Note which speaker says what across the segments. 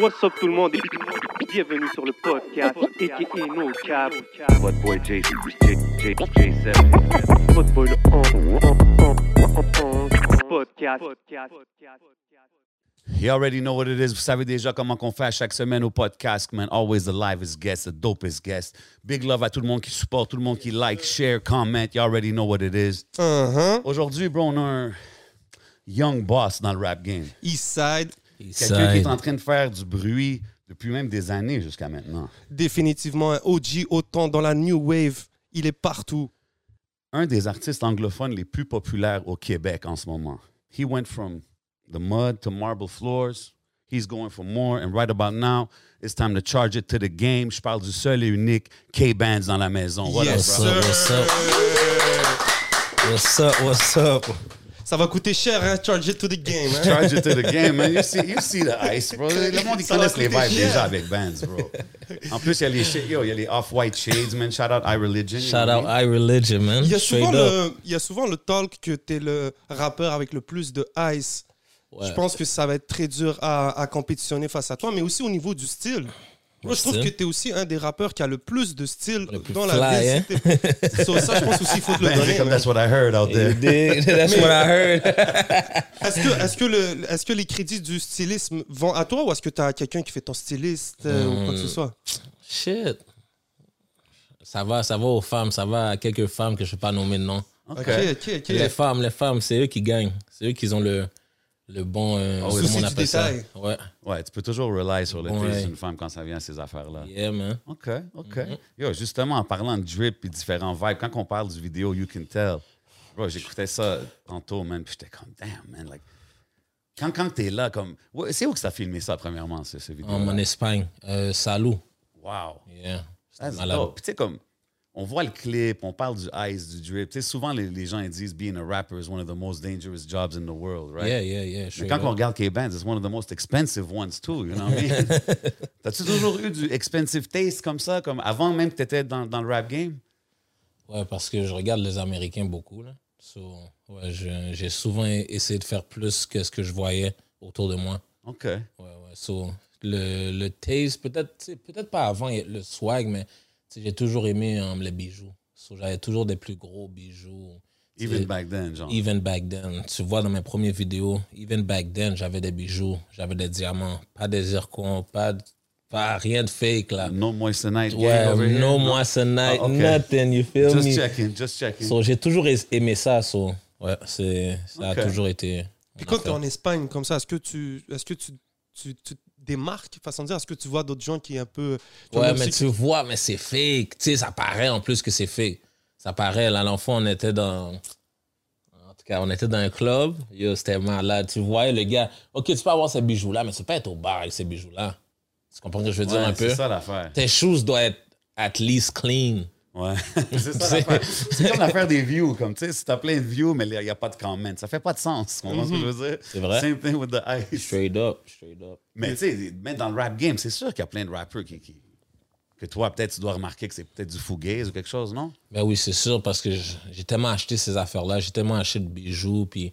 Speaker 1: What's up tout le monde et bienvenue sur le podcast et No Cap.
Speaker 2: Votre boy J, J, J, J7. Votre boy le
Speaker 1: Podcast.
Speaker 3: You already know what it is. Vous savez déjà comment qu'on fait à chaque semaine au podcast, man. Always the livest guest, the dopest guest. Big love à tout le monde qui supporte, tout le monde qui like, share, comment. You already know what it is.
Speaker 4: Uh-huh.
Speaker 3: Aujourd'hui, bro, on a un young boss dans le rap game.
Speaker 4: Eastside,
Speaker 3: Quelqu'un qui est en train de faire du bruit depuis même des années jusqu'à maintenant.
Speaker 4: définitivement un OG autant dans la new wave. Il est partout.
Speaker 3: Un des artistes anglophones les plus populaires au Québec en ce moment. He went from the mud to marble floors. He's going for more. And right about now, it's time to charge it to the game. Je parle du seul et unique K-Bands dans la maison. What up,
Speaker 4: Yes,
Speaker 3: bro?
Speaker 4: sir.
Speaker 5: What's up? What's up? What's up?
Speaker 4: Ça va coûter cher, hein? Charge it to the game. hein?
Speaker 3: Charge it to the game, man. You see, you see the ice, bro. Le monde, ils
Speaker 4: Ça va
Speaker 3: connaissent les
Speaker 4: coûter
Speaker 3: vibes
Speaker 4: cher.
Speaker 3: déjà avec Bands, bro. En plus, il y a les, shades- yo, il y a les off-white shades, man. Shout out iReligion. you
Speaker 5: Shout
Speaker 3: know
Speaker 5: out
Speaker 3: what I mean?
Speaker 5: iReligion, man.
Speaker 4: Il y, a
Speaker 5: Straight
Speaker 4: souvent
Speaker 5: up.
Speaker 4: le, il y a souvent le talk que t'es le rappeur avec le plus de ice.
Speaker 5: Ouais.
Speaker 4: Je pense que ça va être très dur à, à compétitionner face à toi, mais aussi au niveau du style. Moi, je trouve
Speaker 5: style.
Speaker 4: que t'es aussi un des rappeurs qui a le plus de style
Speaker 5: plus
Speaker 4: dans
Speaker 5: fly,
Speaker 4: la
Speaker 5: hein.
Speaker 4: vie. So, ça, je pense aussi qu'il faut te le
Speaker 3: Man,
Speaker 4: donner. hein.
Speaker 3: comme
Speaker 4: man.
Speaker 3: that's what I heard out there.
Speaker 5: You dig? That's what I heard.
Speaker 4: Est-ce que, est-ce, que le, est-ce que les crédits du stylisme vont à toi ou est-ce que t'as quelqu'un qui fait ton styliste euh, ou quoi que ce soit
Speaker 5: Shit. Ça va, ça va aux femmes, ça va à quelques femmes que je ne vais pas nommer de nom.
Speaker 4: Ok, ok, ok.
Speaker 5: Les femmes, les femmes, c'est eux qui gagnent. C'est eux qui ont le, le bon.
Speaker 3: oui,
Speaker 5: Euh, comment
Speaker 4: souci
Speaker 5: on
Speaker 4: du
Speaker 5: appelle ça?
Speaker 4: détail.
Speaker 5: Ouais.
Speaker 3: Ouais, tu peux toujours rely sur le
Speaker 5: Ouais.
Speaker 3: fils d'une femme quand ça vient à ces affaires-là.
Speaker 5: Yeah, Mm-hmm. man.
Speaker 3: OK, OK. Yo, justement, en parlant de drip et différents vibes, quand on parle du vidéo You Can Tell, bro, j'écoutais ça tantôt, man, puis j'étais comme, damn, man, like, quand, quand t'es là, comme, ouais, c'est où que ça filmé ça, premièrement, ce, ce vidéo?
Speaker 5: En, en Espagne. Euh, Salou.
Speaker 3: Wow.
Speaker 5: Yeah. C'était
Speaker 3: That's
Speaker 5: malade.
Speaker 3: Ah, dope. Puis tu sais, comme, on voit le clip, on parle du ice, du drip. Tu sais, souvent, les, les gens ils disent, being a rapper is one of the most dangerous jobs in the world, right?
Speaker 5: Yeah, yeah, yeah.
Speaker 3: Mais
Speaker 5: straight
Speaker 3: quand
Speaker 5: up.
Speaker 3: on regarde K-Bands, it's one of the most expensive ones too, you know what I mean? T'as-tu toujours eu du expensive taste comme ça, comme avant même que t'étais dans, dans le rap game?
Speaker 5: Ouais, parce que je regarde les Américains beaucoup. Là. So, ouais, je- j'ai souvent e- essayé de faire plus que ce que je voyais autour de moi.
Speaker 3: OK.
Speaker 5: Ouais, ouais. So, le, le taste, peut-être tu sais, peut-être pas avant il y a le swag, mais tu sais, j'ai toujours aimé euh, les bijoux. So, J'avais toujours des plus gros bijoux. Tu
Speaker 3: Even
Speaker 5: sais,
Speaker 3: back then, genre.
Speaker 5: Even back then. Tu vois dans mes premières vidéos, even back then, j'avais des bijoux, j'avais des diamants, pas des zircons, pas, de- pas rien de fake là.
Speaker 3: No Moissanite gang over
Speaker 5: Ouais,
Speaker 3: here?
Speaker 5: no moissanite,
Speaker 3: Ah, ok.
Speaker 5: nothing, you feel
Speaker 3: Just
Speaker 5: me?
Speaker 3: checking, just checking.
Speaker 5: So, j'ai toujours ai- aimé ça. so, ouais, c'est, ça
Speaker 3: Ok.
Speaker 5: a toujours été.
Speaker 4: Puis
Speaker 5: mon
Speaker 4: quand tu es
Speaker 5: affaire.
Speaker 4: en Espagne comme ça, est-ce que tu est-ce que tu, tu, tu te démarques façon de dire est-ce que tu vois d'autres gens qui est un peu tu vois,
Speaker 5: Ouais,
Speaker 4: même
Speaker 5: mais
Speaker 4: si-
Speaker 5: tu vois, mais c'est fake. Tu sais, ça paraît en plus que c'est fake. Ça paraît. Là, l'enfant, on était dans. En tout cas, on était dans un club. Yo, c'était malade. Tu voyais le gars. Ok, tu peux avoir ces bijoux-là, mais tu peux pas être au bar avec ces bijoux-là. Tu comprends ce que je veux dire
Speaker 3: Ouais,
Speaker 5: un peu?
Speaker 3: C'est ça l'affaire.
Speaker 5: Tes shoes doivent être at least clean.
Speaker 3: Ouais. c'est ça l'affaire. C'est comme l'affaire des views, comme, tu sais, si t'as plein de views, mais il n'y a pas de comment. Ça fait pas de sens, tu comprends ce que je veux dire?
Speaker 5: C'est vrai.
Speaker 3: Same thing with the ice.
Speaker 5: Straight up, straight up.
Speaker 3: Mais tu sais, même dans le rap game, c'est sûr qu'il y a plein de rappeurs qui, qui- que toi, peut-être, tu dois remarquer que c'est peut-être du fugaze ou quelque chose, non?
Speaker 5: Ben oui, c'est sûr, parce que j- j'ai tellement acheté ces affaires-là, j'ai tellement acheté de bijoux, puis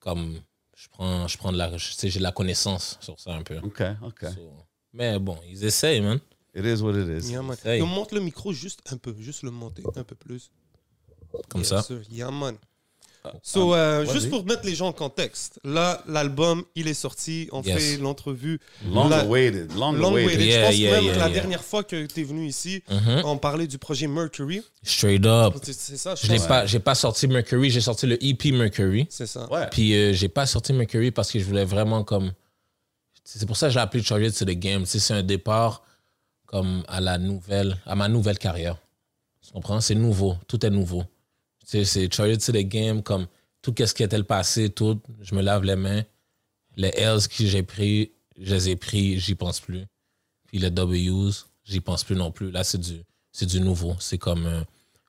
Speaker 5: comme je prends, je prends de la, je sais, j'ai de la connaissance sur ça un peu.
Speaker 3: OK, OK.
Speaker 5: So, mais bon, ils essayent, man.
Speaker 3: It is what it is.
Speaker 4: Yeah, man.
Speaker 5: Hey.
Speaker 4: Et on monte le micro juste un peu, juste le monter un peu plus.
Speaker 5: Comme
Speaker 4: Yes,
Speaker 5: ça. Ah,
Speaker 4: sir. Yeah, man. So, euh, juste
Speaker 3: vas-y.
Speaker 4: pour mettre les gens en contexte, là, l'album, il est sorti, on
Speaker 5: Yes.
Speaker 4: fait l'entrevue.
Speaker 3: Long
Speaker 4: La-
Speaker 3: awaited. Long,
Speaker 4: Long
Speaker 3: awaited.
Speaker 4: Waited. Je
Speaker 5: Yeah,
Speaker 4: pense que
Speaker 5: yeah,
Speaker 4: même
Speaker 5: yeah,
Speaker 4: la
Speaker 5: yeah.
Speaker 4: dernière fois que tu es venu ici,
Speaker 5: Mhm.
Speaker 4: on parlait du projet Mercury.
Speaker 5: Straight up.
Speaker 4: C'est c'est ça, je
Speaker 5: Je n'ai
Speaker 4: pense.
Speaker 5: pas, j'ai pas sorti Mercury, j'ai sorti le EP Mercury.
Speaker 4: C'est ça.
Speaker 3: Ouais.
Speaker 5: Puis euh, j'ai pas sorti Mercury parce que je voulais vraiment comme. C'est pour ça que je l'ai appelé Charge It to the Game. Tu sais, c'est un départ comme à la nouvelle, à ma nouvelle carrière. Tu comprends? C'est nouveau. Tout est nouveau. Tu sais, c'est Charge It to the Game, comme tout ce qui était le passé, tout. Je me lave les mains. Les L's que j'ai pris, je les ai pris, j'y pense plus. Puis le W's, j'y pense plus non plus. Là, c'est du, c'est du nouveau. C'est comme euh,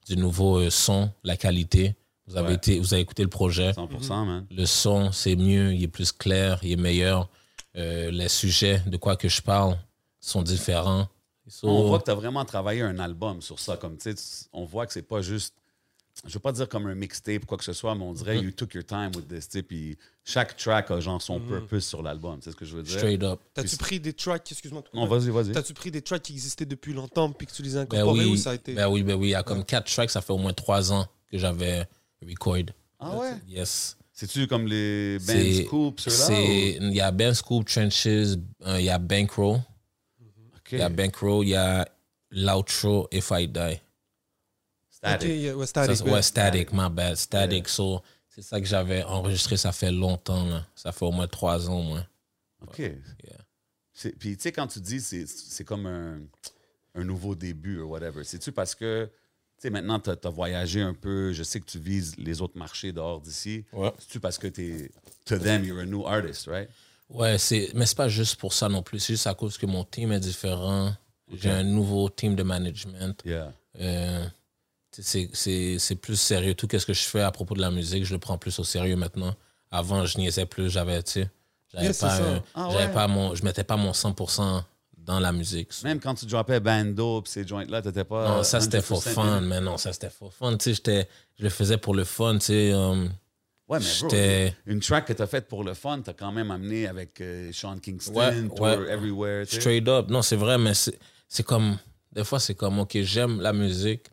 Speaker 5: du nouveau euh, son, la qualité. Vous avez,
Speaker 3: Ouais.
Speaker 5: été, vous avez écouté le projet.
Speaker 3: 100%, man.
Speaker 5: Le son, c'est mieux, il est plus clair, il est meilleur. Euh, les sujets de quoi que je parle sont différents. So,
Speaker 3: On voit que tu as vraiment travaillé un album sur ça. Comme, tu sais, on voit que c'est pas juste. Je veux pas dire comme un mixtape ou quoi que ce soit, mais on
Speaker 5: Mm-hmm.
Speaker 3: dirait you took your time with this. tu sais, Puis chaque track a genre son purpose sur l'album. C'est ce que je veux dire.
Speaker 5: Mm-hmm. straight up.
Speaker 3: Puis-
Speaker 4: T'as-tu pris des tracks, excuse-moi. de te
Speaker 3: Non,
Speaker 4: couper.
Speaker 3: vas-y, vas-y.
Speaker 4: T'as-tu pris des tracks qui existaient depuis longtemps puis que tu les as
Speaker 5: Ben
Speaker 4: incorporés ou
Speaker 5: oui,
Speaker 4: ça a été
Speaker 5: ben oui, ben oui. Il y a comme quatre tracks, ça fait au moins trois ans que j'avais record.
Speaker 3: Ah ouais?
Speaker 5: Yes.
Speaker 3: C'est-tu comme les
Speaker 5: C'est-
Speaker 3: bands Scoop, ceux-là?
Speaker 5: C'est- Il y a Ben Scoop, Trenches, euh, il y a Bankroll,
Speaker 3: ou-
Speaker 5: il y a
Speaker 3: Ok.
Speaker 5: Bankroll, il y a l'outro If I Die.
Speaker 4: Ok,
Speaker 3: Static.
Speaker 4: yeah, ouais,
Speaker 5: Ça,
Speaker 4: static.
Speaker 5: c'est-
Speaker 4: ouais.
Speaker 5: ouais, Static, my bad. Static, so, c'est ça que j'avais enregistré, ça fait longtemps, là. Ça fait au moins trois ans, moi.
Speaker 3: OK. C'est- Puis, tu sais, quand tu dis c'est- c'est comme un, un nouveau début ou whatever, c'est-tu parce que, tu sais, maintenant, tu as, voyagé un peu, je sais que tu vises les autres marchés dehors d'ici.
Speaker 5: Ouais.
Speaker 3: C'est-tu parce que tu es, to them, you're a new artist, right?
Speaker 5: Ouais, c'est, mais c'est pas juste pour ça non plus. C'est juste à cause que mon team est différent. J'ai un nouveau team de management.
Speaker 3: Yeah.
Speaker 5: Euh, tu sais, c'est- c'est c'est plus sérieux. Tout ce que je fais à propos de la musique, je le prends plus au sérieux maintenant. Avant, je niaisais plus. J'avais, tu sais, j'avais
Speaker 4: Yeah, c'est
Speaker 5: pas,
Speaker 4: ça.
Speaker 5: un-
Speaker 3: Ah
Speaker 5: j'avais
Speaker 3: ouais.
Speaker 5: pas mon, je mettais pas mon 100% dans la musique.
Speaker 3: Même quand tu droppais Bando pis ces joints-là, t'étais pas.
Speaker 5: non, ça c'était for
Speaker 3: 100%
Speaker 5: fun,
Speaker 3: in.
Speaker 5: mais non, ça c'était for fun. Tu sais, j'étais- je le faisais pour le fun, tu sais. euh,
Speaker 3: Ouais, mais bro,
Speaker 5: J'étais-
Speaker 3: une track que t'as faite pour le fun, t'as quand même amené avec euh, Sean Kingston,
Speaker 5: Ouais,
Speaker 3: Tour
Speaker 5: ouais.
Speaker 3: Everywhere. tu sais.
Speaker 5: Straight up. Non, c'est vrai, mais c'est c'est comme. Des fois, c'est comme, OK, j'aime la musique,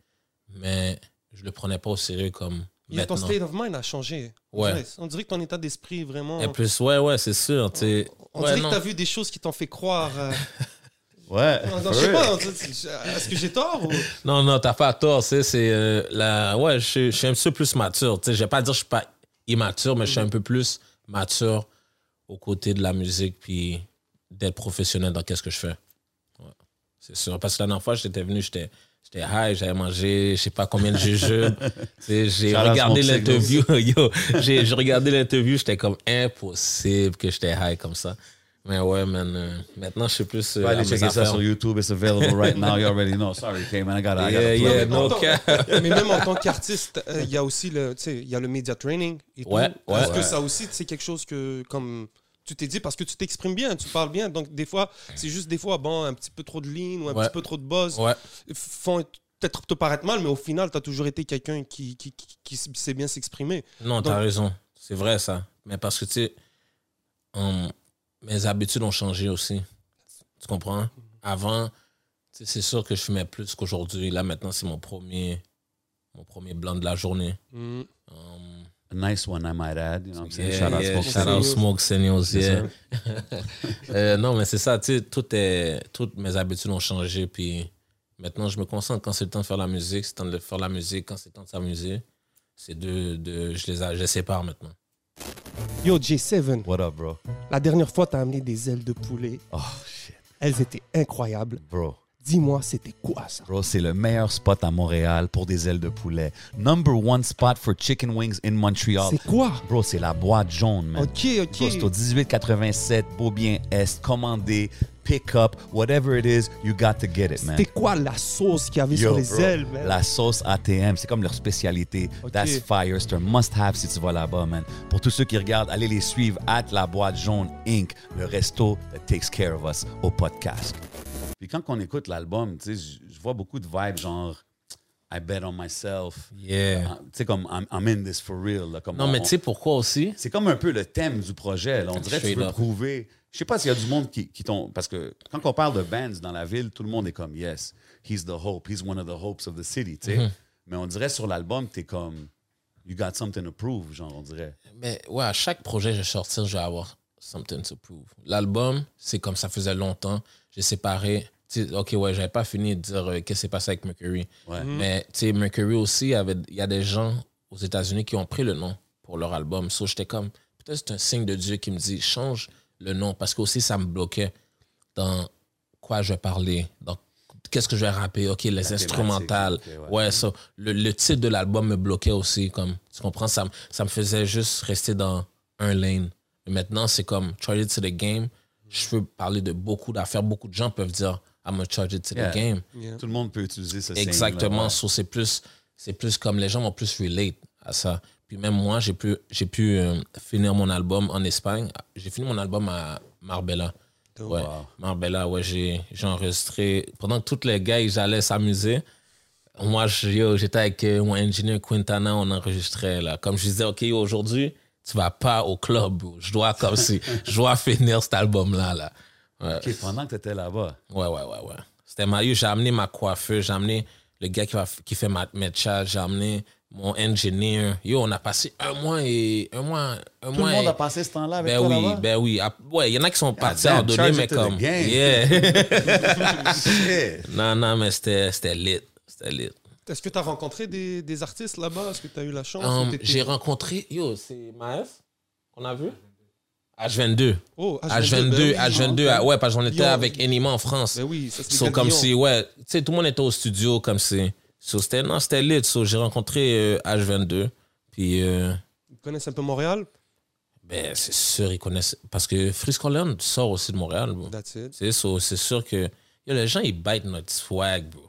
Speaker 5: mais je le prenais pas au sérieux comme.
Speaker 4: Yeah, ton
Speaker 5: maintenant.
Speaker 4: state of mind a changé. On
Speaker 5: Ouais.
Speaker 4: dirait- On dirait que ton état d'esprit vraiment.
Speaker 5: Et plus, ouais, ouais, c'est sûr. tu sais.
Speaker 4: On
Speaker 5: Ouais,
Speaker 4: dirait
Speaker 5: non.
Speaker 4: que t'as vu des choses qui t'ont fait croire. euh,
Speaker 3: Ouais.
Speaker 4: Ah, non,
Speaker 3: for
Speaker 4: je sais
Speaker 3: real.
Speaker 4: pas. on dirait- euh, Est-ce que j'ai tort ou-
Speaker 5: Non, non, t'as pas tort, tu sais, c'est euh, la... Ouais, je suis- je suis un petit peu plus mature, tu sais, je vais pas dire que je suis pas immature, mais je suis un peu plus mature aux côtés de la musique, puis d'être professionnel dans qu'est-ce que je fais. Ouais, c'est sûr. Parce que la dernière fois, j'étais venu, j'étais... J'étais high, j'avais mangé je sais pas combien de jujubes. Tu sais, j'ai
Speaker 3: Shout out
Speaker 5: regardé
Speaker 3: Smoke
Speaker 5: l'interview. Yo, j'ai j'ai regardé l'interview, j'étais comme impossible que j'étais high comme ça. Mais ouais, man, euh, maintenant je suis plus.
Speaker 3: Tu
Speaker 5: euh,
Speaker 3: peux
Speaker 5: à
Speaker 3: aller
Speaker 5: mes
Speaker 3: checker ça
Speaker 5: affaires.
Speaker 3: sur YouTube. It's available right now. You already know. Sorry, okay, man. I gotta, I gotta
Speaker 5: Yeah,
Speaker 3: plug
Speaker 5: yeah,
Speaker 3: it.
Speaker 5: no
Speaker 4: Attends,
Speaker 5: cap.
Speaker 4: Mais même en tant qu'artiste, euh, il y a aussi le, tu sais, il y a le media training. Et tout.
Speaker 5: Ouais, ouais.
Speaker 4: Est-ce que
Speaker 5: Ouais.
Speaker 4: ça aussi, c'est quelque chose que, comme tu t'es dit, parce que tu t'exprimes bien, tu parles bien. Donc, des fois, c'est juste des fois, bon, un petit peu trop de lignes ou un
Speaker 5: Ouais.
Speaker 4: petit peu trop de buzz
Speaker 5: Ouais.
Speaker 4: font peut-être te paraître mal, mais au final, tu as toujours été quelqu'un qui, qui, qui, qui sait bien s'exprimer.
Speaker 5: Non, t'as
Speaker 4: Donc-
Speaker 5: raison. C'est vrai, ça. Mais parce que, tu sais, hum, mes habitudes ont changé aussi. Tu comprends? Avant, tu sais, c'est sûr que je fumais plus qu'aujourd'hui. Là, maintenant, c'est mon premier, mon premier blanc de la journée.
Speaker 4: Mm.
Speaker 5: Hum,
Speaker 3: A nice one, I might add. You know what I'm saying?
Speaker 5: yeah,
Speaker 3: Shout out
Speaker 5: yeah,
Speaker 3: Smoke
Speaker 5: shout
Speaker 3: Signals.
Speaker 5: out Smoke Signals,
Speaker 3: Yes,
Speaker 5: yeah. Euh, non, mais c'est ça, tu sais, tout est- toutes mes habitudes ont changé, puis maintenant, je me concentre quand c'est le temps de faire la musique, c'est le temps de faire la musique, quand c'est le temps de s'amuser. C'est deux, deux- je, les, a- je les sépare maintenant.
Speaker 4: Yo, J7,
Speaker 3: What up, bro?
Speaker 4: la dernière fois, tu as amené des ailes de poulet.
Speaker 3: Oh, shit,
Speaker 4: Elles étaient incroyables.
Speaker 3: bro.
Speaker 4: Dis-moi, c'était quoi ça?
Speaker 3: Bro, c'est le meilleur spot à Montréal pour des ailes de poulet. Number one spot for chicken wings in Montreal.
Speaker 4: C'est quoi?
Speaker 3: Bro, c'est la boîte jaune, man.
Speaker 4: Ok, ok.
Speaker 3: Bro, c'est au 1887 Beaubien Est. Commandez, pick up, whatever it is, you got to get it, man.
Speaker 4: C'était quoi la sauce qu'il y avait
Speaker 3: Yo,
Speaker 4: sur les
Speaker 3: bro,
Speaker 4: ailes, man?
Speaker 3: La sauce ATM, c'est comme leur spécialité.
Speaker 4: Ok.
Speaker 3: That's fire. C'est un must-have si tu vas là-bas, man. Pour tous ceux qui regardent, allez les suivre at La Boîte Jaune Inc., le resto that takes care of us au podcast. Puis quand on écoute l'album, tu sais, je- je vois beaucoup de vibes genre I bet on myself.
Speaker 5: Yeah.
Speaker 3: Ah, Tu sais, comme I'm, I'm in this for real. là, comme
Speaker 5: Non,
Speaker 3: on-
Speaker 5: mais tu sais pourquoi aussi?
Speaker 3: c'est comme un peu le thème du projet. là. On dirait que tu
Speaker 5: Straight
Speaker 3: veux
Speaker 5: up.
Speaker 3: prouver. Je sais pas s'il y a du monde qui, qui t'ont. Parce que quand on parle de bands dans la ville, tout le monde est comme Yes, he's the hope, he's one of the hopes of the city. tu sais.
Speaker 5: Mm-hmm.
Speaker 3: Mais on dirait sur l'album, t'es comme You got something to prove, genre, on dirait.
Speaker 5: Mais ouais, à chaque projet que je vais sortir, je vais avoir something to prove. L'album, c'est comme ça faisait longtemps. J'ai séparé. tu sais, ok, ouais, j'avais pas fini de dire euh, qu'est-ce qui s'est passé avec Mercury.
Speaker 3: Ouais.
Speaker 5: Mais tu sais, Mercury aussi, il y avait- il y a des gens aux États-Unis qui ont pris le nom pour leur album. So, j'étais comme, peut-être c'est un signe de Dieu qui me dit, change le nom. Parce que aussi, ça me bloquait dans quoi je vais parler, dans qu'est-ce que je vais rapper. Ok, les
Speaker 3: thématique,
Speaker 5: instrumentales.
Speaker 3: ok, ouais.
Speaker 5: ouais, Ouais, ça. Le, le titre de l'album me bloquait aussi. Comme, tu comprends? Ça, me- ça me faisait juste rester dans un lane. Mais maintenant, c'est comme Charlie to the Game. je peux parler de beaucoup d'affaires. Beaucoup de gens peuvent dire, I'm gonna charge it to
Speaker 3: Yeah.
Speaker 5: the game.
Speaker 4: Yeah.
Speaker 3: Tout le monde peut utiliser ce signe-là.
Speaker 5: Exactement.
Speaker 3: Ouais.
Speaker 5: So, c'est plus, c'est plus comme les gens vont plus relate à ça. Puis même moi, j'ai pu, j'ai pu euh, finir mon album en Espagne. J'ai fini mon album à Marbella. Ouais, Marbella, ouais, j'ai, j'ai enregistré. Pendant que tous les gars, ils allaient s'amuser. Moi, je- yo, j'étais avec euh, mon ingénieur Quintana, on enregistrait là. Comme je disais, OK, yo, aujourd'hui, tu vas pas au club. bro. Je dois comme si, je dois finir cet album-là. Là. Ouais.
Speaker 3: Ok, pendant que tu étais là-bas.
Speaker 5: Ouais, ouais, ouais, ouais. C'était Mario, j'ai amené ma coiffeuse, j'ai amené le gars qui, va, qui fait ma mes charges, j'ai amené mon engineer. Yo, on a passé un mois et. Un mois. Un
Speaker 3: Tout
Speaker 5: mois
Speaker 3: le monde
Speaker 5: et-
Speaker 3: a passé ce temps-là avec
Speaker 5: ben
Speaker 3: toi
Speaker 5: oui,
Speaker 3: là-bas?
Speaker 5: ben oui. Ah, Ouais, il y en a qui sont partis
Speaker 4: ben,
Speaker 3: damn,
Speaker 5: à en donner,
Speaker 3: charge
Speaker 5: mais
Speaker 3: it to the
Speaker 5: comme.
Speaker 3: game.
Speaker 5: Yeah.
Speaker 3: Shit.
Speaker 5: non, non, mais c'était c'était lit. C'était lit.
Speaker 4: Est-ce que tu as rencontré des, des artistes là-bas Est-ce que tu as eu la chance
Speaker 5: Um,
Speaker 4: ou t'étais-
Speaker 5: j'ai rencontré. Yo, c'est Maef qu'on a vu? H22.
Speaker 4: Oh,
Speaker 5: H22,
Speaker 4: ben oui,
Speaker 5: H22. ah Ouais, parce qu'on était
Speaker 4: Yo.
Speaker 5: avec Enima en France.
Speaker 4: Ben oui, ça c'est
Speaker 5: So,
Speaker 4: des
Speaker 5: comme
Speaker 4: gars de
Speaker 5: si, ouais, tu sais, tout le monde était au studio, comme si. So, c'était, non, c'était lit. So, j'ai rencontré euh, H22. Puis, euh,
Speaker 4: Lyon. Ils connaissent un peu Montréal
Speaker 5: ben, c'est sûr, ils connaissent. Parce que Friscoland sort aussi de Montréal, bro.
Speaker 4: That's it.
Speaker 5: Tu sais, so, c'est sûr que. Yo, les gens, ils bite notre swag, bro.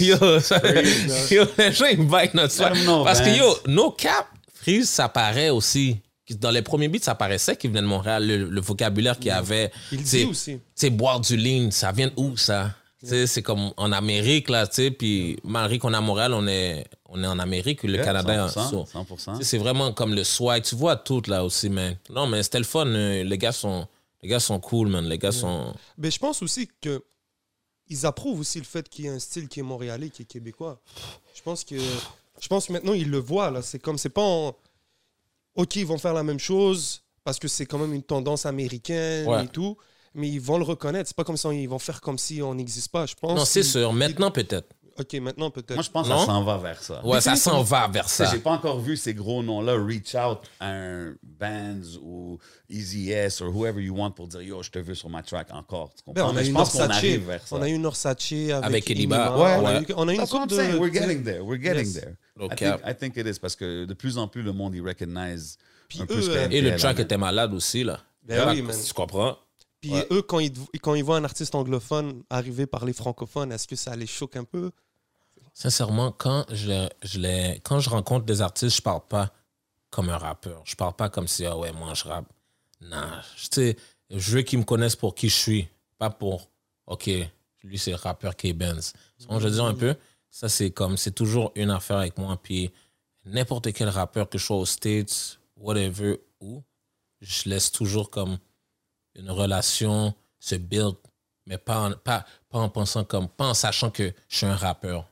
Speaker 5: yo, ça- yo, les gens, ils bite notre swag.
Speaker 3: Let 'em know,
Speaker 5: Parce que,
Speaker 3: man.
Speaker 5: yo, nos cap, Freeze, ça paraît aussi. Dans les premiers beats, ça paraissait qu'ils venaient de Montréal, le, le vocabulaire qu'ils avaient.
Speaker 4: Il
Speaker 5: Tu
Speaker 4: dit
Speaker 5: sais,
Speaker 4: aussi.
Speaker 5: tu sais, boire du lean, ça vient où ça? Tu sais, C'est comme en Amérique, là, tu sais, puis malgré qu'on est à Montréal, on est, on est en Amérique, le
Speaker 3: Yeah,
Speaker 5: Canada est en-
Speaker 3: 100%,
Speaker 5: so-
Speaker 3: 100%.
Speaker 5: tu sais, C'est vraiment comme le swag, tu vois tout là aussi, man. Non, mais c'était le fun, euh, les gars sont, les gars sont cool, man, les gars
Speaker 3: Mm.
Speaker 5: sont...
Speaker 4: Mais je pense aussi que ils approuvent aussi le fait qu'il y ait un style qui est montréalais, qui est québécois. Je pense que je pense que maintenant ils le voient là. C'est comme c'est pas en... ok ils vont faire la même chose parce que c'est quand même une tendance américaine
Speaker 5: Ouais.
Speaker 4: et tout, mais ils vont le reconnaître. C'est pas comme ça ils vont faire comme si on n'existe pas. Je pense.
Speaker 5: Non, c'est
Speaker 4: qu'ils-
Speaker 5: sûr, maintenant peut-être.
Speaker 4: Ok maintenant peut-être.
Speaker 3: Moi, je pense que
Speaker 5: Non?
Speaker 3: ça s'en va vers ça.
Speaker 5: Ouais, ça s'en va vers
Speaker 3: Tu sais,
Speaker 5: ça.
Speaker 3: J'ai pas encore vu ces gros noms-là reach out à un Bands ou Easy S ou whoever you want pour dire yo, je te veux sur ma track encore. Tu
Speaker 4: Ben,
Speaker 3: comprends?
Speaker 4: on, a
Speaker 3: Mais
Speaker 4: eu
Speaker 3: je
Speaker 4: Nor
Speaker 3: pense qu'on
Speaker 4: Satché.
Speaker 3: arrive vers ça.
Speaker 4: on a eu Norsace avec,
Speaker 5: Avec Eliba.
Speaker 4: Inima.
Speaker 5: Ouais,
Speaker 4: on a
Speaker 5: ouais.
Speaker 4: eu, on a eu une
Speaker 3: That's what
Speaker 4: coupe
Speaker 3: I'm
Speaker 4: de.
Speaker 3: saying. We're getting there. We're getting
Speaker 4: Yes.
Speaker 3: there.
Speaker 5: No
Speaker 3: I,
Speaker 5: cap.
Speaker 3: think, I think it is parce que de plus en plus, le monde, il recognize
Speaker 4: Puis
Speaker 3: un peu
Speaker 4: eux,
Speaker 3: ce que
Speaker 4: euh,
Speaker 3: NPL
Speaker 5: Et le
Speaker 3: a
Speaker 5: track
Speaker 3: mis.
Speaker 5: était malade aussi, là.
Speaker 4: Ben oui,
Speaker 5: Là,
Speaker 4: man.
Speaker 5: Tu comprends?
Speaker 4: Puis
Speaker 5: Ouais.
Speaker 4: eux, quand ils, quand ils voient un artiste anglophone arriver par les francophones, est-ce que ça les choque un peu
Speaker 5: Sincèrement, quand je, je les, quand je rencontre des artistes, je parle pas comme un rappeur. Je parle pas comme si, ah ouais, moi je rappe. Non, je- tu sais, je veux qu'ils me connaissent pour qui je suis, pas pour, ok, lui c'est le rappeur K-Benz. Tu vois, Je veux dire un peu, ça c'est comme, c'est toujours une affaire avec moi. Puis n'importe quel rappeur, que je sois aux States, whatever, où, je laisse toujours comme une relation se build, mais pas en, pas, pas en pensant comme, pas en sachant que je suis un rappeur.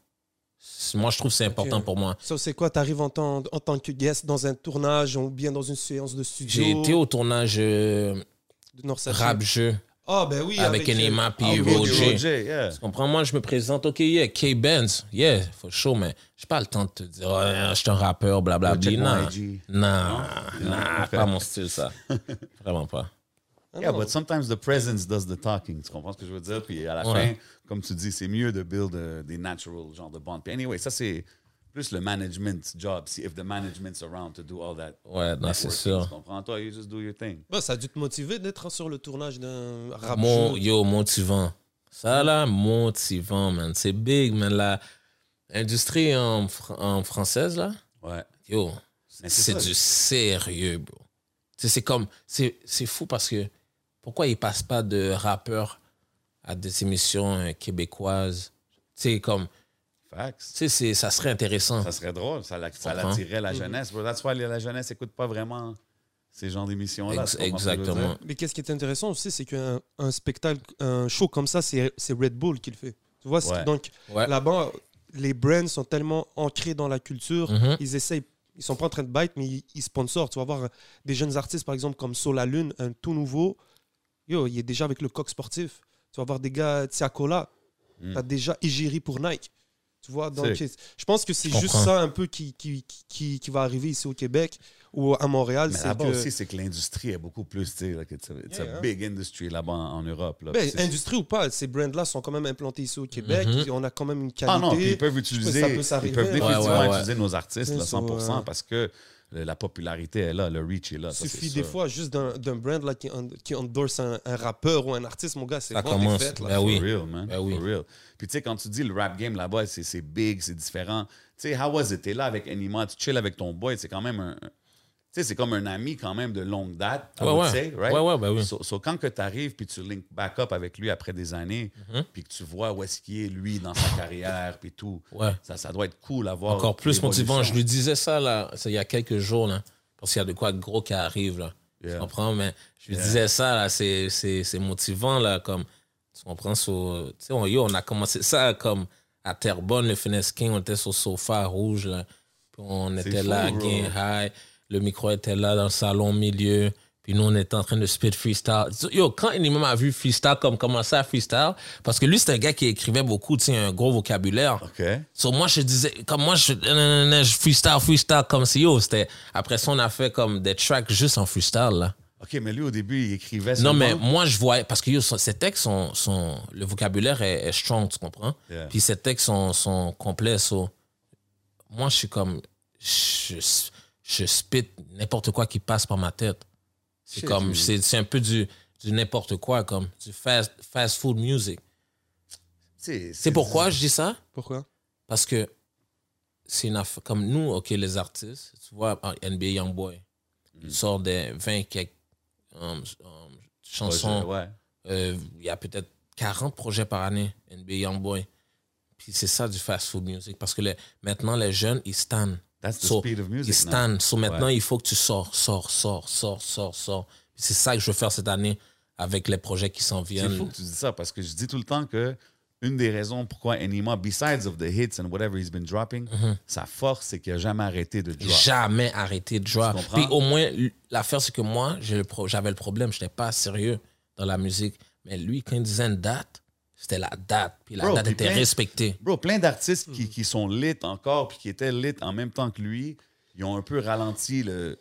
Speaker 5: C'est- Moi, je trouve que c'est important pour moi.
Speaker 4: Ça, c'est quoi T'arrives en tant, en tant que guest dans un tournage ou bien dans une séance de studio
Speaker 5: J'ai été au tournage euh,
Speaker 4: de Norsace.
Speaker 5: rap-jeu
Speaker 4: Ah, ben oui.
Speaker 5: avec
Speaker 4: euh,
Speaker 5: Enema
Speaker 3: Ah,
Speaker 5: puis
Speaker 3: oui,
Speaker 5: Roger.
Speaker 3: Roger, yeah.
Speaker 5: Comprends-moi, je me présente, OK, yeah, K-Benz, yeah, for sure, mais j'ai pas le temps de te dire, oh, je suis un rappeur, blablabla.
Speaker 3: Check
Speaker 5: Non,
Speaker 3: mon IG.
Speaker 5: non, non, pas mon style, ça. Vraiment pas.
Speaker 4: ah
Speaker 3: Yeah,
Speaker 4: non.
Speaker 3: but sometimes the presence does the talking. Tu comprends ce que je veux dire? Puis à la fin,
Speaker 5: Ouais.
Speaker 3: comme tu dis, c'est mieux de build euh, des natural genre de bonds. Puis anyway, ça c'est plus le management job. Si if the management's around to do all that.
Speaker 5: Ouais, non, Bah, c'est
Speaker 3: networking,
Speaker 5: sûr.
Speaker 3: Tu comprends? Toi, you just do your thing.
Speaker 4: Bah, ça a dû te motiver d'être hein, sur le tournage d'un rap show.
Speaker 5: Mon, yo, motivant. Ça, là, motivant, man. C'est big, man. La industrie en, fr- en française, là,
Speaker 3: Ouais.
Speaker 5: yo,
Speaker 3: Mais
Speaker 5: c'est
Speaker 3: ça.
Speaker 5: du sérieux, bro. Tu sais, C'est comme, c'est c'est fou parce que pourquoi ils passent pas de rappeurs à des émissions euh, québécoises? Tu sais, comme,
Speaker 3: Facts.
Speaker 5: tu sais, c'est- ça serait intéressant.
Speaker 3: Ça serait drôle. Ça, la- ça
Speaker 5: comprends?
Speaker 3: l'attirait
Speaker 4: Mm-hmm.
Speaker 3: la jeunesse. Bro, that's why la jeunesse n'écoute pas vraiment ces genres d'émissions-là.
Speaker 5: Ex-
Speaker 3: tu comprends ce que je veux dire?
Speaker 5: exactement.
Speaker 4: Mais qu'est-ce qui est intéressant aussi, c'est qu'un un spectacle, un show comme ça, c'est c'est Red Bull qui le fait. Tu vois, c'est-
Speaker 3: Ouais.
Speaker 4: donc
Speaker 5: Ouais. Euh,
Speaker 4: là-bas, les brands sont tellement ancrés dans la culture,
Speaker 5: Mhm.
Speaker 4: ils essayent. Ils sont pas en train de bite, mais ils, ils sponsorent. Tu vas voir euh, des jeunes artistes, par exemple, comme Sola Lune, un tout nouveau. Yo, il est déjà avec le coq sportif. Tu vas voir des gars, Tsiakola,
Speaker 3: Mm.
Speaker 4: tu as déjà Égérie pour Nike. Tu vois, donc
Speaker 3: C'est-
Speaker 4: je pense que c'est
Speaker 5: Je
Speaker 4: juste
Speaker 5: comprends.
Speaker 4: ça un peu qui, qui, qui- qui, qui va arriver ici au Québec ou à Montréal.
Speaker 3: Mais
Speaker 4: c'est
Speaker 3: là-bas
Speaker 4: que...
Speaker 3: aussi, c'est que l'industrie est beaucoup plus, tu sais, like, it's a, it's a
Speaker 4: Yeah, yeah.
Speaker 3: big industry là-bas en, en Europe. Là.
Speaker 4: Ben,
Speaker 3: Puis c'est-
Speaker 4: industrie ou pas, ces brands-là sont quand même implantés ici au Québec.
Speaker 5: Mhm.
Speaker 4: et On a quand même une
Speaker 3: Ah non, puis
Speaker 4: qualité.
Speaker 3: ils peuvent
Speaker 4: ça
Speaker 3: utiliser,
Speaker 4: peut s'arriver,
Speaker 3: ils peuvent
Speaker 4: hein.
Speaker 3: définitivement
Speaker 5: Ouais, ouais, ouais.
Speaker 3: utiliser nos artistes,
Speaker 4: C'est
Speaker 3: là,
Speaker 4: ça,
Speaker 3: 100%,
Speaker 4: ouais.
Speaker 3: parce que le- la popularité est là, le reach est là. ça,
Speaker 4: suffit
Speaker 3: c'est
Speaker 4: des
Speaker 3: sûr.
Speaker 4: fois juste d'un d'un brand là, qui, en- qui endorse un, un rappeur ou un artiste, mon gars, c'est
Speaker 5: Ça
Speaker 4: vraiment
Speaker 5: commence.
Speaker 4: des fêtes. Là.
Speaker 5: Ben oui.
Speaker 3: For real, man.
Speaker 5: Ben oui.
Speaker 3: For real. Puis tu sais, quand tu dis le rap game là-bas, c'est c'est big, c'est différent. Tu sais, how was it? T'es là avec Anima, tu chill avec ton boy, c'est quand même un. Tu sais, c'est comme un ami quand même de longue date. I
Speaker 5: Ouais,
Speaker 3: would
Speaker 5: ouais.
Speaker 3: say, right?
Speaker 5: Ouais, ouais, ben oui.
Speaker 3: So, so quand que tu arrives puis tu link back up avec lui après des années,
Speaker 5: Mm-hmm.
Speaker 3: puis que tu vois où est-ce qu'il est, lui, dans sa carrière, puis tout,
Speaker 5: Ouais.
Speaker 3: ça, ça doit être cool à voir.
Speaker 5: Encore plus
Speaker 3: l'évolution.
Speaker 5: motivant. Je lui disais ça, là, c'est il y a quelques jours, là, parce qu'il y a de quoi de gros qui arrive, là.
Speaker 3: Yeah.
Speaker 5: Tu comprends? Mais je lui disais ça, là, c'est, c'est, c'est motivant, là, comme, tu comprends? sur- tu sais, on, yo, on a commencé ça, comme, à Terrebonne, le Finesse King, on était sur le sofa rouge, là. Puis on
Speaker 3: C'est
Speaker 5: était
Speaker 3: fou,
Speaker 5: là,
Speaker 3: bro.
Speaker 5: game high. Le micro était là, dans le salon, au milieu. Puis nous, on était en train de spit freestyle. Yo, quand il m'a vu freestyle, comme commencer à freestyle, parce que lui, c'est un gars qui écrivait beaucoup, tu sais, un gros vocabulaire.
Speaker 3: OK.
Speaker 5: So, moi, je disais, comme moi, je, non, non, non, je freestyle, freestyle, comme si yo, c'était. Après ça, on a fait comme des tracks juste en freestyle, là.
Speaker 3: OK, mais lui, au début, il écrivait
Speaker 5: Non,
Speaker 3: seulement.
Speaker 5: mais moi, je voyais, parce que yo, son- ses textes, sont, sont- le vocabulaire est, est strong, tu comprends?
Speaker 3: Yeah.
Speaker 5: Puis ses textes sont, sont complets, so. Moi, je suis comme. Je, je spit n'importe quoi qui passe par ma tête. C'est
Speaker 3: Shit,
Speaker 5: comme.
Speaker 3: oui.
Speaker 5: C'est c'est un peu du, du n'importe quoi, comme. Du fast, fast food music.
Speaker 3: C'est
Speaker 5: C'est pourquoi je dis ça?
Speaker 4: Pourquoi
Speaker 5: Parce que c'est une affaire. Comme nous, OK, les artistes, tu vois, en NBA Youngboy,
Speaker 3: Mm.
Speaker 5: il sort des 20 quelques um, um, chansons.
Speaker 3: Ouais.
Speaker 5: Euh, il y a peut-être 40 projets par année, NBA Youngboy. Puis c'est ça du fast food music. Parce que les- maintenant, les jeunes, ils stannent.
Speaker 3: That's the
Speaker 5: So,
Speaker 3: speed of
Speaker 5: Ils
Speaker 3: music. now.
Speaker 5: stannent. So maintenant,
Speaker 3: Ouais.
Speaker 5: il faut que tu sors, sors, sors, sors, sors, sors. Puis c'est ça que je veux faire cette année avec les projets qui s'en
Speaker 3: C'est fou
Speaker 5: viennent.
Speaker 3: que tu dis ça parce que je dis tout le temps que une des raisons pourquoi Anima, besides of the hits and whatever he's been dropping, sa force, c'est qu'il n'a jamais arrêté de drop.
Speaker 5: jamais arrêté de jouer.
Speaker 3: Tu comprends?
Speaker 5: Puis au moins, l- l'affaire, c'est que moi, j'ai le pro- j'avais le problème, je n'étais pas sérieux dans la musique. Mais lui, quand il disait une date, c'était la date. Puis la
Speaker 3: Bro,
Speaker 5: date
Speaker 3: puis
Speaker 5: était
Speaker 3: plein-
Speaker 5: respectée.
Speaker 3: Bro, plein d'artistes
Speaker 4: Hmm.
Speaker 3: qui, qui sont lit encore puis qui étaient lit en même temps que lui, ils ont un peu ralenti le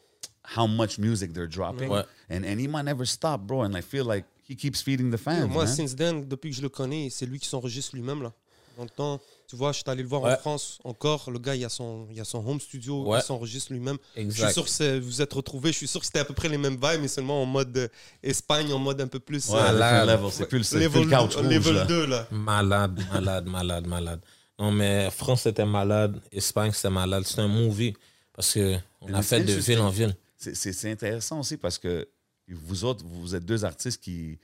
Speaker 3: how much music they're dropping.
Speaker 5: Ouais.
Speaker 3: And Anima never stopped, bro. And I feel like he keeps feeding the fans.
Speaker 5: Hein?
Speaker 4: Moi,
Speaker 3: man.
Speaker 4: since then, depuis que je le connais, c'est lui qui s'enregistre lui-même. là. Dans le temps, tu vois, je suis allé le voir en
Speaker 5: Ouais.
Speaker 4: France encore. Le gars, il y a son, il y a son home studio,
Speaker 5: Ouais.
Speaker 4: il s'enregistre lui-même. Je
Speaker 5: Exact.
Speaker 4: suis sûr que c'est- vous êtes retrouvés. Je suis sûr que c'était à peu près les mêmes vibes, mais seulement en mode euh, Espagne, en mode un peu plus.
Speaker 3: Ouais,
Speaker 4: euh,
Speaker 5: là,
Speaker 3: different level. C'est plus, le- c'est plus
Speaker 4: level,
Speaker 3: le couch
Speaker 4: deux-
Speaker 3: rouge,
Speaker 4: level
Speaker 3: là.
Speaker 4: 2, là.
Speaker 5: Malade, malade, malade, malade. Non, mais France était malade, Espagne c'était malade. C'était un movie. Parce qu'on
Speaker 3: And
Speaker 5: a
Speaker 3: it's
Speaker 5: fait de ville en ville.
Speaker 3: C'est- C'est c'est intéressant aussi parce que vous autres, vous êtes deux artistes qui,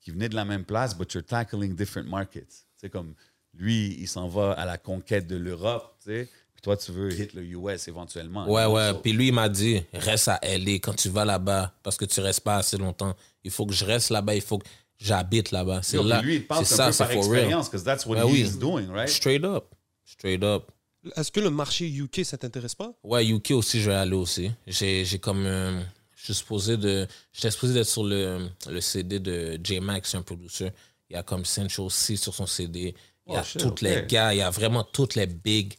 Speaker 3: qui venaient de la même place, but you're tackling different markets. C'est comme lui, il s'en va à la conquête de l'Europe, tu sais, puis toi, tu veux hit le US éventuellement.
Speaker 5: Ouais, ouais.
Speaker 3: So,
Speaker 5: Puis lui, il m'a dit, reste à LA quand tu vas là-bas, parce que tu restes pas assez longtemps. Il faut que je reste là-bas, il faut que j'habite là-bas. C'est
Speaker 3: yo, puis
Speaker 5: là.
Speaker 3: lui, il parle un
Speaker 5: c'est ça,
Speaker 3: peu
Speaker 5: c'est
Speaker 3: par
Speaker 5: for real.
Speaker 3: expérience, because that's what
Speaker 5: Ben oui.
Speaker 3: he's doing, right?
Speaker 5: Straight up. Straight up.
Speaker 4: Est-ce que le marché UK, ça t'intéresse pas
Speaker 5: Ouais, UK aussi, je vais aller aussi. J'ai j'ai comme. euh, je suis supposé de. J'étais supposé d'être sur le, le CD de J-Max, un producer. Il y a comme Central C sur son CD. Il y a
Speaker 3: Oh, shit,
Speaker 5: tous les
Speaker 3: ok.
Speaker 5: gars, il y a vraiment tous les big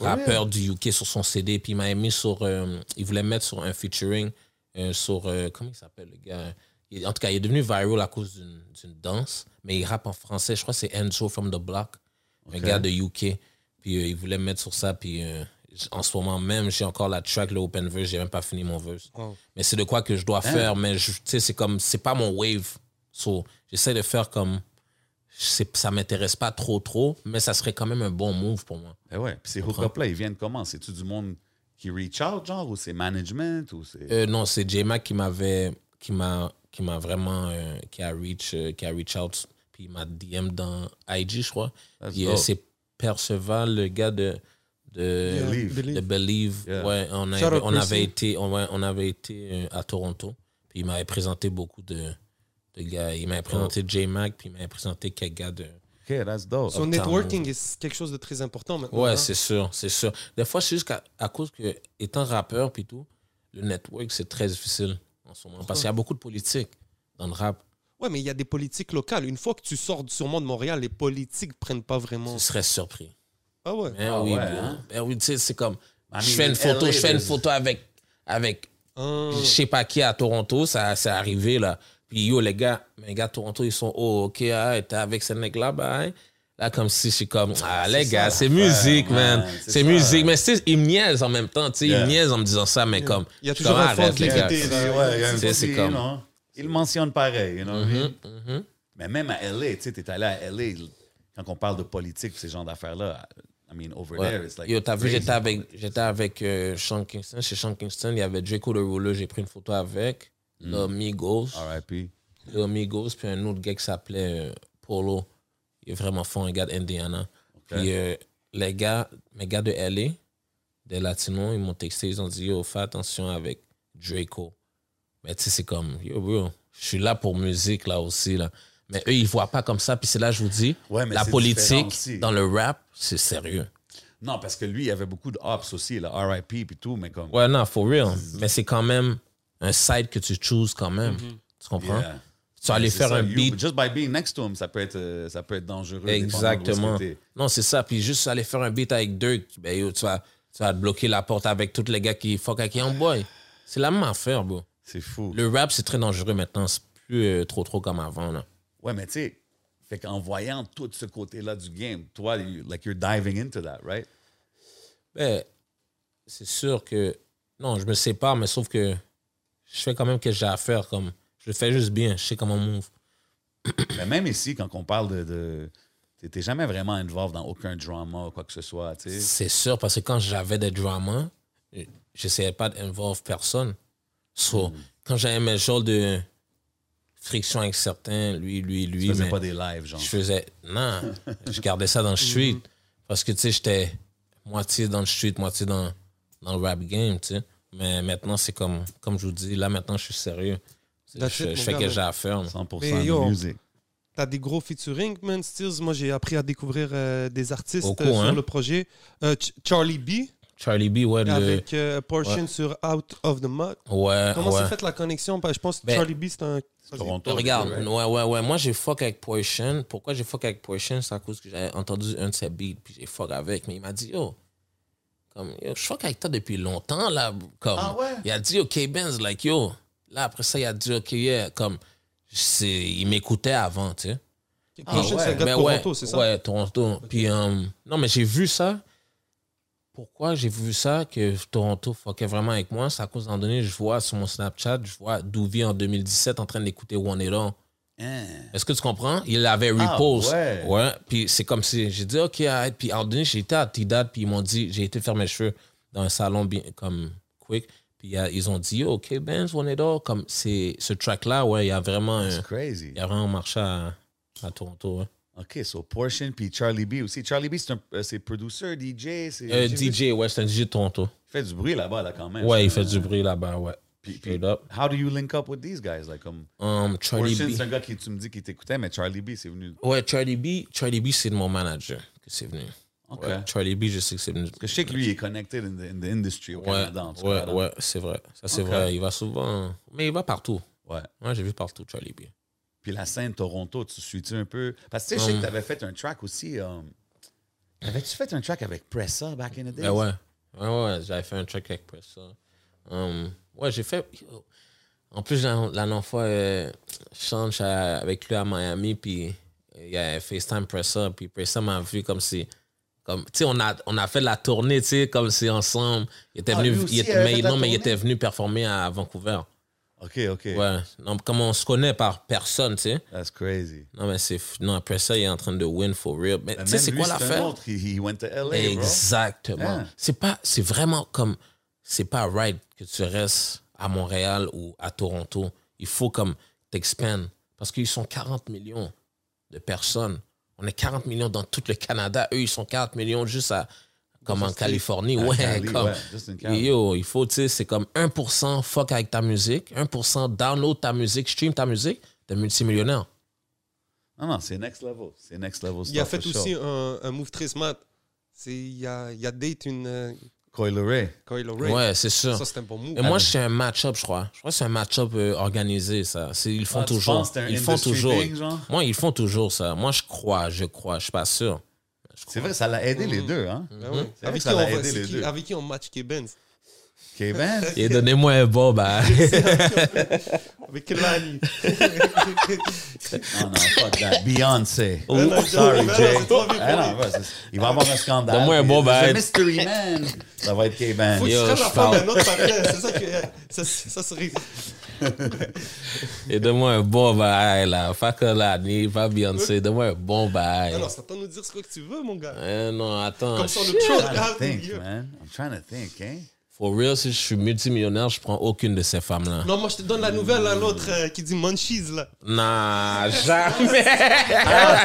Speaker 5: rappeurs du UK sur son CD. Puis il m'a mis sur. euh, il voulait mettre sur un featuring euh, sur. euh, comment il s'appelle le gars Il- En tout cas, il est devenu viral à cause d'une d'une danse, mais il rappe en français. Je crois que c'est Enzo from the Block, un
Speaker 3: Ok.
Speaker 5: gars de UK. Puis euh, il voulait me mettre sur ça. Puis euh, j- en ce moment même, j'ai encore la track, le open verse. J'ai même pas fini mon verse.
Speaker 4: Wow.
Speaker 5: Mais c'est de quoi que je dois faire. Mais je- tu sais, c'est comme, c'est pas mon wave. So, j'essaie de faire comme. c'est- Ça m'intéresse pas trop, trop, mais ça serait quand même un bon move pour moi.
Speaker 3: Ben ouais, puis ces hook-up-là, ils viennent comment? C'est-tu du monde qui reach out, genre, ou c'est management, ou c'est...
Speaker 5: Euh, non, c'est J-Mac qui m'avait. qui m'a qui m'a vraiment. euh, qui, a reach, euh, qui a reach out. Puis il m'a DM dans IG, je crois.
Speaker 3: That's
Speaker 5: Puis, euh,
Speaker 3: dope.
Speaker 5: c'est Perceval, le gars de. de
Speaker 4: Yeah,
Speaker 3: Believe.
Speaker 4: Believe.
Speaker 5: de Believe.
Speaker 3: Yeah.
Speaker 5: Ouais, on,
Speaker 4: Shout
Speaker 5: avait,
Speaker 4: out
Speaker 5: on avait
Speaker 4: Percy.
Speaker 5: été, on, ouais, on avait été euh, à Toronto. Puis il m'avait présenté beaucoup de, de gars. Il m'avait présenté J-Mac, puis il m'avait présenté quelques gars de.
Speaker 3: OK, that's dope.
Speaker 4: Son
Speaker 5: Uptown
Speaker 4: networking est quelque chose de très important maintenant.
Speaker 5: Ouais,
Speaker 4: hein.
Speaker 5: c'est sûr, c'est sûr. Des fois, c'est juste qu'à à cause que, étant rappeur puis tout, le network, c'est très difficile en ce moment. Parce qu'il y a beaucoup de politique dans le rap.
Speaker 4: Ouais, mais il y a des politiques locales. Une fois que tu sors du- sûrement de Montréal, les politiques prennent pas vraiment.
Speaker 5: Tu serais surpris.
Speaker 4: Ah ouais.
Speaker 5: Ben
Speaker 3: Oh. Ah
Speaker 5: oui,
Speaker 3: ouais,
Speaker 5: bro.
Speaker 3: hein? Bah,
Speaker 5: Ben oui, tu sais, c'est comme.
Speaker 3: I
Speaker 5: je
Speaker 3: mean,
Speaker 5: fais une
Speaker 3: in
Speaker 5: photo,
Speaker 3: LA,
Speaker 5: je fais une
Speaker 3: there's-
Speaker 5: photo avec, avec
Speaker 4: Hein.
Speaker 5: je sais pas qui à Toronto, ça c'est arrivé là. Puis yo, les gars, mes gars de Toronto, ils sont, oh, ok, ah, t'es avec ce mec là, bah, hein. Là, comme si je suis comme, ah, les
Speaker 3: c'est
Speaker 5: gars,
Speaker 3: ça
Speaker 5: c'est
Speaker 3: l'affaire,
Speaker 5: musique, man.
Speaker 3: man. C'est
Speaker 5: C'est
Speaker 3: ça.
Speaker 5: musique. Mais tu sais, ils me niaisent en même temps, tu sais. Ils
Speaker 3: Yeah.
Speaker 5: me niaisent en me disant ça, mais comme.
Speaker 4: Il y a
Speaker 5: je suis
Speaker 4: toujours
Speaker 5: comme,
Speaker 4: un fond de
Speaker 5: arrête, les gars.
Speaker 4: vérité, là.
Speaker 5: Tu sais, c'est comme-
Speaker 3: Il le mentionne pareil, you know what I mean?
Speaker 5: Mm-hmm,
Speaker 3: Mais même à LA, tu sais, t'es allé à LA, quand on parle de politique, ces genres d'affaires-là, I mean, over
Speaker 5: Ouais.
Speaker 3: there, it's like...
Speaker 5: Yo, t'as vu,
Speaker 3: crazy.
Speaker 5: j'étais avec, j'étais avec euh, Sean Kingston. Chez Sean Kingston, il y avait Draco de Rouleau, j'ai pris une photo avec.
Speaker 3: Mm.
Speaker 5: Le Migos.
Speaker 3: R.I.P.
Speaker 5: Le Migos, puis un autre gars qui s'appelait euh, Polo. Il est vraiment fort, un gars d'Indiana. Puis euh, les gars, mes gars de LA, des Latinos, ils m'ont texté, ils ont dit Yo, fais attention avec Draco. Mais tu sais, c'est comme Yo, bro, je suis là pour musique, là aussi. là. Mais eux, ils voient pas comme ça. Puis c'est là, je vous dis
Speaker 3: Ouais, mais
Speaker 5: la
Speaker 3: c'est différent
Speaker 5: politique
Speaker 3: aussi.
Speaker 5: dans le rap, c'est sérieux.
Speaker 3: Non, parce que lui, il y avait beaucoup de ops aussi, là, R.I.P. puis tout, mais comme...
Speaker 5: Ouais, non, for real. Mais c'est quand même un site que tu chooses quand même. Tu comprends?
Speaker 3: Mhm. Yeah.
Speaker 5: Tu vas aller
Speaker 3: C'est
Speaker 5: hein. faire
Speaker 3: ça,
Speaker 5: un
Speaker 3: you-
Speaker 5: beat.
Speaker 3: Just by being next to him, ça peut être, euh, ça peut être dangereux. dépendant
Speaker 5: Exactement.
Speaker 3: d'où est-ce que t'es.
Speaker 5: Non, c'est ça. Puis juste aller faire un beat avec Dirk, ben, yo, tu, vas, tu vas te bloquer la porte avec tous les gars qui fuck avec Young Boy. C'est la même affaire, bro.
Speaker 3: C'est fou.
Speaker 5: Le rap, c'est très dangereux maintenant. C'est plus euh, trop, trop comme avant. Là.
Speaker 3: Ouais, mais tu sais, fait qu'en voyant tout ce côté-là du game, toi, you- like, you're diving into that, right?
Speaker 5: Ben, c'est sûr que. Non, je me sépare, mais sauf que je fais quand même ce que j'ai à faire. Comme, je le fais juste bien. Je sais comment move.
Speaker 3: Mais même ici, quand on parle de. de t'es- T'es jamais vraiment involved dans aucun drama ou quoi que ce soit, tu sais.
Speaker 5: C'est sûr, parce que quand j'avais des dramas, j'essayais pas d'involve personne.
Speaker 3: Hmm.
Speaker 5: So, quand j'avais mes genres de friction avec certains, lui, lui, lui,
Speaker 3: Tu faisais
Speaker 5: mais
Speaker 3: pas des lives, genre.
Speaker 5: je faisais. Non, je gardais ça dans le
Speaker 4: Mhm.
Speaker 5: street. Parce que, tu sais, j'étais moitié dans le street, moitié dans, dans le rap game, tu sais. Mais maintenant, c'est comme, comme je vous dis, là, maintenant, je suis sérieux. Je,
Speaker 4: That's it, mon
Speaker 5: je fais
Speaker 4: gars,
Speaker 5: que
Speaker 4: man.
Speaker 5: j'ai à faire. là.
Speaker 3: 100%
Speaker 4: Mais yo,
Speaker 3: de musique.
Speaker 4: T'as des gros featuring, man. Stills, moi j'ai appris à découvrir euh, des artistes
Speaker 5: Beaucoup,
Speaker 4: euh, sur
Speaker 5: hein.
Speaker 4: le projet. Euh, Ch- Charlie B
Speaker 5: Charlie B, ouais, le-
Speaker 4: avec euh, Portion sur Out of the Mud.
Speaker 5: ouais,
Speaker 4: Comment
Speaker 5: Ah, ouais.
Speaker 4: s'est faite la connexion Parce que Je pense que
Speaker 5: Ben,
Speaker 4: Charlie B c'est un.
Speaker 3: Toronto.
Speaker 5: Regarde,
Speaker 3: right?
Speaker 5: ouais, ouais, ouais. Moi, j'ai fuck avec Portion. Pourquoi j'ai fuck avec Portion? C'est à cause que j'avais entendu un de ses beats, puis j'ai fuck avec. Mais il m'a dit, yo, comme, yo, je fuck avec toi depuis longtemps, là. Comme,
Speaker 3: Ah ouais?
Speaker 5: Il a dit, OK, Benz, like, yo. Là, après ça, il a dit, OK, yeah. Comme, c'est- il m'écoutait avant, tu sais.
Speaker 4: Portion
Speaker 3: ouais,
Speaker 4: Ah, c'est un gars de
Speaker 5: Mais
Speaker 4: Toronto,
Speaker 5: Ah, ouais,
Speaker 4: c'est ça
Speaker 5: Ouais, Toronto. Puis, euh, non, mais j'ai vu ça. Pourquoi j'ai vu ça, que Toronto fuckait vraiment avec moi? C'est à cause d'un donné, je vois sur mon Snapchat, je vois Douvi en 2017 en train d'écouter One et Long.
Speaker 3: Hein.
Speaker 5: Est-ce que tu comprends? Il avait
Speaker 3: Ah,
Speaker 5: repose.
Speaker 3: ouais.
Speaker 5: euh, Ben,
Speaker 3: C'est crazy.
Speaker 5: il y a vraiment marché à, à Toronto. ouais.
Speaker 3: OK, so Portion puis Charlie B aussi. Charlie B, c'est un euh, c'est producer, DJ, c'est...
Speaker 5: Euh,
Speaker 3: j'ai vu-
Speaker 5: DJ, ouais, c'est un DJ de Toronto.
Speaker 3: Il fait du bruit là-bas, là, quand même.
Speaker 5: Ouais, il fait du bruit là-bas, ouais.
Speaker 3: Puis, puis,
Speaker 5: Straight up.
Speaker 3: how do you link up with these guys? Like, comme...
Speaker 5: Um, Charlie
Speaker 3: Portion,
Speaker 5: B.
Speaker 3: c'est un gars qui, tu me dis qu'il t'écoutait, mais Charlie B, c'est venu...
Speaker 5: Ouais, Charlie B, Charlie B, c'est de mon manager que c'est venu.
Speaker 3: OK.
Speaker 5: Ouais, Charlie B, je sais que c'est venu.
Speaker 3: Parce que je sais que lui, il est connected in the, in the industry au
Speaker 5: Ouais,
Speaker 3: Canada, en tout
Speaker 5: ouais,
Speaker 3: cas, là.
Speaker 5: ouais, c'est vrai. Ça, c'est
Speaker 3: Ok.
Speaker 5: vrai. Il va souvent. Mais il va partout.
Speaker 3: Ouais.
Speaker 5: Moi, j'ai vu partout Charlie B.
Speaker 3: Puis la scène Toronto, tu suis-tu un peu? Parce que tu sais, je sais que t'avais fait un track aussi... euh, Avais-tu fait un track avec Pressa back in the days?
Speaker 5: Ben ouais. Ouais, ouais, j'avais fait un track avec Pressa. Um, ouais, j'ai fait. yo. En plus, la la dernière fois, euh, je change à- avec lui à Miami, puis euh, il y a FaceTime Pressa, puis Pressa m'a vu comme si. Comme, tu sais, on a, on a fait la tournée, tu sais, comme si ensemble. Il était
Speaker 3: Ah,
Speaker 5: venu.
Speaker 3: lui aussi,
Speaker 5: il était-
Speaker 3: il avait
Speaker 5: mais,
Speaker 3: fait la
Speaker 5: non, mais il
Speaker 3: tournée?
Speaker 5: était venu performer à Vancouver.
Speaker 3: OK, OK.
Speaker 5: Ouais. Non, comme on se connaît par personne, tu sais.
Speaker 3: That's crazy.
Speaker 5: Non, mais c'est. f- Non, après ça, il est en train de win for real. Mais
Speaker 3: Ben,
Speaker 5: tu sais,
Speaker 3: même
Speaker 5: c'est
Speaker 3: lui,
Speaker 5: quoi
Speaker 3: un
Speaker 5: l'affaire?
Speaker 3: autre, He, he went to LA, bro.
Speaker 5: Exactement.
Speaker 3: Hein?
Speaker 5: C'est pas. C'est vraiment comme. C'est pas right que tu restes à Montréal ou à Toronto. Il faut comme t'expandes. Parce qu'ils sont 40 millions de personnes. On est 40 millions dans tout le Canada. Eux, ils sont 40 millions juste à. Comme en Californie.
Speaker 3: À
Speaker 5: Ouais,
Speaker 3: Cali,
Speaker 5: comme.
Speaker 3: ouais, juste une carte.
Speaker 5: Yo, il faut, tu sais, c'est comme 1% fuck avec ta musique, 1% download ta musique, stream ta musique, t'es multimillionnaire.
Speaker 3: Non, non, c'est next level. C'est next level
Speaker 4: Il a
Speaker 3: stuff,
Speaker 4: fait
Speaker 3: for sure.
Speaker 4: aussi un, un move très smart. C'est- Il a, il a date une euh,
Speaker 3: Coil Ray.
Speaker 4: Kyle O'Reilly.
Speaker 5: Ouais, c'est sûr.
Speaker 4: Ça, c'est un bon move.
Speaker 5: Et moi, c'est un match-up, je crois. Je crois que c'est un match-up euh, organisé, ça. C'est- Ils le font
Speaker 3: Ah, tu
Speaker 5: toujours.
Speaker 3: penses que c'est un
Speaker 5: Ils le font
Speaker 3: industry
Speaker 5: toujours.
Speaker 3: thing, genre?
Speaker 5: Moi, ils le font toujours, ça. Moi, je crois, je crois. Je suis pas sûr.
Speaker 3: C'est vrai, ça l'a aidé les deux, hein?
Speaker 5: Mm.
Speaker 4: Ben ouais.
Speaker 3: C'est vrai
Speaker 4: avec, qui
Speaker 3: que ça
Speaker 4: on
Speaker 3: l'a
Speaker 4: va-
Speaker 3: aidé
Speaker 4: c'est
Speaker 3: les
Speaker 4: qui-
Speaker 3: deux.
Speaker 4: avec qui on match qui est Benz
Speaker 3: Kevin?
Speaker 5: Et donnez-moi un bon, bah.
Speaker 4: Avec Kelani.
Speaker 3: Non, non, fuck that. Beyoncé.
Speaker 4: Non, non,
Speaker 3: Sorry,
Speaker 4: Oh, non,
Speaker 3: Jay.
Speaker 4: c'est trop vite.
Speaker 3: Ah, non, ouais, c'est- il va avoir un scandale.
Speaker 5: Donne-moi un bon
Speaker 3: Puis, c'est
Speaker 5: bail.
Speaker 3: Mystery Man. Ça va être Kevin.
Speaker 4: Faut que tu
Speaker 5: Yo,
Speaker 4: prennes
Speaker 5: je
Speaker 4: la femme
Speaker 5: parle.
Speaker 4: d'un autre partenaire, c'est ça que ça, ça serait.
Speaker 5: Et donne-moi un bon bail, là. Pas Kalani, pas Beyoncé. Donne-moi un bon bail.
Speaker 4: Alors, Ah ça peut nous dire ce que tu veux, mon gars.
Speaker 5: Eh non, attends.
Speaker 3: Ah,
Speaker 4: Comme ça, le Ah,
Speaker 5: Shit.
Speaker 4: truc
Speaker 3: I'm trying to think,
Speaker 4: là.
Speaker 3: man. I'm trying to think, hein?
Speaker 5: For real, si je suis multimillionnaire, je prends aucune de ces femmes-là.
Speaker 4: Non, moi, je te donne la nouvelle à l'autre euh, qui dit Munchies, là. Ah,
Speaker 5: Nah, jamais.
Speaker 3: Ah,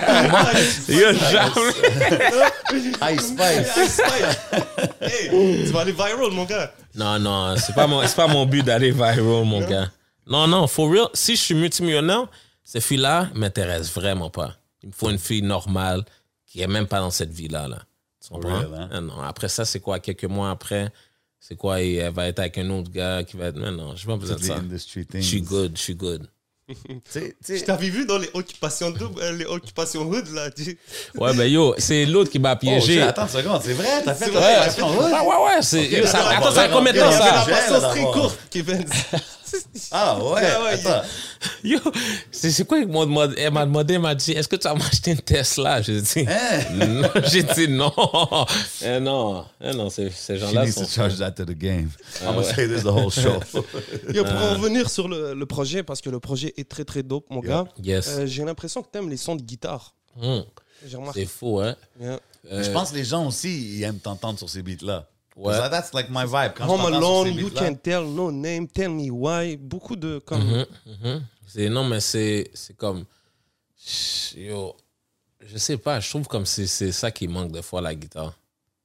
Speaker 4: Yo,
Speaker 5: jamais.
Speaker 3: Ice
Speaker 4: ah,
Speaker 3: Spice.
Speaker 4: Hey, tu vas aller viral, mon gars.
Speaker 5: Non, non, c'est pas mon, c'est pas mon but d'aller viral, mon gars. Non, non, for real, si je suis multimillionnaire, ces filles-là m'intéressent vraiment pas. Il me faut une fille normale qui est même pas dans cette vie-là, là. Tu comprends?
Speaker 3: real, hein?
Speaker 5: Ah non, après ça, c'est quoi? Quelques mois après, c'est quoi? et Elle va être avec un autre gars qui va être. Non, non, j'ai pas besoin de
Speaker 3: The
Speaker 5: ça.
Speaker 3: industry
Speaker 5: Je suis
Speaker 3: things.
Speaker 5: good, je suis good.
Speaker 3: Tu sais- tu
Speaker 4: Je
Speaker 3: sais-
Speaker 4: t'avais vu dans les occupations doubles, euh, les occupations hood, là. tu-
Speaker 5: Ouais, ben yo, c'est l'autre qui m'a
Speaker 3: Oh, shit,
Speaker 5: piégé.
Speaker 3: attends une seconde, c'est vrai? T'as fait
Speaker 4: C'est
Speaker 3: la
Speaker 4: vrai.
Speaker 3: relation, ouais?
Speaker 5: Ah ouais, ouais, c'est. yo, ça-
Speaker 3: d'accord,
Speaker 5: attends, ça fait
Speaker 3: d'accord.
Speaker 5: combien de
Speaker 4: Il y
Speaker 5: temps
Speaker 4: avait
Speaker 5: ça?
Speaker 4: la
Speaker 3: gel,
Speaker 4: patience très
Speaker 3: d'abord.
Speaker 4: courte, Kevin.
Speaker 3: Ah ouais,
Speaker 4: Ah ouais,
Speaker 3: attends.
Speaker 5: Yo, c'est c'est quoi que moi, moi- elle m'a demandé, elle m'a dit, est-ce que tu as acheté une Tesla? J'ai dit,
Speaker 3: Hein?
Speaker 5: non, j'ai dit non. Eh non, eh non, ces, ces
Speaker 3: She
Speaker 5: gens-là
Speaker 3: needs to
Speaker 5: sont...
Speaker 3: charge that to the game.
Speaker 4: Ah
Speaker 3: I'm gonna say this the whole show.
Speaker 4: Euh. Yo, pour
Speaker 3: Euh.
Speaker 4: en revenir sur le, le projet, parce que le projet est très très dope, mon
Speaker 3: Yeah.
Speaker 4: gars.
Speaker 5: Yes.
Speaker 4: Euh, J'ai l'impression que t'aimes les sons de guitare.
Speaker 5: Hmm,
Speaker 4: J'ai remarqué.
Speaker 5: c'est fou, hein?
Speaker 4: Yeah.
Speaker 3: Mais Je
Speaker 5: Euh,
Speaker 3: pense que les gens aussi, ils aiment t'entendre sur ces beats-là.
Speaker 5: Ouais.
Speaker 3: So that's like my vibe. Quand je
Speaker 4: Home
Speaker 3: t'entends sur ces
Speaker 4: Alone, You
Speaker 3: beats-là, Mm-hmm.
Speaker 4: Can Tell, No Name, Tell Me Why. Beaucoup de. Comme,
Speaker 5: mhm, mhm. C'est- Non, mais c'est c'est comme... Yo, je sais pas, je trouve comme c'est c'est ça qui manque des fois, la guitare.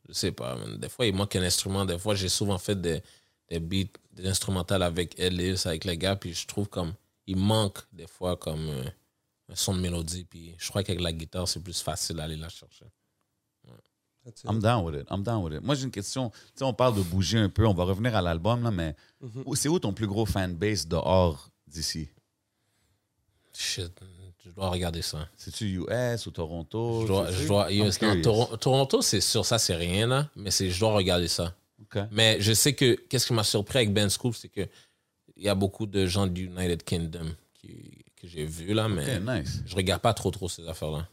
Speaker 5: Je sais pas, man. des fois, il manque un instrument. Des fois, j'ai souvent fait des, des beats, des instrumentales avec Ellis, avec les gars, puis je trouve comme... Il manque des fois comme... euh, un son de mélodie, puis je crois qu'avec la guitare, c'est plus facile d'aller la chercher.
Speaker 4: That's it.
Speaker 3: I'm down with it. I'm down with it. Moi, j'ai une question. Tu sais, on parle de bouger un peu. On va revenir à l'album, là, mais
Speaker 4: Mm-hmm.
Speaker 3: où- c'est où ton plus gros fanbase dehors d'ici?
Speaker 5: Shit, je dois regarder ça.
Speaker 3: C'est-tu US ou Toronto?
Speaker 5: Je dois,
Speaker 3: C'est-tu-
Speaker 5: je dois,
Speaker 3: Oh, I'm
Speaker 5: yes, non,
Speaker 3: curious.
Speaker 5: Toron- Toronto, c'est sûr, ça, c'est rien, là, mais c'est, je dois regarder ça.
Speaker 3: OK.
Speaker 5: Mais je sais que, qu'est-ce qui m'a surpris avec Ben Scoop, c'est que il y a beaucoup de gens du United Kingdom qui, que j'ai vus, là, mais
Speaker 3: OK, nice.
Speaker 5: je regarde pas trop, trop ces affaires-là.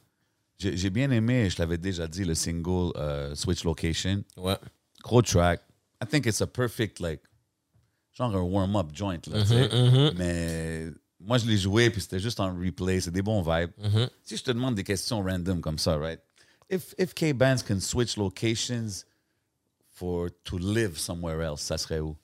Speaker 3: J'ai j'ai bien aimé, je l'avais déjà dit, le single euh, Switch Location.
Speaker 5: Ouais.
Speaker 3: Gros track. I think it's a perfect, like, genre un warm-up joint. Là, tu sais. Mais moi, je l'ai joué, puis c'était juste en replay. C'est des bons vibes. Si je te demande des questions random comme ça, right? If, if K-Bands can switch locations for to live somewhere else, ça serait où?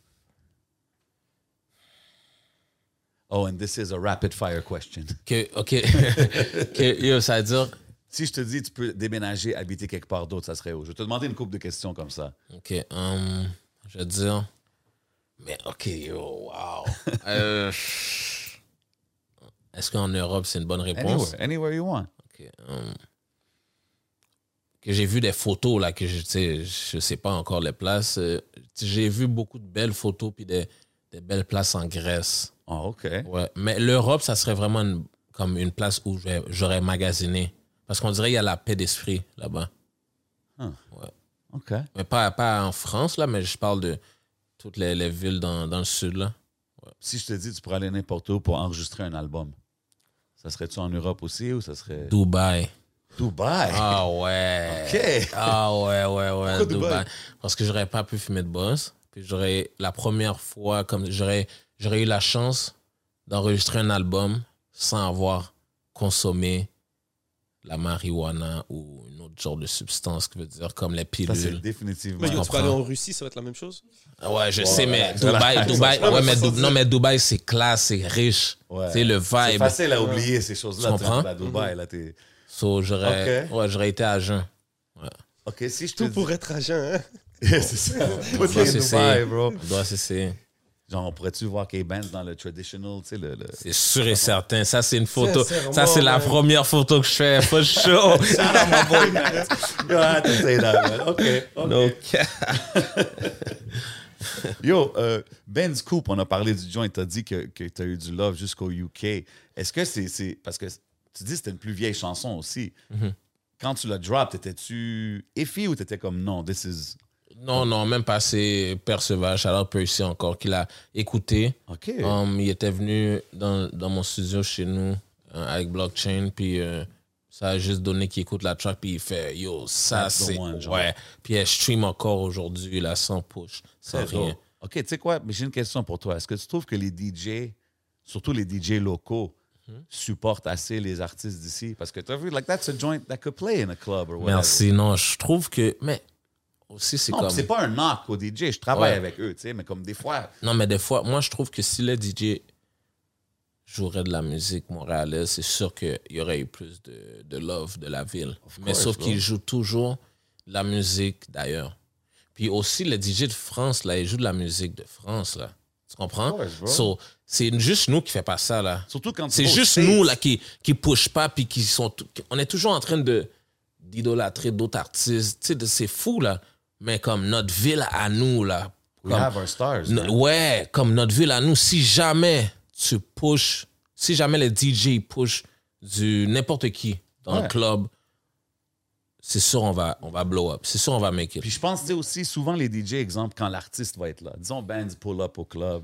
Speaker 3: Oh, and this is a rapid fire question.
Speaker 5: Que, ok. que, yo, ça veut dire,
Speaker 3: Si je te dis tu peux déménager, habiter quelque part d'autre, ça serait où? Je vais te demander une couple de questions comme ça.
Speaker 5: ok, hum, je veux dire, mais ok, yo, wow. Euh, est-ce qu'en Europe, c'est une bonne réponse?
Speaker 3: Anywhere, anywhere you want.
Speaker 5: Ok, hum. que j'ai vu des photos là que je tu sais je sais pas encore les places euh, j'ai vu beaucoup de belles photos puis des, des belles places en Grèce
Speaker 3: Oh, OK.
Speaker 5: ouais mais l'Europe ça serait vraiment une- comme une place où j'ai- j'aurais magasiné parce qu'on dirait il y a la paix d'esprit là-bas
Speaker 3: OK.
Speaker 5: mais pas pas en France là mais je parle de toutes les, les villes dans, dans le sud là
Speaker 3: Si je te dis tu pourrais aller n'importe où pour enregistrer un album, ça serait-tu en Europe aussi ou ça serait...
Speaker 5: Dubaï
Speaker 3: Dubaï.
Speaker 5: ah ouais
Speaker 3: OK.
Speaker 5: Ah ouais, ouais, ouais.
Speaker 4: Pourquoi
Speaker 5: Dubaï?
Speaker 4: Dubaï?
Speaker 5: Parce que j'aurais pas pu fumer de boss. Puis j'aurais, la première fois, comme j'aurais, j'aurais eu la chance d'enregistrer un album sans avoir consommé la marijuana ou une autre genre de substance, qui veut dire comme les
Speaker 3: Ça, c'est
Speaker 5: pilules.
Speaker 3: définitivement...
Speaker 4: Mais yo, tu
Speaker 5: comprends.
Speaker 4: peux aller en Russie, ça va être la même chose.
Speaker 5: Ah Ouais, je sais, mais
Speaker 3: voilà.
Speaker 5: Dubaï, Dubaï,
Speaker 4: Ouais,
Speaker 5: ouais,
Speaker 4: mais
Speaker 5: mais
Speaker 4: ça,
Speaker 5: Dub-
Speaker 4: c'est-
Speaker 5: non, mais Dubaï, c'est classe, c'est riche.
Speaker 3: Ouais.
Speaker 5: C'est le
Speaker 3: C'est
Speaker 5: vibe.
Speaker 3: facile à oublier ces choses-là.
Speaker 5: Tu
Speaker 3: Tu
Speaker 5: comprends?
Speaker 3: vas à Dubaï, là, t'es...
Speaker 5: So, j'aurais,
Speaker 3: Ok.
Speaker 5: ouais, j'aurais été à jeun.
Speaker 3: OK, si je te
Speaker 4: Tout
Speaker 3: dis...
Speaker 4: pour être agent, hein.
Speaker 3: c'est ça. Toi,
Speaker 5: doit
Speaker 3: t'es à Dubaï,
Speaker 5: s'essayer.
Speaker 3: bro.
Speaker 5: On doit s'essayer.
Speaker 3: Genre, pourrais-tu voir K-Bands dans le traditional, tu sais, le... le...
Speaker 5: C'est sûr et certain. Ça, c'est une photo.
Speaker 4: Sincèrement,
Speaker 5: Ça, c'est la
Speaker 4: ouais.
Speaker 5: première photo que je fais. Pas chaud.
Speaker 3: You had to say that, man. OK, OK. Yo, euh, Ben Scoop, on a parlé du joint, t'as dit que, que t'as eu du love jusqu'au UK. Est-ce que c'est. c'est- parce que tu dis que c'était une plus vieille
Speaker 5: Mm-hmm.
Speaker 3: chanson aussi. Quand tu l'as drop, t'étais-tu effi ou t'étais comme non, this is.
Speaker 5: Non, non, même pas. C'est Perceval, Charlotte Percy encore, qui l'a écouté.
Speaker 3: OK.
Speaker 5: Um, il était venu dans, dans mon studio chez nous euh, avec Blockchain, puis euh, ça a juste donné qu'il écoute la track, puis il fait Yo, ça
Speaker 3: That's the
Speaker 5: c'est.
Speaker 3: one, genre.
Speaker 5: Ouais. Puis elle stream encore aujourd'hui, là, sans push, sans
Speaker 3: Très drôle.
Speaker 5: rien.
Speaker 3: OK, tu sais quoi? Mais j'ai une question pour toi. Est-ce que tu trouves que les DJ, surtout les DJ locaux,
Speaker 5: Mm-hmm.
Speaker 3: supportent assez les artistes d'ici? Parce que tu as vu, like, that's a joint that could play in a club or whatever.
Speaker 5: Merci. Non, je trouve que. Mais aussi, c'est
Speaker 3: Non,
Speaker 5: comme.
Speaker 3: puis c'est pas un knock au DJ. Je travaille
Speaker 5: Ouais.
Speaker 3: avec eux, tu sais, mais comme des fois,
Speaker 5: Non, mais des fois, moi, je trouve que si le DJ jouerait de la musique montréalaise, c'est sûr qu'il y aurait eu plus de, de love de la ville. mais
Speaker 3: course,
Speaker 5: sauf
Speaker 3: bro.
Speaker 5: qu'il joue toujours de la musique d'ailleurs. Puis aussi, le DJ de France, là, il joue de la musique de France, là. Tu comprends?
Speaker 3: course, bro.
Speaker 5: So, c'est juste nous qui fait pas ça, là.
Speaker 3: surtout quand oh, tu
Speaker 5: C'est
Speaker 3: vas aux
Speaker 5: juste
Speaker 3: States,
Speaker 5: nous là qui qui push pas puis qui sont tout- qui- on est toujours en train de d'idolâtrer d'autres artistes, tu sais de- c'est fou là, mais comme notre ville à nous là.
Speaker 3: We
Speaker 5: comme-
Speaker 3: have our stars.
Speaker 5: no-
Speaker 3: man.
Speaker 5: ouais, comme notre ville à nous si jamais tu push, si jamais les DJ push du n'importe qui dans
Speaker 3: Ouais.
Speaker 5: le club, c'est sûr on va on va blow up, c'est sûr on va make it.
Speaker 3: Puis je pense, tu sais, aussi, souvent les DJ, exemple, quand l'artiste va être là, disons, bands pull up au club.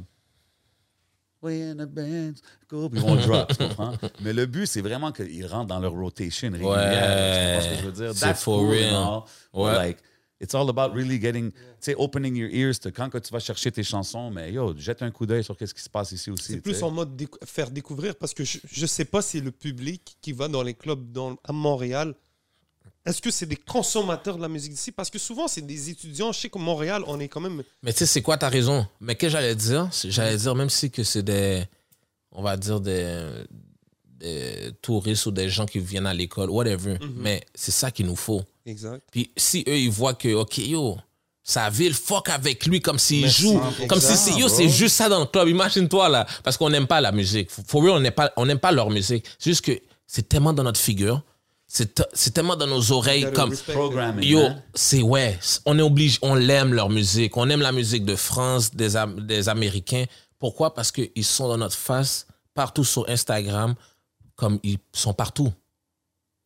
Speaker 3: We in a band, go, puis ils vont drop, tu comprends? Mais le but, c'est vraiment qu'ils rentrent dans leur rotation régulière.
Speaker 5: Ouais.
Speaker 3: tu comprends ce que je veux dire?
Speaker 5: C'est
Speaker 3: That's
Speaker 5: for
Speaker 3: cool
Speaker 5: real.
Speaker 3: and all, but
Speaker 5: Ouais.
Speaker 3: Like, it's all about really getting, tu sais, opening your ears to quand que tu vas chercher tes chansons, mais yo, jette un coup d'œil sur qu'est-ce qui se passe ici aussi.
Speaker 4: C'est
Speaker 3: tu
Speaker 4: plus
Speaker 3: sais.
Speaker 4: en mode décou- faire découvrir parce que je ne sais pas si le public qui va dans les clubs dans, à Montréal, est-ce que c'est des consommateurs de la musique d'ici Parce que souvent, c'est des étudiants. Je sais que Montréal, on est quand même.
Speaker 5: Mais tu sais, c'est quoi, t'as raison. Mais qu'est-ce que j'allais dire? C'est- J'allais dire, même si que c'est des, on va dire, des, des touristes ou des gens qui viennent à l'école, whatever.
Speaker 3: Mhm.
Speaker 5: Mais c'est ça qu'il nous faut.
Speaker 4: Exact.
Speaker 5: Puis si eux, ils voient que, OK, yo, sa ville fuck avec lui comme s'il
Speaker 4: Merci,
Speaker 5: joue.
Speaker 4: exact,
Speaker 5: Comme si c'est, yo, c'est juste ça dans le club. Imagine-toi, là. Parce qu'on n'aime pas la musique. For real, on n'aime pas, on n'aime pas leur musique. C'est juste que c'est tellement dans notre figure. C'est te- c'est tellement dans nos oreilles.
Speaker 4: Gotta
Speaker 5: comme
Speaker 4: respect
Speaker 3: Programming.
Speaker 5: Yo,
Speaker 3: hein?
Speaker 5: c'est ouais, c- on est obligé, on l'aime leur musique, on aime la musique de France, des, Am- des Américains. Pourquoi Parce qu'ils sont dans notre face, partout sur Instagram, comme ils sont partout.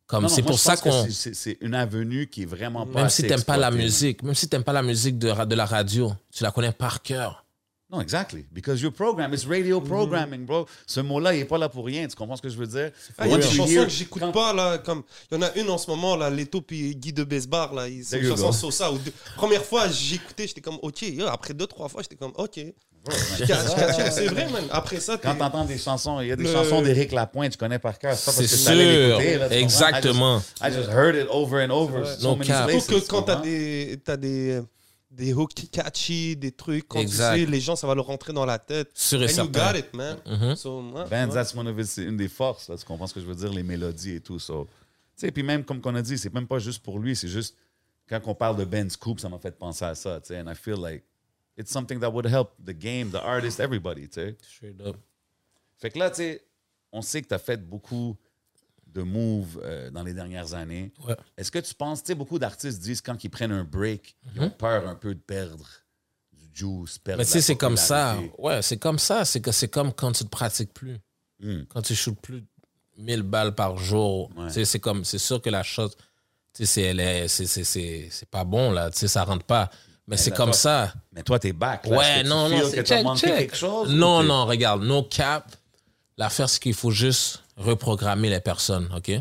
Speaker 5: Comme
Speaker 3: Non, non,
Speaker 5: Ah, c'est
Speaker 3: moi,
Speaker 5: pour
Speaker 3: je
Speaker 5: ça
Speaker 3: pense que
Speaker 5: qu'on,
Speaker 3: c'est- C'est c'est une avenue qui est vraiment pas.
Speaker 5: même si
Speaker 3: assez
Speaker 5: t'aimes pas la
Speaker 3: exploitée, man.
Speaker 5: musique, même si t'aimes pas la musique de, ra- de la radio, tu la connais par
Speaker 3: Ah,
Speaker 5: cœur.
Speaker 3: Non, exactly. Because your program is radio
Speaker 4: Mhm.
Speaker 3: programming, bro. Ce mot-là, il n'est pas là pour rien. Tu comprends ce que je veux dire?
Speaker 4: Ah, Il y a
Speaker 3: Once
Speaker 4: des
Speaker 3: you
Speaker 4: chansons
Speaker 3: hear-
Speaker 4: que j'écoute
Speaker 3: quand-
Speaker 4: pas là, comme il y en a une en ce moment là, Leto puis Guy de Besbar là, ils sont
Speaker 3: There you
Speaker 4: chansons
Speaker 3: go.
Speaker 4: Sosa. Ou deux- Première fois j'écoutais, j'étais comme ok. yo, Après deux trois fois j'étais comme ok.
Speaker 3: Bro, man,
Speaker 4: Je catch, je catch. C'est vrai man. Après ça t'es-
Speaker 3: Quand tu entends des chansons, il y a des
Speaker 4: Le-
Speaker 3: chansons d'Éric Lapointe, tu connais par cœur. C'est pas
Speaker 5: C'est
Speaker 3: parce que t'allais
Speaker 5: sûr,
Speaker 3: l'écouter, là, tu comprends? Ah,
Speaker 5: exactement.
Speaker 3: I just, I just heard it over and over.
Speaker 4: C'est vrai.
Speaker 3: So
Speaker 5: Non,
Speaker 3: many
Speaker 5: cap.
Speaker 3: places,
Speaker 4: Surtout que
Speaker 3: tu
Speaker 4: quand t'as
Speaker 3: comprends?
Speaker 4: des t'as des des hooks catchy, des trucs quand
Speaker 5: Exact.
Speaker 4: tu sais, les gens ça va leur rentrer dans la tête.
Speaker 5: Sûr et
Speaker 4: And
Speaker 5: certain.
Speaker 4: you got it man.
Speaker 5: Mhm.
Speaker 4: So, ouais,
Speaker 3: Vans,
Speaker 4: ouais.
Speaker 3: that's one of his- c'est une des forces. Là, tu comprends ce que je veux dire? Les mélodies et tout. So. Tu sais, puis même, comme qu'on a dit, c'est même pas juste pour lui. C'est juste, quand on parle de Ben's Coupe, ça m'a fait penser à ça. Tu sais, and I feel like it's something that would help the game, the artist, everybody. Tu sais. Fait que là, tu sais, on sait que tu as fait beaucoup de moves euh, dans les dernières années.
Speaker 5: Ouais.
Speaker 3: Est-ce que tu penses, tu sais, beaucoup d'artistes disent quand ils prennent un break, ils ont peur un peu de perdre du juice, perdre de la
Speaker 5: Mm-hmm. Mais tu sais, c'est comme ça.
Speaker 3: popularité.
Speaker 5: Ouais, c'est comme ça. C'est que c'est comme quand tu ne pratiques plus.
Speaker 3: Hmm.
Speaker 5: Quand tu shootes plus de 1000 balles par jour.
Speaker 3: Ouais.
Speaker 5: Tu sais, C'est comme, c'est sûr que la chose, tu sais, c'est, elle est- c'est, c'est, c'est, c'est pas bon, là. Tu sais, ça rentre pas. Mais c'est
Speaker 3: d'accord.
Speaker 5: comme ça.
Speaker 3: Mais toi, t'es back. là. Est-ce
Speaker 5: Ouais,
Speaker 3: que tu
Speaker 5: non,
Speaker 3: feels
Speaker 5: non,
Speaker 3: que t'as
Speaker 5: c'est check,
Speaker 3: manqué
Speaker 5: check.
Speaker 3: quelque chose, ou
Speaker 5: non,
Speaker 3: t'es-
Speaker 5: non, regarde, no cap. L'affaire, c'est qu'il faut juste reprogrammer les personnes, OK?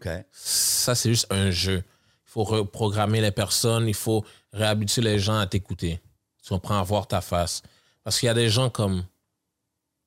Speaker 3: OK.
Speaker 5: Ça, c'est juste un jeu. Il faut reprogrammer les personnes, il faut réhabituer les gens à t'écouter. Tu comprends à voir ta face. Parce qu'il y a des gens comme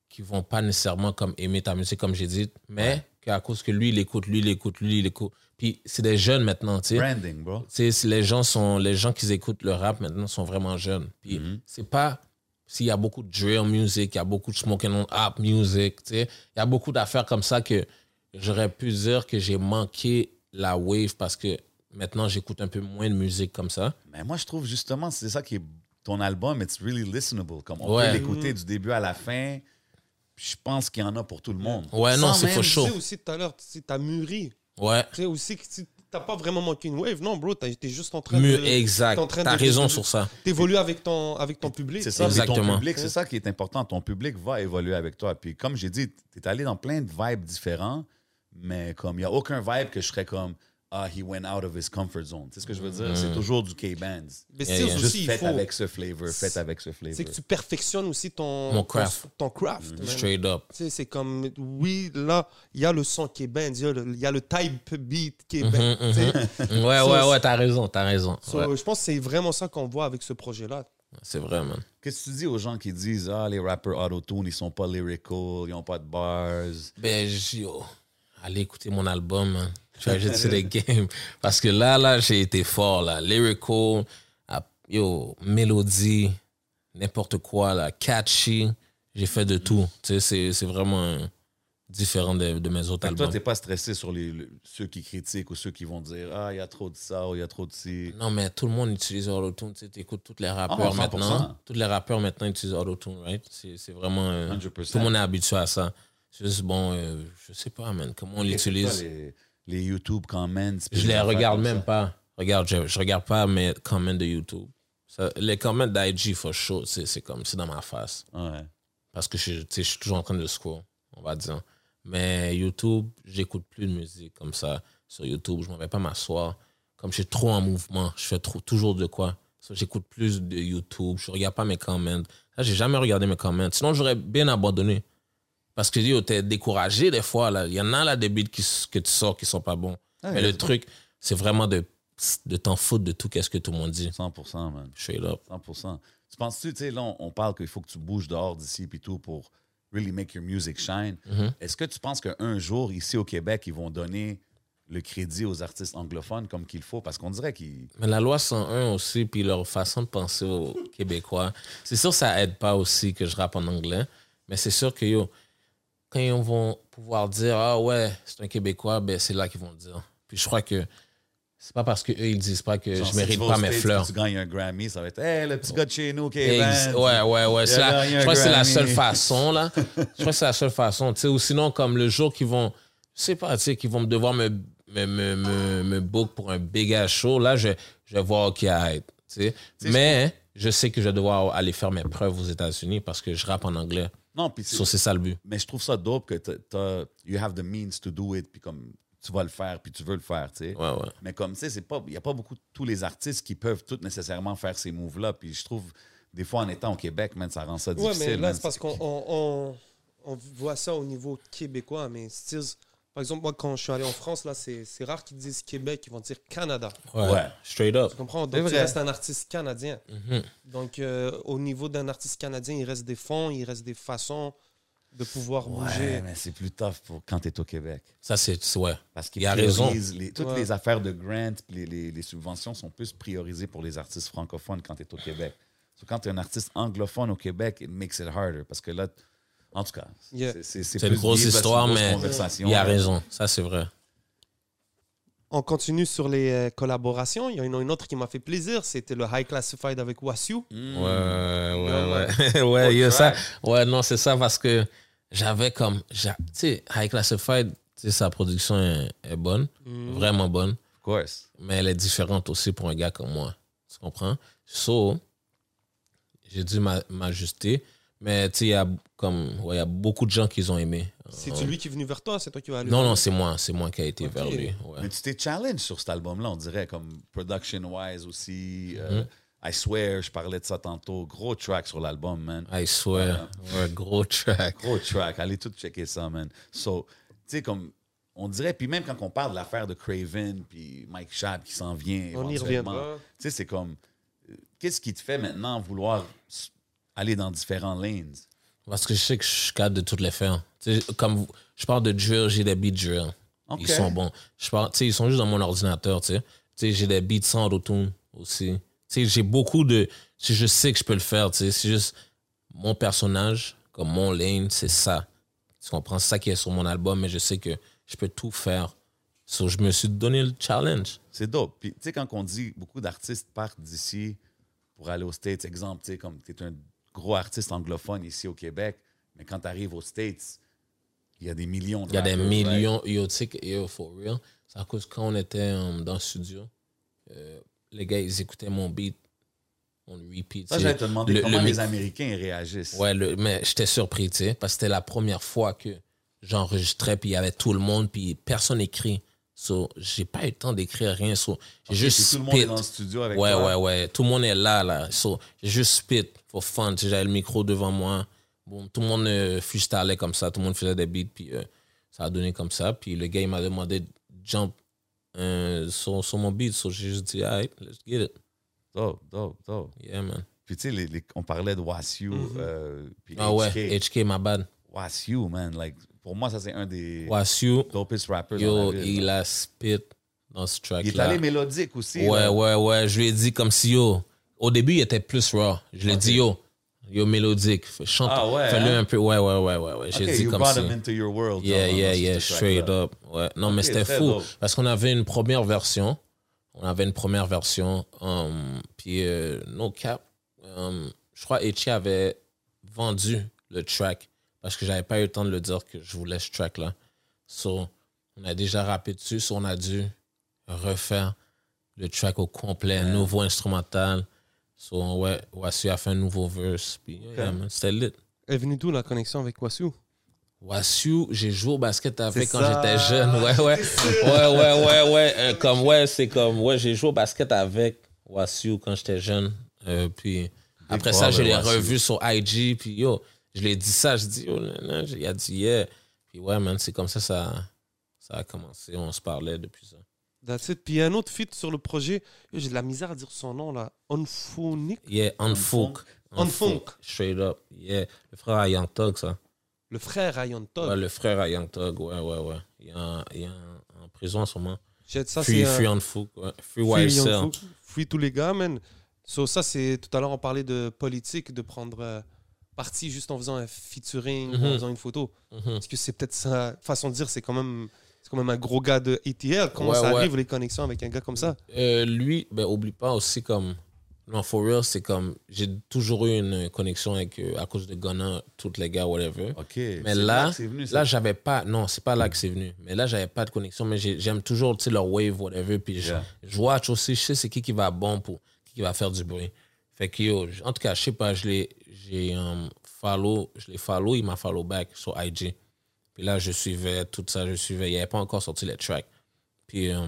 Speaker 5: qui vont pas nécessairement comme aimer ta musique, comme j'ai dit, mais qu'à cause que lui, il écoute, lui, il écoute, lui, il écoute. Puis c'est des jeunes maintenant, tu sais.
Speaker 3: Branding, bro.
Speaker 5: Tu sais, si les gens sont les gens qui écoutent le rap maintenant sont vraiment jeunes. Puis c'est pas s'il y a beaucoup de drill music, il y a beaucoup de smoking on rap music, tu sais, il y a beaucoup d'affaires comme ça que j'aurais pu dire que j'ai manqué la wave parce que maintenant j'écoute un peu moins de musique comme ça.
Speaker 3: Mais moi, je trouve justement, c'est ça qui est ton album, it's really listenable. Comme on
Speaker 5: Ouais.
Speaker 3: peut l'écouter du début à la fin. Puis Je pense qu'il y en a pour tout le monde.
Speaker 5: Ouais, non,
Speaker 3: Sans
Speaker 5: c'est
Speaker 3: même-
Speaker 5: for
Speaker 4: Tu sais
Speaker 5: sure.
Speaker 4: aussi tout à l'heure, tu sais, t'as mûri.
Speaker 5: Ouais.
Speaker 4: Tu sais aussi que tu- t'as pas vraiment manqué une wave, non bro, t'as été juste en train
Speaker 5: Mieux,
Speaker 4: de
Speaker 5: exact.
Speaker 4: t'es en train
Speaker 5: T'as
Speaker 4: de-
Speaker 5: raison
Speaker 4: de-
Speaker 5: sur ça.
Speaker 4: t'évoluer avec ton avec ton public.
Speaker 3: C'est ça, c'est ton
Speaker 5: Exactement.
Speaker 3: public, c'est ça qui est important. Ton public va évoluer avec toi. Puis comme j'ai dit, tu es allé dans plein de vibes différents, mais comme il n'y a aucun vibe que je serais comme ah, he went out of his comfort zone. C'est ce que je veux dire.
Speaker 5: Mm.
Speaker 3: C'est toujours du K-Bands.
Speaker 4: Mais
Speaker 5: Yeah,
Speaker 4: Steels
Speaker 5: yeah.
Speaker 3: Juste
Speaker 4: aussi, il
Speaker 3: faites
Speaker 4: faut.
Speaker 3: avec ce flavor, faites avec ce flavor.
Speaker 4: C'est que tu perfectionnes aussi ton,
Speaker 5: Mon
Speaker 4: ton-
Speaker 5: craft. Mm-hmm.
Speaker 4: ton craft, man.
Speaker 5: Straight up.
Speaker 4: Tu sais, c'est comme, oui, là, il y a le son qui est ben, il y a le- il y, a le type beat qui est ben.
Speaker 5: Mm-hmm.
Speaker 4: tu sais.
Speaker 5: Mm, Ouais,
Speaker 4: So-
Speaker 5: ouais, ouais, t'as raison, t'as raison.
Speaker 4: So,
Speaker 5: Ouais,
Speaker 4: Je pense que c'est vraiment ça qu'on voit avec ce projet-là.
Speaker 5: c'est vrai, man.
Speaker 3: Qu'est-ce que tu dis aux gens qui disent Ah, les rappeurs auto-tune, ils sont pas lyrical, ils ont pas de bars.
Speaker 5: Ben, j- yo, allez écouter mon album, hein. man. Charge it to the game. Parce que là, là, j'ai été fort, là. Lyrical, à- yo, mélodie, n'importe quoi, là. Catchy, j'ai fait de tout. Tu sais, c'est- c'est vraiment euh, différent de, de mes autres
Speaker 3: Fait que toi,
Speaker 5: albums.
Speaker 3: t'es pas stressé sur les, le- ceux qui critiquent ou ceux qui vont dire Ah, il y a trop de ça ou il y a trop de ci.
Speaker 5: Non, mais tout le monde utilise Auto-Tune. Tu sais, t'écoutes tous les rappeurs
Speaker 3: 100%.
Speaker 5: maintenant. Tous les rappeurs maintenant utilisent Auto-Tune, right? C'est c'est vraiment. euh,
Speaker 3: 100%.
Speaker 5: Tout le monde est habitué à ça. C'est juste, bon, euh, je sais pas, man, comment on l'utilise.
Speaker 3: Toi, Les, les YouTube comments. puis
Speaker 5: Je les
Speaker 3: affaires
Speaker 5: regarde
Speaker 3: comme
Speaker 5: même
Speaker 3: ça.
Speaker 5: pas. Regarde, je, je regarde pas mes comments de YouTube. Ça- les comments d'IG, for sure, tu sais, c'est comme, c'est dans ma face.
Speaker 3: Ouais.
Speaker 5: Parce que je, tu sais, je suis toujours en train de score, on va dire. Mais YouTube, j'écoute plus de musique comme ça sur YouTube. Je m'en vais pas m'asseoir. Comme je suis trop en mouvement, je fais trop, toujours de quoi. So, J'écoute plus de YouTube, je regarde pas mes comments. Là, j'ai jamais regardé mes comments. Sinon, j'aurais bien abandonné. Parce que yo, t'es découragé des fois. là. Il y en a là des beats qui s- que tu sors qui sont pas bons.
Speaker 3: Ah,
Speaker 5: Mais
Speaker 3: il y a
Speaker 5: le truc, c'est vraiment de, de t'en foutre de tout qu'est-ce que tout le monde dit.
Speaker 3: 100%, man.
Speaker 5: Je suis là.
Speaker 3: 100%. Tu penses-tu, tu sais, là, on, on parle qu'il faut que tu bouges dehors d'ici et tout pour really make your music shine. Est-ce que tu penses qu'un jour, ici au Québec, ils vont donner le crédit aux artistes anglophones comme qu'il faut? Parce qu'on dirait qu'ils.
Speaker 5: Mais la loi 101 aussi, puis leur façon de penser aux Québécois, c'est sûr ça aide pas aussi que je rappe en anglais, mais c'est sûr que yo, quand ils vont pouvoir dire ah ouais c'est un Québécois, ben c'est là qu'ils vont le dire. Puis je crois que c'est pas parce que eux ils disent pas que
Speaker 3: Genre, si
Speaker 5: je
Speaker 3: tu
Speaker 5: mérite
Speaker 3: vas
Speaker 5: pas
Speaker 3: aux
Speaker 5: mes
Speaker 3: States,
Speaker 5: fleurs. Oh.
Speaker 3: Tu gagnes un Grammy, ça va être Hey, le petit gars de chez nous, Kevin.
Speaker 5: Ex- ouais, ouais, ouais. c'est
Speaker 3: Il a
Speaker 5: la-
Speaker 3: gagné
Speaker 5: je
Speaker 3: un
Speaker 5: crois que c'est la
Speaker 3: Grammy.
Speaker 5: seule façon, là. je crois que c'est la seule façon. tu sais, Ou sinon, comme le jour qu'ils vont, je sais pas, tu sais, qu'ils vont me devoir me, me, me, me, me book pour un big ass show, là, je, je vais voir qui arrête. tu sais. Mais je sais que je vais devoir aller faire mes preuves aux États-Unis parce que je rappe en anglais.
Speaker 3: Non, puis c'est-
Speaker 5: So, c'est ça le but.
Speaker 3: mais je trouve ça dope que t'as- t'as- you have the means to do it, puis comme tu vas le faire, puis tu veux le faire, tu sais.
Speaker 5: Ouais, ouais.
Speaker 3: Mais comme, tu sais, c'est pas- il n'y a pas beaucoup de tous les artistes qui peuvent tous nécessairement faire ces moves-là. Puis je trouve, des fois, en étant au Québec, man, ça rend ça
Speaker 4: Ouais,
Speaker 3: difficile.
Speaker 4: mais là,
Speaker 3: man.
Speaker 4: c'est parce qu'on on, on- on voit ça au niveau québécois, mais Steels, par exemple, moi, quand je suis allé en France, là, c'est c'est rare qu'ils disent Québec, ils vont dire Canada.
Speaker 5: Ouais.
Speaker 3: Ouais.
Speaker 5: Straight up.
Speaker 4: Tu comprends?
Speaker 3: C'est
Speaker 4: Donc, tu
Speaker 3: vrai. Mhm.
Speaker 4: restes un artiste canadien. Donc, euh, au niveau d'un artiste canadien, il reste des fonds, il reste des façons de pouvoir
Speaker 3: Ouais,
Speaker 4: bouger.
Speaker 3: mais c'est plus tough pour quand tu es au Québec.
Speaker 5: Ça, c'est. c'est- Ouais.
Speaker 3: Parce qu'il
Speaker 5: Il a raison.
Speaker 3: toutes
Speaker 4: Ouais.
Speaker 3: les affaires de grants, puis les, les- les subventions sont plus priorisées pour les artistes francophones quand tu es au Québec. So, quand tu es un artiste anglophone au Québec, it makes it harder. Parce que là, t- en tout cas, c'est-
Speaker 4: Yeah.
Speaker 3: c'est
Speaker 5: C'est une
Speaker 3: plus
Speaker 5: grosse
Speaker 3: lié, parce que
Speaker 5: histoire,
Speaker 3: c'est une grosse
Speaker 5: mais
Speaker 3: conversation.
Speaker 5: il a raison. Ça, c'est vrai.
Speaker 4: On continue sur les euh, collaborations. Il y en a une autre qui m'a fait plaisir, c'était le High Classified avec Wasu.
Speaker 3: Mm.
Speaker 5: Ouais, ouais,
Speaker 4: Ouais,
Speaker 5: ouais. ouais, yo,
Speaker 3: Autre
Speaker 5: ça,
Speaker 3: track.
Speaker 5: ouais, non, c'est ça parce que j'avais comme. j'a- Tu sais, High Classified, tu sais, sa production est, est bonne, vraiment bonne,
Speaker 3: Of course.
Speaker 5: mais elle est différente aussi pour un gars comme moi. Tu comprends? So, j'ai dû m'a- m'ajuster, mais tu sais, il y a comme. Ouais, il y a beaucoup de gens qui ont aimé.
Speaker 4: C'est
Speaker 3: Oh.
Speaker 5: Euh,
Speaker 4: lui qui est venu vers toi, c'est toi qui vas aller.
Speaker 5: Non, non, c'est moi, c'est moi qui a été
Speaker 4: Ok.
Speaker 5: vers lui. ouais.
Speaker 3: Mais tu t'es challenge sur cet album-là, on dirait, comme production-wise aussi. euh,
Speaker 5: Mm-hmm.
Speaker 3: I swear, je parlais de ça tantôt. Gros track sur l'album, man.
Speaker 5: I swear, ouais, gros track.
Speaker 3: Gros track. Allez tout checker ça, man. So, tu sais, comme, on dirait, puis même quand on parle de l'affaire de Craven, puis Mike Schaab qui s'en vient.
Speaker 4: On y
Speaker 3: éventuellement,
Speaker 4: reviendra.
Speaker 3: Tu sais, c'est comme, euh, qu'est-ce qui te fait maintenant vouloir s- aller dans différents lanes?
Speaker 5: Parce que je sais que je suis capable de toutes les faire. Tu sais, comme vous- je parle de drill, j'ai des beats drill.
Speaker 3: Ok.
Speaker 5: Ils sont bons. Je parle, tu sais, ils sont juste dans mon ordinateur, tu sais. Tu sais, j'ai des beats sans auto-tune aussi. Tu sais, j'ai beaucoup de... tu sais, Je sais que je peux le faire, tu sais. C'est juste mon personnage, comme mon lane, c'est ça. Tu comprends? C'est ça qui est sur mon album, mais je sais que je peux tout faire. So, je me suis donné le challenge.
Speaker 3: C'est dope. Puis, tu sais, quand on dit beaucoup d'artistes partent d'ici pour aller aux States, exemple, tu sais, comme tu es un gros artiste anglophone ici au Québec, mais quand tu arrives aux States, il y a des millions de
Speaker 5: Il y a des
Speaker 3: rappers, right?
Speaker 5: millions. Yo, tu sais que- yo, for real. C'est à cause que quand on était euh, dans le studio, euh, les gars, ils écoutaient mon beat. On le repeat.
Speaker 3: Ça,
Speaker 5: tu sais.
Speaker 3: j'allais te demander
Speaker 5: Le-
Speaker 3: comment
Speaker 5: le
Speaker 3: les
Speaker 5: mic-
Speaker 3: Américains ils réagissent.
Speaker 5: Ouais, le- mais j'étais surpris, tu sais, parce que c'était la première fois que j'enregistrais, puis il y avait tout le monde, puis personne écrit. So, j'ai pas eu le temps d'écrire rien. So, j'ai
Speaker 3: Ok,
Speaker 5: juste
Speaker 3: puis tout le monde est
Speaker 5: spit.
Speaker 3: dans le studio avec
Speaker 5: ouais,
Speaker 3: toi.
Speaker 5: ouais, ouais. Tout le monde est là, là. So, j'ai juste spit for fun. Tu sais, J'avais le micro devant moi. Bon, tout le monde euh, freestylait comme ça. Tout le monde faisait des beats. Puis euh, ça a donné comme ça. Puis le gars, il m'a demandé de jump euh, sur, sur mon beat. So, j'ai juste dit, all right, let's get it.
Speaker 3: Dope, dope, dope.
Speaker 5: Yeah, man.
Speaker 3: Puis tu sais, les- les- on parlait de Wasu. euh, puis
Speaker 5: Ah
Speaker 3: HK.
Speaker 5: ouais, HK, ma bad.
Speaker 3: Wasu, man. Like, pour moi, ça, c'est un des
Speaker 5: Wasu,
Speaker 3: dopest rappers dans
Speaker 5: yo,
Speaker 3: la ville.
Speaker 5: il a spit dans ce track-là.
Speaker 3: Il est allé mélodique aussi.
Speaker 5: Ouais,
Speaker 3: là.
Speaker 5: ouais, ouais. Je lui ai dit comme si yo. Au début, il était plus raw. Je lui ai dit yo. Yo, mélodique. Fais- Chante.
Speaker 3: Ah ouais,
Speaker 5: Fais-le
Speaker 3: hein?
Speaker 5: un peu. Ouais, ouais, ouais, ouais. ouais. J'ai
Speaker 3: Ok,
Speaker 5: dit
Speaker 3: you
Speaker 5: comme
Speaker 3: brought
Speaker 5: si.
Speaker 3: him into your world.
Speaker 5: Yeah,
Speaker 3: genre,
Speaker 5: yeah,
Speaker 3: dans ce
Speaker 5: yeah.
Speaker 3: track-là.
Speaker 5: Straight up. Ouais. Non, mais
Speaker 3: Ok,
Speaker 5: c'était
Speaker 3: très
Speaker 5: fou.
Speaker 3: dope.
Speaker 5: Parce qu'on avait une première version. On avait une première version. hum, puis, euh, no cap. hum, je crois Echi avait vendu le track. Parce que j'avais pas eu le temps de le dire que je voulais ce track-là. So, on a déjà rappé dessus. So, on a dû refaire le track au complet, nouveau instrumental. So, ouais, Wassu a fait un nouveau verse. Puis, yeah, man, c'était lit.
Speaker 4: Elle est venue d'où la connexion avec Wasu
Speaker 5: Wassiou, j'ai joué au basket avec
Speaker 3: C'est
Speaker 5: quand
Speaker 3: ça.
Speaker 5: j'étais jeune. Ouais, ouais. Ouais, ouais, ouais, ouais. Euh, comme, ouais, c'est comme, ouais, j'ai joué au basket avec Wassiou quand j'étais jeune. Euh, puis après ça,
Speaker 3: brother,
Speaker 5: je l'ai
Speaker 3: Wassiou.
Speaker 5: revu sur IG. Puis yo, je l'ai dit ça. Je dis, yo, nan, nan. il a dit, yeah. Puis ouais, man, c'est comme ça, ça, ça a commencé. On se parlait depuis ça.
Speaker 4: That's it. Puis il y a un autre feat sur le projet. Yo, J'ai de la misère à dire son nom là. Onphonic.
Speaker 5: Yeah, on funk.
Speaker 4: On funk.
Speaker 5: Straight up. Yeah. Le frère à Young Thug, ça.
Speaker 4: Le frère Ryan Todd.
Speaker 5: Ouais, le frère à Young Thug, ouais, ouais, ouais. Il est en- il est en- en prison en ce moment.
Speaker 4: J'ai- Ça,
Speaker 5: free,
Speaker 4: c'est un-
Speaker 5: free on foot, ouais. Free
Speaker 4: Free
Speaker 5: YSL.
Speaker 4: Young Folk, Free tous les gars, man. So, ça, c'est tout à l'heure, on parlait de politique, de prendre euh, parti juste en faisant un featuring,
Speaker 5: Mhm.
Speaker 4: en faisant une photo.
Speaker 5: Mhm.
Speaker 4: Parce que c'est peut-être sa façon de dire, c'est quand même. C'est quand même un gros gars de ATL. Comment
Speaker 5: Ouais,
Speaker 4: ça
Speaker 5: ouais.
Speaker 4: arrive, les connexions avec un gars comme ça
Speaker 5: Euh, lui, ben, oublie pas aussi comme. Non, for real, c'est comme. J'ai toujours eu une connexion avec, euh, à cause de Ghana, tous les gars, whatever.
Speaker 3: Ok.
Speaker 5: Mais là,
Speaker 3: là,
Speaker 5: là, j'avais pas. Non, c'est pas là que c'est venu. Mais là, j'avais pas de connexion. Mais j'ai- j'aime toujours, tu sais, leur wave, whatever. Puis je-
Speaker 3: Yeah.
Speaker 5: je watch aussi, je sais c'est qui qui va bon pour. Qui qui va faire du bruit. Fait que, yo, j- en tout cas, je sais pas, je l'ai. J'ai euh, follow. Je l'ai follow, il m'a follow back sur IG. Puis là, je suivais tout ça, je suivais. Il avait pas encore sorti les tracks. Puis euh,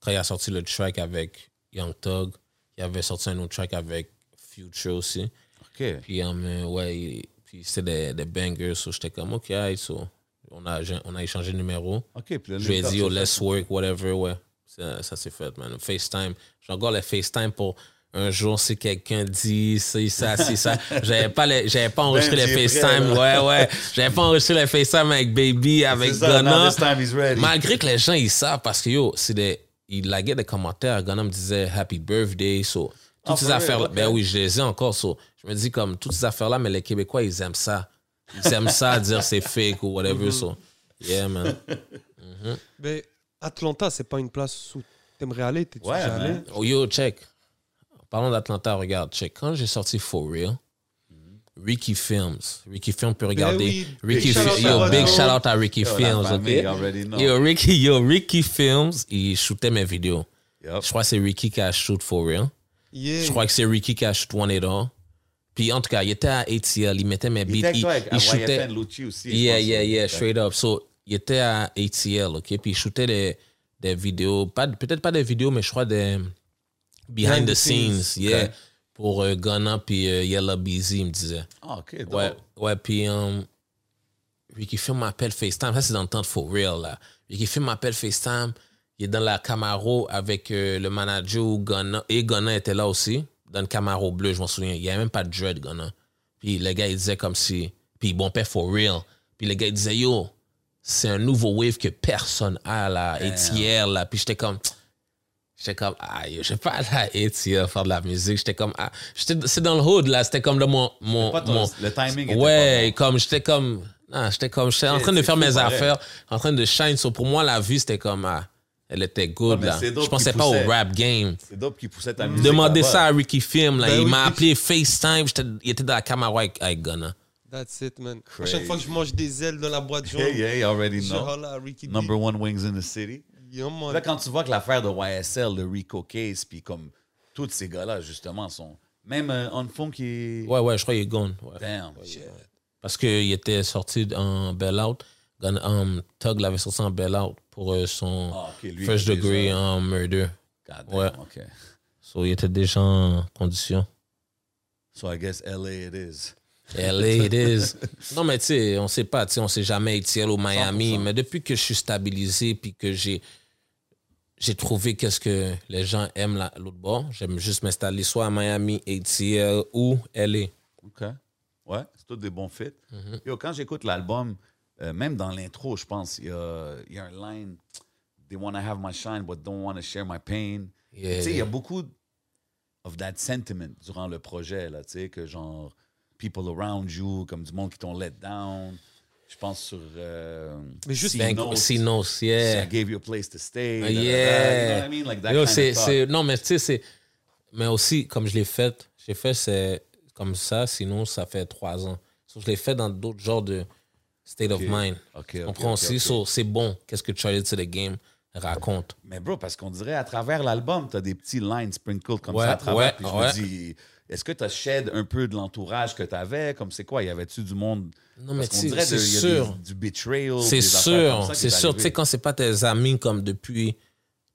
Speaker 5: quand il a sorti le track avec Young Thug, il avait sorti un autre track avec Future aussi.
Speaker 3: Ok.
Speaker 5: Puis, euh, mais ouais, il- puis c'était des, des bangers. So j'étais comme, OK, alright, so, on, a, on a échangé le numéro.
Speaker 3: Ok. Puis là,
Speaker 5: Je lui ai
Speaker 3: Lucas,
Speaker 5: dit, yo,
Speaker 3: ça,
Speaker 5: let's work, whatever, ouais. Ça, ça s'est fait, man. FaceTime. J'ai encore les FaceTime pour un jour si quelqu'un dit ça, ça, si ça. J'avais pas, les- j'avais pas enregistré
Speaker 3: Ben,
Speaker 5: les
Speaker 3: j'ai prêt,
Speaker 5: FaceTime, ouais, ouais. J'avais pas enregistré les FaceTime avec Baby,
Speaker 3: C'est
Speaker 5: avec
Speaker 3: ça, now
Speaker 5: Ghana.
Speaker 3: this time he's ready.
Speaker 5: Malgré que les gens, ils savent, parce que yo, c'est des. Il laguait des commentaires. Ghana me disait Happy birthday. So, toutes
Speaker 3: Ah,
Speaker 5: ces
Speaker 3: for real,
Speaker 5: affaires-là.
Speaker 3: ok.
Speaker 5: Ben oui, je les ai encore. So, je me dis comme toutes ces affaires-là, mais les Québécois, ils aiment ça. Ils aiment ça, dire c'est fake ou
Speaker 3: Mhm.
Speaker 5: whatever. So, yeah, man.
Speaker 4: Mais Atlanta, c'est pas une place où t'aimerais aller. T'es
Speaker 3: Ouais,
Speaker 4: déjà allé
Speaker 3: man.
Speaker 5: Oh, yo, check. Parlons d'Atlanta, regarde, check. Quand j'ai sorti For Real,
Speaker 3: Mhm.
Speaker 5: Ricky Films. Ricky Films peut
Speaker 3: Ben
Speaker 5: regarder.
Speaker 4: oui, big
Speaker 5: Ricky
Speaker 4: shout-out
Speaker 5: Fi-
Speaker 4: à
Speaker 5: yo,
Speaker 4: Rodolphe.
Speaker 5: big shout out à Ricky
Speaker 3: Yo, la
Speaker 5: Films,
Speaker 3: famille,
Speaker 5: ok?
Speaker 3: already know.
Speaker 5: Yo, Ricky, yo, Ricky Films, il shootait mes vidéos.
Speaker 3: Yup.
Speaker 5: Je crois que c'est Ricky qui a shoot For Real.
Speaker 4: Yeah.
Speaker 5: Je crois que c'est Ricky qui a shoot One It All. Puis en tout cas, il était à ATL, il mettait mes beats.
Speaker 3: Il était avec toi, avec
Speaker 5: il
Speaker 3: YFN Lucci aussi. je
Speaker 5: Yeah,
Speaker 3: pense.
Speaker 5: yeah, yeah, straight up. So, il était à ATL, OK? Puis il shootait des, des vidéos, pas, de- peut-être pas des vidéos, mais je crois des behind
Speaker 4: Behind
Speaker 5: the
Speaker 4: the
Speaker 5: scenes,
Speaker 4: scenes,
Speaker 5: yeah.
Speaker 3: ok.
Speaker 5: Pour euh, Ghana puis euh, Yella Busy, il me disait.
Speaker 3: Ah, ok. dope.
Speaker 5: Ouais, ouais, puis euh, Ricky Film m'appelle FaceTime. Ça, c'est dans le temps de For Real, là. Ricky Film m'appelle FaceTime. Il est dans la Camaro avec euh, le manager où Ghana. Et Ghana était là aussi, dans le Camaro bleu, je m'en souviens. Il n'y avait même pas de dread, Ghana. Puis le gars, il disait comme si. Puis bon, père For Real. Puis le gars, il disait, yo, c'est un nouveau wave que personne a, là. ATL, là. Puis j'étais comme. J'étais comme, ah, yo, je vais pas aller à ATL faire de la musique. J'étais comme, ah, j'étais- c'est dans le hood, là. C'était comme là, mon. mon,
Speaker 3: Pas ton-
Speaker 5: mon
Speaker 3: Le timing était
Speaker 5: Ouais, comme j'étais comme. Non, j'étais comme. J'étais en
Speaker 3: Shit,
Speaker 5: train de
Speaker 3: c'est
Speaker 5: faire
Speaker 3: fou,
Speaker 5: mes
Speaker 3: pareil.
Speaker 5: affaires, en train de shine. So, pour moi, la vie, c'était comme. ah, elle était good,
Speaker 3: Ah, mais
Speaker 5: là.
Speaker 3: c'est d'autres
Speaker 5: Je pensais
Speaker 3: qui
Speaker 5: pas
Speaker 3: poussaient.
Speaker 5: au rap game.
Speaker 3: C'est dope qui poussait ta musique.
Speaker 5: Mm. Demandez
Speaker 3: là-bas.
Speaker 5: ça à Ricky Film, là.
Speaker 4: Ben
Speaker 5: il
Speaker 4: oui,
Speaker 5: m'a
Speaker 4: Ricky-
Speaker 5: appelé FaceTime. J'étais- Il était dans la caméra avec, avec Ghana.
Speaker 4: That's it, man. À
Speaker 3: Crazy.
Speaker 4: chaque fois que je mange des ailes dans la boîte jaune,
Speaker 3: Yeah, yeah, you already
Speaker 4: je
Speaker 3: know.
Speaker 4: holla à Ricky D.
Speaker 3: Number one wings in the city.
Speaker 4: Yeah, man.
Speaker 3: Là, quand tu vois que l'affaire de YSL, le Rico Case, puis comme tous ces gars-là, justement, sont. Même euh, On Funk qui.
Speaker 5: Ouais, ouais, je crois qu'il est gone. ouais.
Speaker 3: Damn.
Speaker 5: Parce qu'il était sorti en Bell Out. Gun, um, Tug l'avait sorti en bail out pour euh, son
Speaker 3: Ah, ok, lui,
Speaker 5: first
Speaker 3: il était
Speaker 5: degree
Speaker 3: déjà-
Speaker 5: en murder.
Speaker 3: God
Speaker 5: Ouais.
Speaker 3: damn, OK.
Speaker 5: So, il était déjà en condition.
Speaker 3: So I guess LA it is.
Speaker 5: LA, it is. Non, mais tu sais, on sait pas, tu sais, on sait jamais Etiel ou Miami, mais depuis que je suis stabilisé puis que j'ai j'ai trouvé qu'est-ce que les gens aiment là- l'autre bord, j'aime juste m'installer soit à Miami, ATL ou LA.
Speaker 3: OK. Ouais, c'est tous des bons fits.
Speaker 5: Mm-hmm.
Speaker 3: Yo, quand j'écoute l'album, euh, même dans l'intro, je pense, il y a, il y a un line They want to have my shine, but don't want to share my pain.
Speaker 5: Yeah.
Speaker 3: Tu sais, il y a beaucoup of that sentiment durant le projet, là, tu sais, que genre people around you, comme du monde qui t'ont let down. Je pense sur. euh,
Speaker 4: Mais juste-
Speaker 3: See
Speaker 5: Ben,
Speaker 3: Notes.
Speaker 5: Sinos, yeah.
Speaker 3: I gave you a place to stay. da, da, da. You know what
Speaker 5: Yeah.
Speaker 3: I mean? Like that
Speaker 5: Yo,
Speaker 3: kind
Speaker 5: c'est-
Speaker 3: of thought.
Speaker 5: c'est- non, mais tu sais, c'est. Mais aussi, comme je l'ai fait, j'ai fait c'est comme ça, sinon ça fait trois ans. So, je l'ai fait dans d'autres genres de state of
Speaker 3: Ok.
Speaker 5: mind.
Speaker 3: Ok,
Speaker 5: Tu
Speaker 3: ok,
Speaker 5: comprends
Speaker 3: ok,
Speaker 5: aussi?
Speaker 3: ok.
Speaker 5: So, c'est bon. Qu'est-ce que Charlie to the Game raconte?
Speaker 3: Mais bro, parce qu'on dirait à travers l'album, t'as des petits lines sprinkled comme
Speaker 5: Ouais,
Speaker 3: ça à travers.
Speaker 5: ouais,
Speaker 3: puis je
Speaker 5: ouais.
Speaker 3: me dis, est-ce que t'as shed un peu de l'entourage que t'avais? Comme c'est quoi? Y avait-tu du monde?
Speaker 5: Non, mais
Speaker 3: Parce qu'on
Speaker 5: tu-
Speaker 3: dirait
Speaker 5: c'est
Speaker 3: de- y a
Speaker 5: sûr.
Speaker 3: des- du betrayal.
Speaker 5: C'est
Speaker 3: des affaires comme
Speaker 5: sûr,
Speaker 3: ça qui
Speaker 5: c'est
Speaker 3: est
Speaker 5: sûr. Tu sais,
Speaker 3: arrivé.
Speaker 5: quand c'est pas tes amis comme depuis,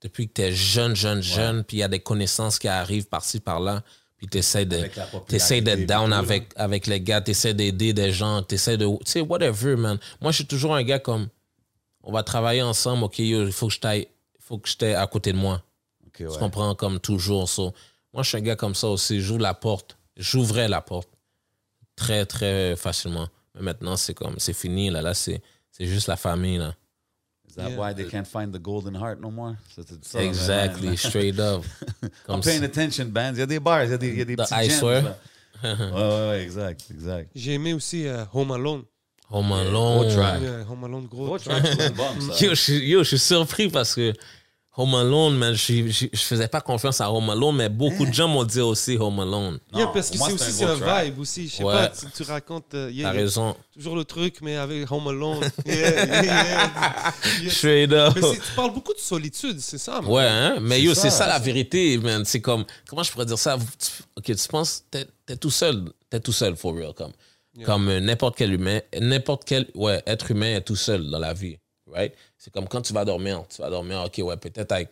Speaker 5: depuis que t'es jeune, jeune, jeune, puis il y a des connaissances qui arrivent par-ci, par-là, puis t'essaies de,
Speaker 3: Avec la popularité
Speaker 5: t'essaies d'être
Speaker 3: et
Speaker 5: down
Speaker 3: tout,
Speaker 5: avec, avec les gars, t'essaies d'aider des gens, t'essaies de... Tu sais, whatever, man. Moi, je suis toujours un gars comme, on va travailler ensemble, OK, yo, il faut que je t'aille, faut que je t'aie à côté de moi.
Speaker 3: Ok, ouais.
Speaker 5: Tu comprends comme toujours. So, moi, je suis un gars comme ça aussi. J'ouvre la porte. J'ouvrais la porte très, très facilement. Mais maintenant, c'est comme, c'est fini. Là, là c'est, c'est juste la famille. Là.
Speaker 3: Is that why they can't find the golden heart no more? Ça, c'est ça,
Speaker 5: exactly.
Speaker 3: man.
Speaker 5: Straight up.
Speaker 3: I'm
Speaker 5: Comme
Speaker 3: paying attention, bands. Y a des bars, y a des, y a des
Speaker 5: The
Speaker 3: petits
Speaker 5: I
Speaker 3: gems,
Speaker 5: swear.
Speaker 3: là. ouais, ouais, ouais, exact, exact.
Speaker 4: J'ai aimé aussi euh, Home Alone.
Speaker 5: Home Alone. euh,
Speaker 3: Gros track.
Speaker 4: Yeah, Home Alone, gros.
Speaker 3: Gros track sur l'album,
Speaker 4: uh?
Speaker 3: ça.
Speaker 5: Yo, je, suis- yo, je suis surpris parce que Home Alone, man, je, je, je faisais pas confiance à Home Alone, mais beaucoup
Speaker 4: Hein?
Speaker 5: de gens m'ont dit aussi Home Alone.
Speaker 4: Yeah,
Speaker 3: Non,
Speaker 4: parce que
Speaker 3: pour moi,
Speaker 4: c'est aussi
Speaker 3: un
Speaker 4: c'est
Speaker 3: gros
Speaker 4: un
Speaker 3: track.
Speaker 4: vibe aussi. Je sais
Speaker 5: Ouais.
Speaker 4: pas, tu, tu racontes euh, yeah,
Speaker 5: T'as
Speaker 4: il y a
Speaker 5: raison.
Speaker 4: toujours le truc, mais avec Home Alone. Yeah, yeah, yeah. Yeah.
Speaker 5: Straight up.
Speaker 4: Mais c'est- tu parles beaucoup de solitude, c'est ça. man.
Speaker 5: Ouais, hein? mais yo,
Speaker 3: ça,
Speaker 5: c'est ça la vérité, man. C'est comme, comment je pourrais dire ça? Tu- Ok, tu penses, t'es t'es tout seul, t'es tout seul, for real, comme. Comme euh, n'importe quel humain, n'importe quel ouais, être humain est tout seul dans la vie, right? C'est comme quand tu vas dormir, tu vas dormir, ok, ouais, peut-être avec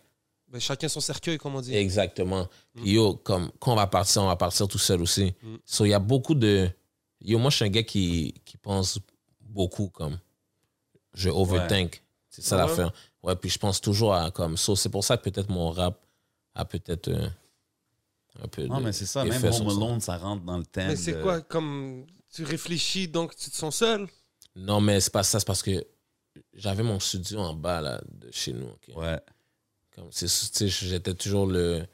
Speaker 4: Ben, chacun son cercueil, comme on dit.
Speaker 5: Exactement. Puis Yo, comme, quand on va partir, on va partir tout seul aussi. So, il y a beaucoup de. Yo, moi, je suis un gars qui, qui pense beaucoup, comme. Je overthink. C'est ça
Speaker 4: Ouais.
Speaker 5: l'affaire. Ouais, puis je pense toujours à, comme. So, c'est pour ça que peut-être mon rap a peut-être. euh, un peu.
Speaker 3: Non, Ah,
Speaker 5: de-
Speaker 3: mais c'est ça,
Speaker 5: d'effet
Speaker 3: même
Speaker 5: sur
Speaker 3: Home
Speaker 5: ça.
Speaker 3: Alone, ça rentre dans le thème.
Speaker 4: Mais c'est
Speaker 3: de-
Speaker 4: quoi, comme tu réfléchis, donc tu te sens seul
Speaker 5: Non, mais c'est pas ça, c'est parce que j'avais mon studio en bas, là, de chez nous. ok?
Speaker 3: Ouais.
Speaker 5: Comme, c'est, tu sais, j'étais toujours le,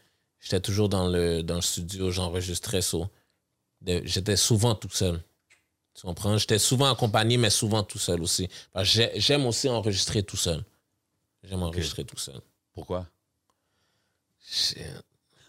Speaker 5: j'étais toujours dans le, dans le studio, j'enregistrais ça. J'étais souvent tout seul. Tu comprends? J'étais souvent accompagné, mais souvent tout seul aussi. Parce que j'ai- j'aime aussi enregistrer tout seul. J'aime enregistrer tout seul.
Speaker 3: Pourquoi?
Speaker 5: Je,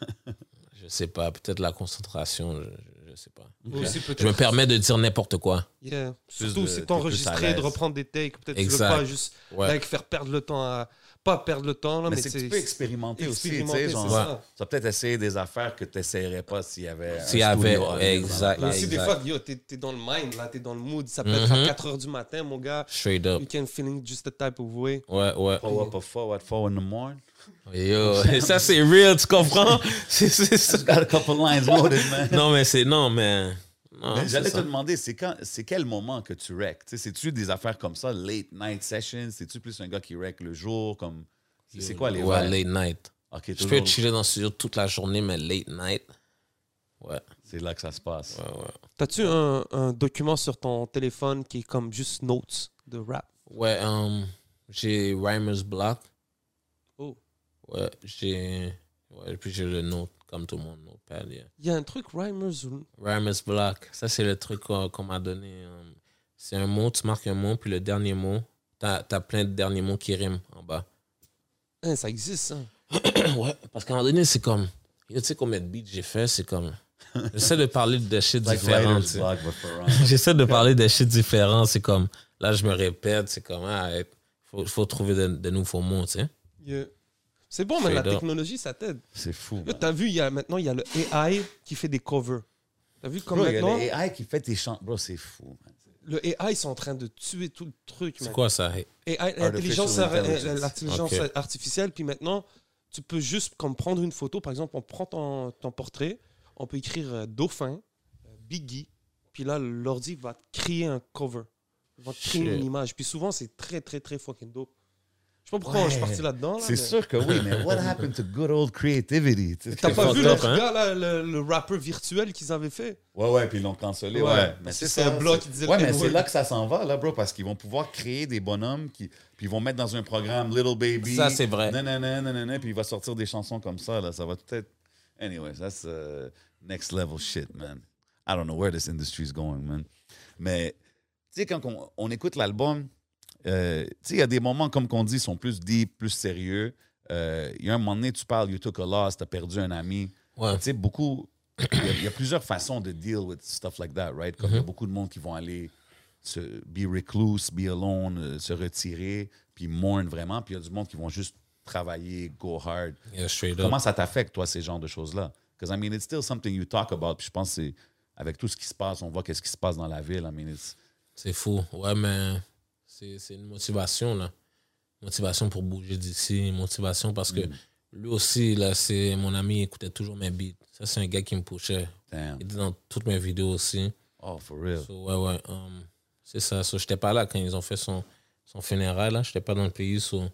Speaker 5: je sais pas, peut-être la concentration, je, je sais pas.
Speaker 4: Ou aussi peut-être-
Speaker 5: Je me permets de dire n'importe quoi.
Speaker 4: Yeah.
Speaker 3: de-
Speaker 4: Surtout
Speaker 3: t'es
Speaker 4: si
Speaker 3: plus à
Speaker 4: t'enregistrer, de
Speaker 3: l'aise.
Speaker 4: reprendre des takes. Peut-être tu veux
Speaker 5: Exact.
Speaker 4: pas juste
Speaker 5: Ouais.
Speaker 4: like, faire perdre le temps à. Pas perdre le temps, là,
Speaker 3: Mais
Speaker 4: mais,
Speaker 3: c'est que tu peux expérimenter aussi, tu
Speaker 4: expérimenter,
Speaker 3: sais,
Speaker 4: c'est
Speaker 3: genre,
Speaker 4: ça.
Speaker 3: tu vas peut-être essayer des affaires que tu n'essayerais pas s'il y avait un
Speaker 5: S'il y avait-
Speaker 3: studio
Speaker 4: hein,
Speaker 3: audience
Speaker 5: exact.
Speaker 3: dans la
Speaker 4: Mais aussi,
Speaker 3: place.
Speaker 4: des
Speaker 5: Exact.
Speaker 4: fois, yo, t'es t'es dans le mind, là, t'es dans le mood. Ça peut être
Speaker 3: Mm-hmm.
Speaker 4: à 4h du matin, mon gars.
Speaker 5: Straight up.
Speaker 4: You can feeling just the type of way.
Speaker 5: Ouais, ouais.
Speaker 4: Oh,
Speaker 3: Pull up at four, at four in the morning.
Speaker 5: Yo, ça c'est real, tu comprends? C'est- c'est ça.
Speaker 3: Got a couple lines loaded, man.
Speaker 5: Non, mais c'est, non, mais. non,
Speaker 3: Mais
Speaker 5: Hein? c'est
Speaker 3: Ben, J'allais te
Speaker 5: ça.
Speaker 3: demander, c'est quand, c'est quel moment que tu rec? Tu sais, C'est-tu des affaires comme ça, late night sessions? C'est-tu plus un gars qui rec le jour? Comme... C'est c'est quoi les
Speaker 5: Ouais,
Speaker 3: vibes?
Speaker 5: late night.
Speaker 3: Ok,
Speaker 5: Je peux
Speaker 3: toujours,
Speaker 5: chiller dans le studio toute la journée, mais late night. Ouais,
Speaker 3: c'est là que ça se passe.
Speaker 5: ouais, ouais.
Speaker 4: T'as-tu un, un document sur ton téléphone qui est comme juste notes de rap
Speaker 5: Ouais, euh, j'ai Rhymer's Block.
Speaker 4: Oh.
Speaker 5: Ouais, j'ai. Ouais, et puis j'ai le note, comme tout le monde, notepad, yeah.
Speaker 4: Il y a un truc, Rhymers. ou-
Speaker 5: Rhymer's Block. Ça, c'est le truc qu'on qu'on m'a donné. euh, c'est un mot, tu marques un mot, puis le dernier mot, t'as as plein de derniers mots qui riment en bas.
Speaker 4: Hein, ça existe, ça.
Speaker 5: ouais, parce qu'à un moment donné, c'est comme. yo, Tu sais combien de beats j'ai fait, c'est comme. J'essaie de parler de shit
Speaker 3: Like
Speaker 5: différents.
Speaker 3: writer's
Speaker 5: tu sais.
Speaker 3: block, but for wrong.
Speaker 5: J'essaie de parler de shit différents. C'est comme, là, je me répète, c'est comme, ah, hey, faut, faut trouver de, de nouveaux mots, tu sais.
Speaker 4: Yeah. C'est bon, mais la
Speaker 5: Straight up.
Speaker 4: technologie, ça t'aide.
Speaker 3: C'est fou.
Speaker 4: Là, T'as vu, il y a, maintenant, il y a le AI qui fait des covers. T'as vu comme
Speaker 3: Bro, il y a
Speaker 4: maintenant.
Speaker 3: l'AI qui fait tes chants. Bro, c'est fou. man.
Speaker 4: le AI, ils sont en train de tuer tout le truc.
Speaker 5: C'est
Speaker 4: man.
Speaker 5: quoi ça? hey?
Speaker 4: AI, l'intelligence
Speaker 3: Artificial
Speaker 4: ar-
Speaker 3: intelligence.
Speaker 4: euh, l'intelligence
Speaker 5: Ok.
Speaker 4: artificielle, puis maintenant, tu peux juste comme prendre une photo. Par exemple, on prend ton, ton portrait, on peut écrire euh, Dauphin, euh, Biggie, puis là, l'ordi va te créer un cover, va te créer
Speaker 3: Shit.
Speaker 4: une image. Puis souvent, c'est très, très, très fucking dope. Je sais pas pourquoi
Speaker 5: Ouais.
Speaker 4: je suis parti là-dedans. là,
Speaker 3: C'est
Speaker 4: mais-
Speaker 3: sûr que oui, mais what happened to good old creativity? Tu sais,
Speaker 4: T'as
Speaker 5: C'est
Speaker 4: pas
Speaker 5: fucked
Speaker 4: vu
Speaker 5: up,
Speaker 4: l'autre
Speaker 5: hein?
Speaker 4: gars, là, le, le rappeur virtuel qu'ils avaient fait
Speaker 3: Ouais, ouais, puis ils l'ont cancellé. Ouais.
Speaker 4: Ouais.
Speaker 3: Mais
Speaker 4: Parce que
Speaker 3: c'est
Speaker 4: c'est
Speaker 3: ça.
Speaker 4: un bloc
Speaker 3: c'est-
Speaker 4: qui disait le
Speaker 3: Ouais, mais
Speaker 4: N-word.
Speaker 3: c'est là que ça s'en va, là, bro, parce qu'ils vont pouvoir créer des bonhommes, qui... puis ils vont mettre dans un programme Little Baby.
Speaker 5: Ça, c'est vrai.
Speaker 3: Nanana, nanana, puis il va sortir des chansons comme ça, là. Ça va tout être. Anyway, that's uh, next level shit, man. I don't know where this industry is going, man. Mais, tu sais, quand on, on écoute l'album, euh, tu sais, il y a des moments, comme qu'on dit, sont plus deep, plus sérieux. Euh, Il y a un moment donné, tu parles, you took a loss, t'as perdu un ami
Speaker 5: Ouais.
Speaker 3: tu sais, beaucoup. Il y a- il y, a plusieurs façons de deal with stuff like that, right?
Speaker 5: Mm-hmm.
Speaker 3: Comme il y a beaucoup de monde qui vont aller se be recluse, be alone, euh, se retirer, puis mourn vraiment. Puis il y a du monde qui vont juste travailler, go hard.
Speaker 5: Yeah, straight up.
Speaker 3: Comment ça t'affecte, toi, ces genres de choses-là? Because, I mean, it's still something you talk about. Puis je pense que c'est avec tout ce qui se passe, on voit qu'est-ce qui se passe dans la ville. I mean, it's-
Speaker 5: C'est fou. Ouais, mais c'est c'est une motivation, là. Motivation pour bouger d'ici. Motivation parce que lui aussi, là, c'est mon ami, il écoutait toujours mes beats. Ça, c'est un gars qui me poussait.
Speaker 3: damn.
Speaker 5: Il était dans toutes mes vidéos aussi.
Speaker 3: Oh, for real.
Speaker 5: So, ouais, ouais. um, c'est ça. So, j'étais pas là quand ils ont fait son, son funérail, là. J'étais pas dans le pays. So,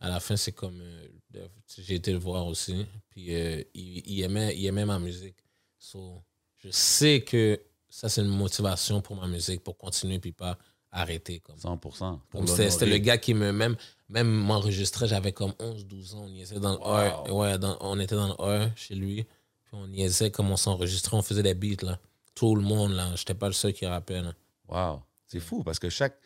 Speaker 5: à la fin, c'est comme. euh, de- j'ai été le voir aussi. Puis, euh, il, il aimait, il aimait ma musique. So, je sais que ça, c'est une motivation pour ma musique, pour continuer puis pas arrêter. Comme.
Speaker 3: 100 pour
Speaker 5: Comme c'était, c'était le
Speaker 3: l'honorer.
Speaker 5: gars qui me même, même m'enregistrait, j'avais comme 11-12 ans, on niaisait dans le R. Ouais, dans- on était dans le R chez lui. Puis on niaisait comme on s'enregistrait, on faisait des beats là. Tout le monde là, j'étais pas le seul qui rappelle. là.
Speaker 3: Wow. C'est fou parce que chaque,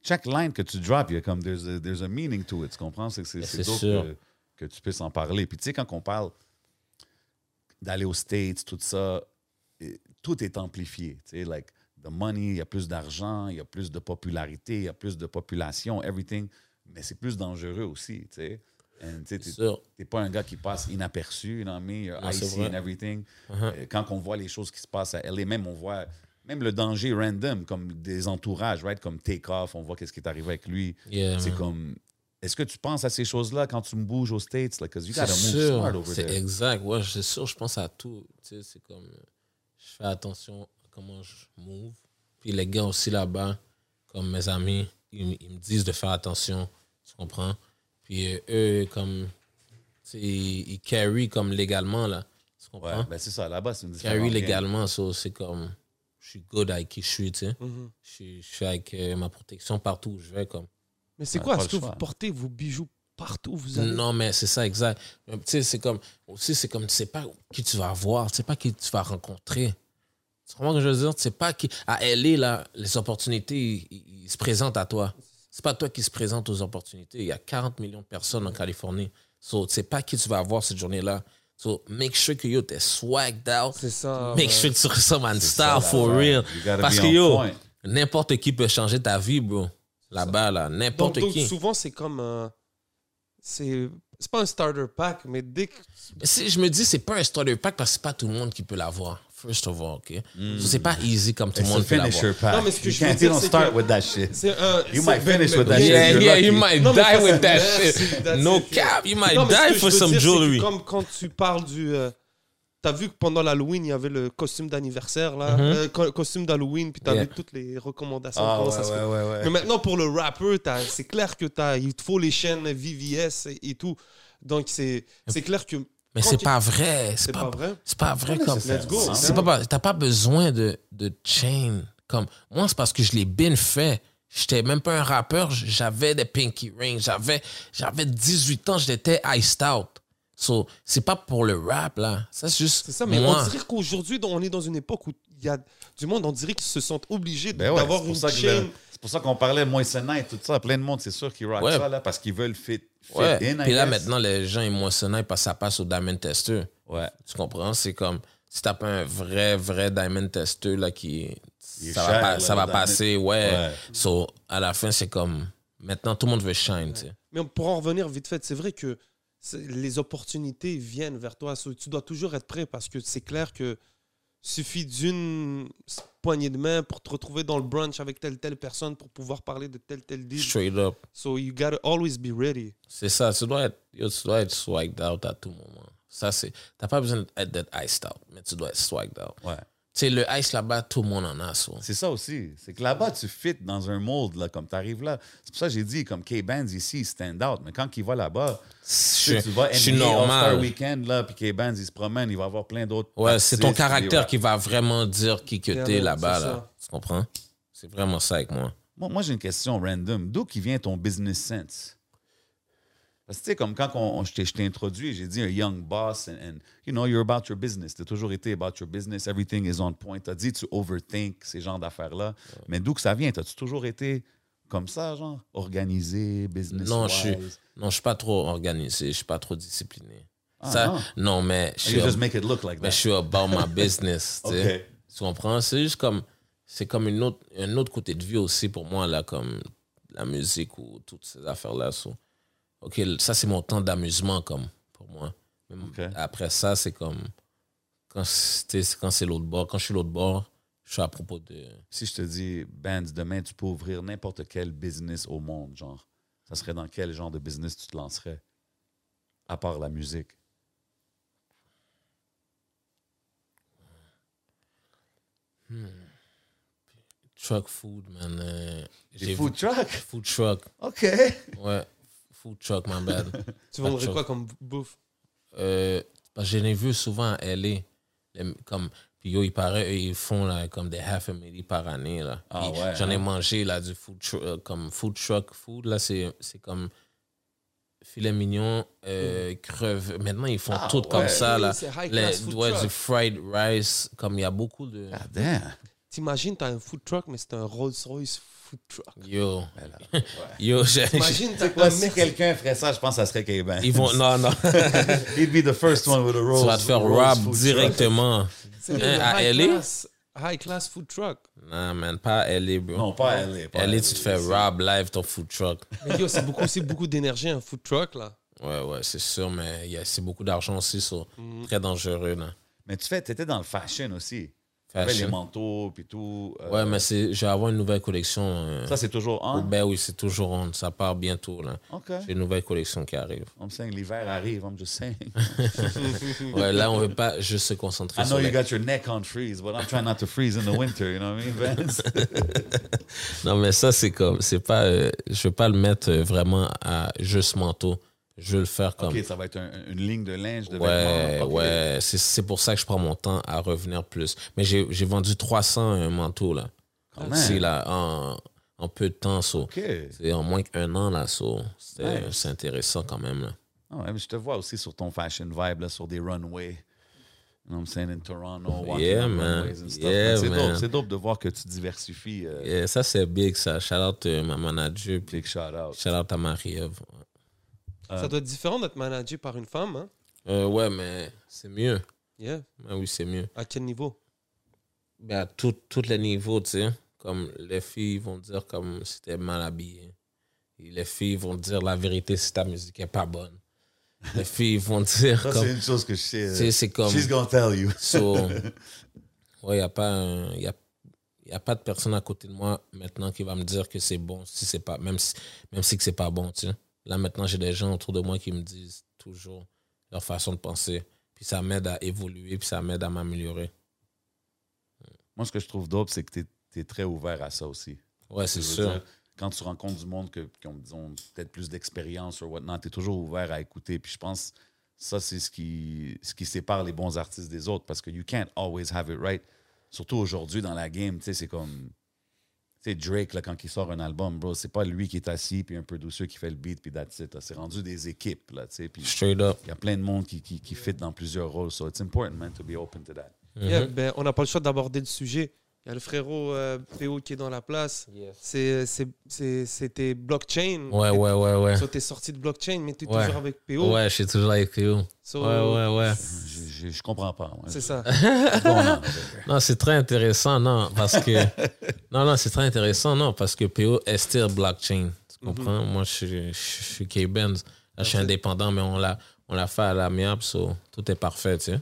Speaker 3: chaque line que tu drops, il y a comme there's a, there's a meaning to it. Tu comprends? C'est c'est-
Speaker 5: Mais
Speaker 3: c'est
Speaker 5: c'est
Speaker 3: dope
Speaker 5: sûr.
Speaker 3: que, que tu puisses en parler. Puis tu sais, quand on parle d'aller aux States, tout ça, et- tout est amplifié. Tu sais, like the money, il y a plus d'argent, il y a plus de popularité, il y a plus de population, everything. Mais c'est plus dangereux aussi. Tu sais, And tu sais,
Speaker 5: C'est
Speaker 3: t'es-
Speaker 5: sûr.
Speaker 3: t'es pas un gars qui passe inaperçu, you know what I mean? You're
Speaker 5: Non, c'est
Speaker 3: icy
Speaker 5: vrai. Uh-huh.
Speaker 3: and everything. Euh, Quand on voit les choses qui se passent à LA, même on voit même le danger random, comme des entourages, right? Comme Takeoff, on voit qu'est-ce qui est arrivé avec lui.
Speaker 5: Yeah,
Speaker 3: c'est
Speaker 5: man.
Speaker 3: comme, est-ce que tu penses à ces choses-là quand tu me bouges aux States? Like, 'cause you
Speaker 5: C'est
Speaker 3: gotta move smart
Speaker 5: sûr,
Speaker 3: over
Speaker 5: c'est
Speaker 3: there.
Speaker 5: exact. Ouais, c'est sûr, je pense à tout. Tu sais, c'est comme, euh, je fais attention à comment je move. Puis les gars aussi là-bas, comme mes amis, ils, m- ils me disent de faire attention, tu comprends? Puis euh, eux, comme, tu sais, ils, ils carry comme légalement, là, tu comprends?
Speaker 3: Ouais, ben c'est ça, là-bas, c'est une différence.
Speaker 5: hein. carry légalement, so, c'est comme, je suis good avec qui je suis, tu sais.
Speaker 3: Mm-hmm.
Speaker 4: Mhm.
Speaker 5: Je suis- je suis avec euh, ma protection partout où je vais, comme.
Speaker 4: Mais c'est
Speaker 3: Ouais,
Speaker 4: quoi
Speaker 3: pas
Speaker 4: Est-ce que
Speaker 3: le
Speaker 4: vous
Speaker 3: choix.
Speaker 4: portez vos bijoux partout où vous allez
Speaker 5: Non, mais c'est ça, exact. Mais, Tu sais, c'est comme, aussi, c'est comme, tu sais pas qui tu vas voir, tu sais pas qui tu vas rencontrer. Tu comprends ce que je veux dire? Tu sais pas qui. À LA, là, les opportunités, ils- ils ils se présentent à toi. C'est pas toi qui se présente aux opportunités. Il y a 40 millions de personnes en Californie. So, tu sais pas qui tu vas voir cette journée-là. So, make sure que yo, t'es swagged out.
Speaker 4: C'est ça.
Speaker 5: Make
Speaker 4: ouais.
Speaker 5: sure que tu ressembles à une
Speaker 3: C'est
Speaker 5: star
Speaker 3: ça,
Speaker 5: for
Speaker 3: l'affaire.
Speaker 5: real.
Speaker 3: You gotta
Speaker 5: Parce
Speaker 3: be
Speaker 5: que
Speaker 3: on
Speaker 5: yo,
Speaker 3: point.
Speaker 5: n'importe qui peut changer ta vie, bro. Là-bas, là.
Speaker 4: Donc,
Speaker 5: N'importe
Speaker 4: donc,
Speaker 5: qui.
Speaker 4: souvent, c'est comme. euh, c'est c'est pas un starter pack, mais dès que.
Speaker 5: Si je me dis, c'est pas un starter pack parce que c'est pas tout le monde qui peut l'avoir. First of all, OK?
Speaker 4: Mm.
Speaker 5: So, c'est pas easy comme tout le
Speaker 3: It's a
Speaker 5: monde peut l'avoir.
Speaker 3: finisher pack.
Speaker 4: Non, mais ce que
Speaker 3: you
Speaker 4: je veux
Speaker 3: can't
Speaker 4: dire,
Speaker 3: don't
Speaker 4: c'est
Speaker 3: start
Speaker 4: que-
Speaker 3: with that shit.
Speaker 4: C'est un.
Speaker 3: You
Speaker 4: c'est-
Speaker 3: might finish with that
Speaker 4: mais-
Speaker 3: shit.
Speaker 5: Yeah,
Speaker 3: you're
Speaker 5: yeah,
Speaker 3: lucky.
Speaker 5: you might
Speaker 4: Non, mais
Speaker 5: die
Speaker 4: ça,
Speaker 5: with that
Speaker 4: c'est-
Speaker 5: shit.
Speaker 4: that's
Speaker 5: No
Speaker 4: it.
Speaker 5: cap, you might
Speaker 4: Non, mais ce que
Speaker 5: die
Speaker 4: je
Speaker 5: for
Speaker 4: veux
Speaker 5: some
Speaker 4: dire, c'est que
Speaker 5: jewelry.
Speaker 4: Comme quand tu parles du. euh, T'as vu que pendant l'Halloween, il y avait le costume d'anniversaire, là.
Speaker 5: Mhm.
Speaker 4: euh, co- costume d'Halloween, puis t'as
Speaker 5: Yeah.
Speaker 4: vu toutes les recommandations.
Speaker 3: Ah,
Speaker 4: comment
Speaker 3: ouais,
Speaker 4: ça se fait.
Speaker 3: ouais, ouais,
Speaker 4: Mais
Speaker 3: ouais.
Speaker 4: maintenant, pour le rappeur, t'as- c'est clair que t'as, il te faut les chaînes VVS et, et tout. Donc, c'est c'est clair que
Speaker 5: Mais
Speaker 4: Quand
Speaker 5: c'est
Speaker 4: tu-
Speaker 5: pas vrai.
Speaker 4: c'est
Speaker 5: C'est
Speaker 4: pas
Speaker 5: pas,
Speaker 4: vrai.
Speaker 5: c'est pas vrai comme.
Speaker 4: Let's go.
Speaker 3: Hein?
Speaker 5: C'est pas, t'as pas besoin de, de chain. Comme, moi, c'est parce que je l'ai bien fait. J'étais même pas un rappeur, j'avais des pinky rings, j'avais, j'avais 18 ans, j'étais iced out. So, c'est pas pour le rap, là. Ça, c'est juste.
Speaker 4: C'est ça, mais
Speaker 5: moi.
Speaker 4: on dirait qu'aujourd'hui, on est dans une époque où il y a du monde, on dirait qu'ils se sentent obligés
Speaker 3: Ben ouais,
Speaker 4: d'avoir
Speaker 3: c'est
Speaker 4: une
Speaker 3: pour ça que le-
Speaker 4: chaîne.
Speaker 3: C'est pour ça qu'on parlait Moissonnant et tout ça. Plein de monde, c'est sûr, qui rock
Speaker 5: Ouais.
Speaker 3: ça, là, parce qu'ils veulent fit, fit
Speaker 5: Ouais.
Speaker 3: in, I
Speaker 5: Puis là,
Speaker 3: guess.
Speaker 5: maintenant, les gens émotionnels parce que ça passe au diamond tester.
Speaker 3: Ouais.
Speaker 5: Tu comprends? C'est comme si t'as pas un vrai, vrai diamond tester là, qui.
Speaker 3: Il est
Speaker 5: Ça va,
Speaker 3: cher,
Speaker 5: pas-
Speaker 3: là,
Speaker 5: ça
Speaker 3: le
Speaker 5: va
Speaker 3: diamond.
Speaker 5: passer, ouais.
Speaker 3: Ouais.
Speaker 5: So, à la fin, c'est comme. Maintenant, tout le monde veut shine, tu sais.
Speaker 4: Mais pour en revenir vite fait, c'est vrai que c'est- les opportunités viennent vers toi. So, Tu dois toujours être prêt parce que c'est clair que suffit d'une poignée de main pour te retrouver dans le brunch avec telle telle personne pour pouvoir parler de telle telle deal.
Speaker 5: Straight up.
Speaker 4: So you gotta always be ready.
Speaker 5: C'est ça, tu dois être, yo, tu dois être swagged out à tout moment. Ça, c'est, t'as pas besoin d'être d'être iced out, mais tu dois être swagged out.
Speaker 3: Ouais.
Speaker 5: Tu sais, le ice là-bas, tout le monde en a, so.
Speaker 3: C'est ça aussi. C'est que là-bas, tu fit dans un mold, là, comme t'arrives là. C'est pour ça que j'ai dit, comme K-Bands ici, il stand out. Mais quand il va là-bas, tu
Speaker 5: Je,
Speaker 3: sais, tu vas
Speaker 5: je suis
Speaker 3: NBA All-Star
Speaker 5: normal.
Speaker 3: Weekend, là, puis K-Bands, il se promène, il va avoir plein d'autres.
Speaker 5: Ouais, c'est
Speaker 3: artistes,
Speaker 5: ton
Speaker 3: puis
Speaker 5: caractère
Speaker 3: ouais.
Speaker 5: qui va vraiment dire qui que
Speaker 4: Yeah,
Speaker 5: t'es
Speaker 4: man,
Speaker 5: là-bas,
Speaker 4: c'est
Speaker 5: là.
Speaker 4: ça.
Speaker 5: Tu comprends? C'est vraiment ça avec moi.
Speaker 3: Moi, moi, j'ai une question random. D'où qui vient ton business sense? Parce que, tu sais, comme quand on, on- je t'ai je t'ai introduit, j'ai dit un young boss, and, and, you know, you're about your business. T'as toujours été about your business, everything is on point. T'as dit, tu overthink ces genres d'affaires-là. Mais d'où que ça vient? T'as-tu toujours été comme ça, genre, organisé, business
Speaker 5: Non, je suis, non, je suis pas trop organisé, je suis pas trop discipliné.
Speaker 3: Ah,
Speaker 5: ça,
Speaker 3: non.
Speaker 5: non. mais je suis,
Speaker 3: You just make it look like
Speaker 5: mais
Speaker 3: that.
Speaker 5: je suis about my business, tu sais.
Speaker 3: OK.
Speaker 5: Tu comprends? C'est juste comme. C'est comme une autre, un autre côté de vie aussi pour moi, là, comme la musique ou toutes ces affaires-là. so. OK, ça, c'est mon temps d'amusement, comme, pour moi. Mais
Speaker 3: OK.
Speaker 5: Après ça, c'est comme. Quand c'est tu sais, c'est quand c'est l'autre bord, quand je suis l'autre bord, je suis à propos de.
Speaker 3: Si je te dis, Bands, demain, tu peux ouvrir n'importe quel business au monde, genre, ça serait dans quel genre de business tu te lancerais, à part la musique?
Speaker 5: Truck food, man. euh,
Speaker 3: Des
Speaker 5: j'ai
Speaker 3: food
Speaker 5: vu-
Speaker 3: trucks?
Speaker 5: Food truck.
Speaker 3: OK.
Speaker 5: Ouais. Food truck, my bad.
Speaker 4: Tu
Speaker 3: Ah,
Speaker 4: vendrais
Speaker 5: Sure.
Speaker 4: quoi comme bouffe
Speaker 5: Euh, parce que je l'ai vu souvent à LA. Les- comme, puis yo, il paraît, eux, ils font là, comme des half a million par année. Là.
Speaker 3: Ah
Speaker 5: Puis
Speaker 3: ouais,
Speaker 5: J'en ai
Speaker 3: hein?
Speaker 5: mangé là, du food, tru- euh, comme food truck food. Là, c'est, c'est comme filet mignon, euh, creve. Maintenant, ils font
Speaker 3: Mm. Ah
Speaker 5: tout comme
Speaker 3: ouais.
Speaker 5: ça. Là.
Speaker 4: C'est high
Speaker 5: Les,
Speaker 4: class food
Speaker 5: ouais, du
Speaker 4: truck.
Speaker 5: fried rice, comme il y a beaucoup de.
Speaker 3: God damn.
Speaker 4: T'imagines, t'as un food truck, mais c'est un Rolls Royce food truck.
Speaker 5: Yo,
Speaker 3: Ben là,
Speaker 5: yo, j'ai-
Speaker 4: T'imagines, t'as
Speaker 3: Moi,
Speaker 4: un
Speaker 3: si quelqu'un ferait ça, je pense que ça serait K-Ben.
Speaker 5: ils vont. Non, non.
Speaker 3: He'd be the first one with a rose.
Speaker 5: tu vas te faire
Speaker 3: rose
Speaker 5: rob
Speaker 3: food
Speaker 5: directement.
Speaker 4: C'est
Speaker 3: Euh,
Speaker 5: Hein,
Speaker 4: le
Speaker 5: à
Speaker 4: high
Speaker 5: LA?
Speaker 4: class- High class food truck.
Speaker 5: Non, man, pas à LA, bro.
Speaker 3: truck. Non, pas à LA. pas
Speaker 5: LA,
Speaker 3: à
Speaker 5: tu te fais
Speaker 3: c'est-
Speaker 5: rob live ton food truck.
Speaker 4: Mais yo, c'est beaucoup, c'est beaucoup d'énergie, un food truck, là.
Speaker 5: Ouais, ouais, c'est sûr, mais il y a- c'est beaucoup d'argent aussi, ça.
Speaker 3: Mm.
Speaker 5: Très dangereux, là.
Speaker 3: Mais tu fais, t'étais dans le fashion aussi. Tu
Speaker 5: Fashion.
Speaker 3: avais les manteaux puis tout. euh,
Speaker 5: Ouais, mais c'est- je vais avoir une nouvelle collection. euh,
Speaker 3: Ça, c'est toujours on.
Speaker 5: ben oui, c'est toujours on. Ça part bientôt, là.
Speaker 3: OK.
Speaker 5: J'ai une nouvelle collection qui arrive.
Speaker 3: I'm saying l'hiver arrive, I'm just saying. Mm.
Speaker 5: Ouais, là, on veut pas juste se concentrer
Speaker 3: I
Speaker 5: sur
Speaker 3: know you
Speaker 5: les...
Speaker 3: got your neck on freeze, but I'm trying not to freeze in the winter, you know what I mean, Vance?
Speaker 5: Non, mais ça, c'est comme... C'est pas... euh, je veux pas le mettre euh, vraiment à juste manteau. Je veux le faire comme...
Speaker 3: OK, ça va être un- une ligne de linge de
Speaker 5: Ouais,
Speaker 3: vêtements. OK.
Speaker 5: ouais, c'est- c'est pour ça que je prends mon temps à revenir plus. Mais j'ai j'ai vendu 300 manteaux, là.
Speaker 3: Quand
Speaker 5: C'est
Speaker 3: même.
Speaker 5: là, en, en peu de temps, ça.
Speaker 3: OK.
Speaker 5: C'est en moins qu'un an, là, so, c'était-
Speaker 3: Nice.
Speaker 5: C'est intéressant quand même, là.
Speaker 3: Ah ouais, mais je te vois aussi sur ton fashion vibe, là, sur des runways. You know what I'm saying? In Toronto, walking
Speaker 5: Yeah,
Speaker 3: on
Speaker 5: man.
Speaker 3: runways and stuff.
Speaker 5: Yeah,
Speaker 3: Man, c'est
Speaker 5: man.
Speaker 3: dope, c'est dope de voir que tu diversifies. euh,
Speaker 5: Et ça, c'est big, ça. Shout-out euh, ma manager, puis
Speaker 3: Big shout out.
Speaker 5: shout-out à Marie-Ève.
Speaker 4: Ça doit être différent d'être managé par une femme, hein.
Speaker 5: Euh, ouais, mais c'est mieux.
Speaker 4: Yeah.
Speaker 5: Ah oui, c'est mieux.
Speaker 4: À quel niveau
Speaker 5: Ben, à tout- tous les niveaux, tu sais. Comme les filles vont dire comme si t'es mal habillé. Et les filles vont dire la vérité si ta musique est pas bonne. Les filles vont dire
Speaker 3: Ça,
Speaker 5: comme...
Speaker 3: c'est une chose que je
Speaker 5: tu
Speaker 3: sais.
Speaker 5: sais,
Speaker 3: euh,
Speaker 5: c'est comme...
Speaker 3: She's gonna tell you.
Speaker 5: So, ouais, il n'y a, pas un- y a, y a pas de personne à côté de moi maintenant qui va me dire que c'est bon, si c'est pas, même si, même si que c'est pas bon. tu sais. Là, maintenant, j'ai des gens autour de moi qui me disent toujours leur façon de penser. Puis ça m'aide à évoluer, puis ça m'aide à m'améliorer.
Speaker 3: Moi, ce que je trouve dope, c'est que t'es es très ouvert à ça aussi.
Speaker 5: Ouais, c'est
Speaker 3: Je veux
Speaker 5: sûr.
Speaker 3: dire, Quand tu rencontres du monde que- qui ont, disons, peut-être plus d'expérience ou whatnot, t'es toujours ouvert à écouter. Puis je pense ça, c'est ce qui, ce qui sépare les bons artistes des autres parce que you can't always have it right. Surtout aujourd'hui dans la game, tu sais, c'est comme. Tu sais, Drake, là, quand il sort un album, bro, c'est pas lui qui est assis, puis un peu douceur qui fait le beat, puis that's it, là. C'est rendu des équipes, là, tu sais. Puis
Speaker 5: Straight up.
Speaker 3: il y a plein de monde qui, qui, qui fit dans plusieurs rôles. So it's important, man, to be open to that.
Speaker 5: Mhm.
Speaker 4: Yeah,
Speaker 5: Mm-hmm.
Speaker 4: ben, On n'a pas le choix d'aborder le sujet. Il y a le frérot euh, PO qui est dans la place. C'est- c'est- c'est- C'était blockchain.
Speaker 5: Ouais, ouais, ouais, ouais.
Speaker 4: So, t'es sorti de blockchain, mais t'es
Speaker 5: Ouais.
Speaker 4: toujours avec PO.
Speaker 5: Ouais, je suis toujours avec Théo.
Speaker 4: So,
Speaker 5: Ouais, ouais, ouais.
Speaker 3: Je, je, je comprends pas. moi.
Speaker 4: C'est ça.
Speaker 3: What's going on?
Speaker 5: Non, c'est très intéressant, non, parce que. non, non, c'est très intéressant, non, parce que PO est still blockchain. Tu comprends? Moi, je suis- je suis K-Benz. Là, je suis indépendant, mais on l'a, on l'a fait à l'amiable, so tout est parfait, tu sais.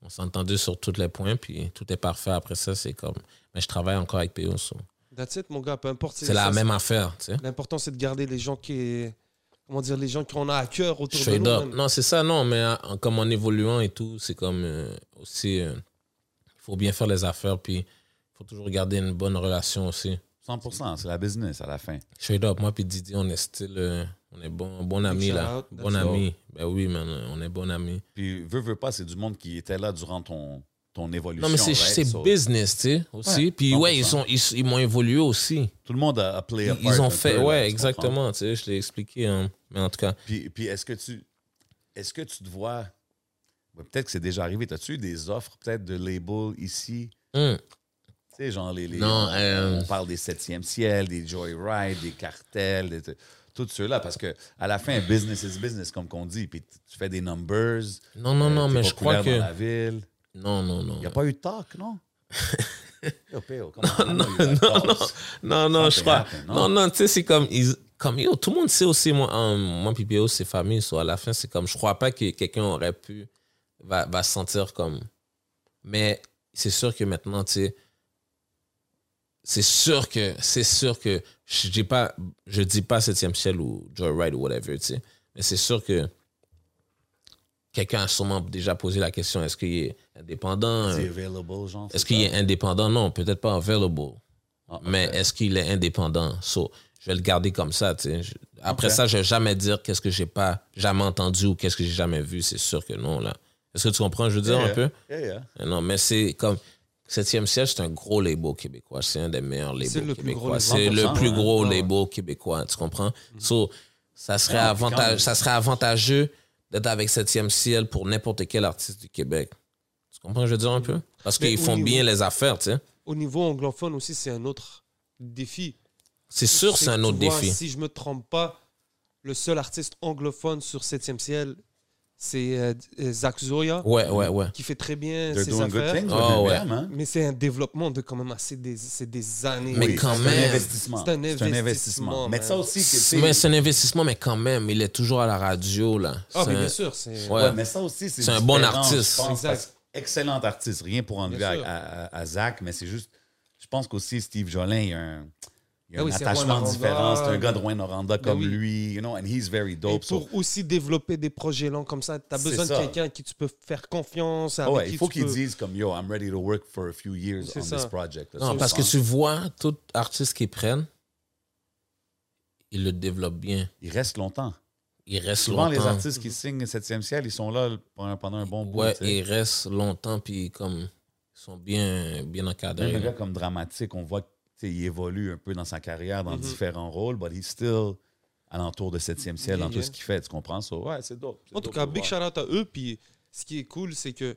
Speaker 5: On s'est entendu sur tous les points, puis tout est parfait. Après ça, c'est comme. Mais je travaille encore avec PO. so.
Speaker 4: That's it, mon gars, peu importe.
Speaker 5: C'est la
Speaker 4: ça,
Speaker 5: même affaire, tu sais.
Speaker 4: L'important, c'est de garder les gens qui. Comment dire, les gens qu'on a à cœur autour de
Speaker 5: Straight
Speaker 4: nous.
Speaker 5: up.
Speaker 4: man.
Speaker 5: Non, c'est ça, non, mais euh, en- comme en évoluant et tout, c'est comme euh, aussi. euh, Il faut bien faire les affaires, puis il faut toujours garder une bonne relation aussi.
Speaker 3: 100%, c'est la business à la fin.
Speaker 5: Straight up, moi, puis Didi, on est style. euh, on est bon, bon ami,
Speaker 4: shout
Speaker 5: là.
Speaker 4: out, that's
Speaker 5: Bon
Speaker 4: all.
Speaker 5: ami. Ben oui, man, euh, on est bon ami.
Speaker 3: Puis, veux, veux pas, c'est du monde qui était là durant ton, ton évolution.
Speaker 5: Non, mais c'est
Speaker 3: right?
Speaker 5: c'est
Speaker 3: So,
Speaker 5: business, tu sais, aussi.
Speaker 3: Ouais,
Speaker 5: puis ouais, ils
Speaker 3: 100%.
Speaker 5: sont- ils- ils m'ont évolué aussi.
Speaker 3: Tout le monde a, a play a
Speaker 5: Ils-
Speaker 3: part
Speaker 5: Ils
Speaker 3: un
Speaker 5: ont
Speaker 3: peu,
Speaker 5: fait,
Speaker 3: là, tu
Speaker 5: ouais,
Speaker 3: comprends?
Speaker 5: exactement. Tu sais, je l'ai expliqué, hein. mais en tout cas,
Speaker 3: Puis, puis est-ce que tu est-ce que tu te vois ouais, peut-être que c'est déjà arrivé, as-tu eu des offres peut-être de labels ici
Speaker 5: hum,
Speaker 3: Tu sais genre les, les-
Speaker 5: Non,
Speaker 3: on,
Speaker 5: euh,
Speaker 3: on parle des 7e ciel, des Joyride, des cartels, des, tous ceux-là parce que à la fin business is business comme qu'on dit, puis tu- tu fais des numbers.
Speaker 5: non, non,
Speaker 3: euh,
Speaker 5: non,
Speaker 3: t'es
Speaker 5: mais je crois
Speaker 3: populaire
Speaker 5: que.
Speaker 3: dans la ville.
Speaker 5: Non, non, non.
Speaker 3: Il n'y a pas eu de talk, non Yo, Péo, come on,
Speaker 5: non,
Speaker 3: il y a eu de
Speaker 5: non,
Speaker 3: talks.
Speaker 5: Non, non, je
Speaker 3: Something
Speaker 5: crois.
Speaker 3: happened,
Speaker 5: Non,
Speaker 3: non?
Speaker 5: non, tu sais, c'est comme. ils- Comme yo, tout le monde sait aussi, moi, hein, moi puis Béo, c'est famille. so, à la fin, c'est comme. Je crois pas que quelqu'un aurait pu. Va, va se sentir comme. Mais c'est sûr que maintenant, tu sais. C'est sûr que. C'est sûr que. Je dis pas. Je dis pas 7 ciel ou Joyride ou whatever, tu sais. Mais c'est sûr que. Quelqu'un a sûrement déjà posé la question est-ce qu'il est indépendant
Speaker 3: C'est available, genre.
Speaker 5: est-ce
Speaker 3: c'est
Speaker 5: qu'il
Speaker 3: ça?
Speaker 5: est indépendant? Non, peut-être pas available.
Speaker 3: Ah,
Speaker 5: Mais
Speaker 3: ok.
Speaker 5: est-ce qu'il est indépendant? So, je vais le garder comme ça. tu sais. Je- Après
Speaker 3: Ok.
Speaker 5: ça, je vais jamais dire qu'est-ce que j'ai pas jamais entendu ou qu'est-ce que j'ai jamais vu. C'est sûr que non, là. Est-ce que tu comprends, je veux dire,
Speaker 3: Yeah,
Speaker 5: un peu?
Speaker 3: yeah, yeah.
Speaker 5: Mais Non, mais c'est comme. 7e siège, c'est un gros label québécois. C'est un des meilleurs labels
Speaker 4: C'est le plus gros
Speaker 5: québécois.
Speaker 4: label.
Speaker 5: C'est le
Speaker 3: 100%,
Speaker 5: plus
Speaker 3: ouais.
Speaker 5: gros
Speaker 4: Ouais, Mhm. Ah, ouais.
Speaker 5: label québécois. Tu comprends? So, ça serait,
Speaker 3: Ouais, puis
Speaker 5: avanta-
Speaker 3: quand même.
Speaker 5: ça serait avantageux d'être avec 7e ciel pour n'importe quel artiste du Québec. Tu comprends, je veux dire un peu? Parce
Speaker 4: Mais
Speaker 5: qu'ils
Speaker 4: au
Speaker 5: font
Speaker 4: niveau-
Speaker 5: bien les affaires, tu sais.
Speaker 4: Au niveau anglophone aussi, c'est un autre défi.
Speaker 5: C'est sûr, c'est un
Speaker 4: que
Speaker 5: autre
Speaker 4: tu vois,
Speaker 5: défi.
Speaker 4: Si je me trompe pas, le seul artiste anglophone sur 7e ciel, c'est euh, euh, Zach Zoya,
Speaker 5: Ouais, ouais, ouais.
Speaker 4: qui fait très bien
Speaker 3: They're
Speaker 4: ses
Speaker 3: doing good
Speaker 4: affaires.
Speaker 3: things.
Speaker 5: Ah,
Speaker 3: they're
Speaker 5: ouais.
Speaker 3: bien, hein?
Speaker 4: Mais c'est un développement de quand même assez des, c'est des années.
Speaker 5: Mais
Speaker 3: Oui,
Speaker 5: quand
Speaker 3: c'est
Speaker 5: même.
Speaker 3: un investissement.
Speaker 4: C'est un investissement,
Speaker 3: Mais
Speaker 4: man.
Speaker 3: ça aussi, que, tu sais,
Speaker 5: Mais c'est un investissement, mais quand même, il est toujours à la radio, là.
Speaker 4: Ah,
Speaker 5: C'est
Speaker 4: mais
Speaker 5: un-
Speaker 4: bien sûr, c'est.
Speaker 5: Ouais.
Speaker 3: ouais, mais ça aussi, c'est
Speaker 5: C'est un bon
Speaker 3: différent,
Speaker 5: artiste.
Speaker 3: je pense,
Speaker 4: Exact.
Speaker 3: parce que Excellent artiste. Rien pour enlever
Speaker 4: Bien
Speaker 3: à,
Speaker 4: sûr.
Speaker 3: à- à- à Zach, mais c'est juste. Je pense qu'aussi, Steve Jolin, il y a un, il y a
Speaker 4: Ah
Speaker 3: un
Speaker 4: oui, c'est
Speaker 3: attachement
Speaker 4: Rouen-Noranda.
Speaker 3: différent. C'est un gars de Rouen-Noranda comme
Speaker 4: oui.
Speaker 3: lui, you know, and he's very
Speaker 4: Et
Speaker 3: dope. so-
Speaker 4: pour aussi développer des projets longs comme ça, tu as
Speaker 3: C'est
Speaker 4: besoin de
Speaker 3: ça.
Speaker 4: quelqu'un à qui tu peux faire confiance.
Speaker 3: Ah
Speaker 4: Avec
Speaker 3: ouais,
Speaker 4: qui
Speaker 3: il faut
Speaker 4: tu
Speaker 3: qu'il
Speaker 4: peux-
Speaker 3: dise comme yo, I'm ready to work for a few years
Speaker 4: C'est
Speaker 3: on
Speaker 4: ça.
Speaker 3: this project.
Speaker 5: Non,
Speaker 3: Ça,
Speaker 5: parce
Speaker 3: je
Speaker 5: que
Speaker 3: pense.
Speaker 5: tu vois, tout artiste qu'ils prennent, ils le développent bien.
Speaker 3: Il reste longtemps.
Speaker 5: Il reste
Speaker 3: Souvent,
Speaker 5: longtemps.
Speaker 3: les artistes qui signent 7e ciel, ils sont là pendant pendant un bon bout.
Speaker 5: Ouais,
Speaker 3: tu sais.
Speaker 5: ils restent longtemps, puis comme, ils sont bien, bien
Speaker 3: Même
Speaker 5: encadrés.
Speaker 3: un
Speaker 5: là.
Speaker 3: gars comme dramatique, on voit qu'il évolue un peu dans sa carrière, dans différents rôles, but he's still alentour de 7e ciel
Speaker 4: Yeah,
Speaker 3: dans tout
Speaker 4: yeah.
Speaker 3: ce qu'il fait. Tu comprends ça? Ouais, c'est dope. c'est
Speaker 4: En tout
Speaker 3: dope
Speaker 4: cas,
Speaker 3: de
Speaker 4: big
Speaker 3: voir.
Speaker 4: shout out à eux. Puis ce qui est cool, c'est que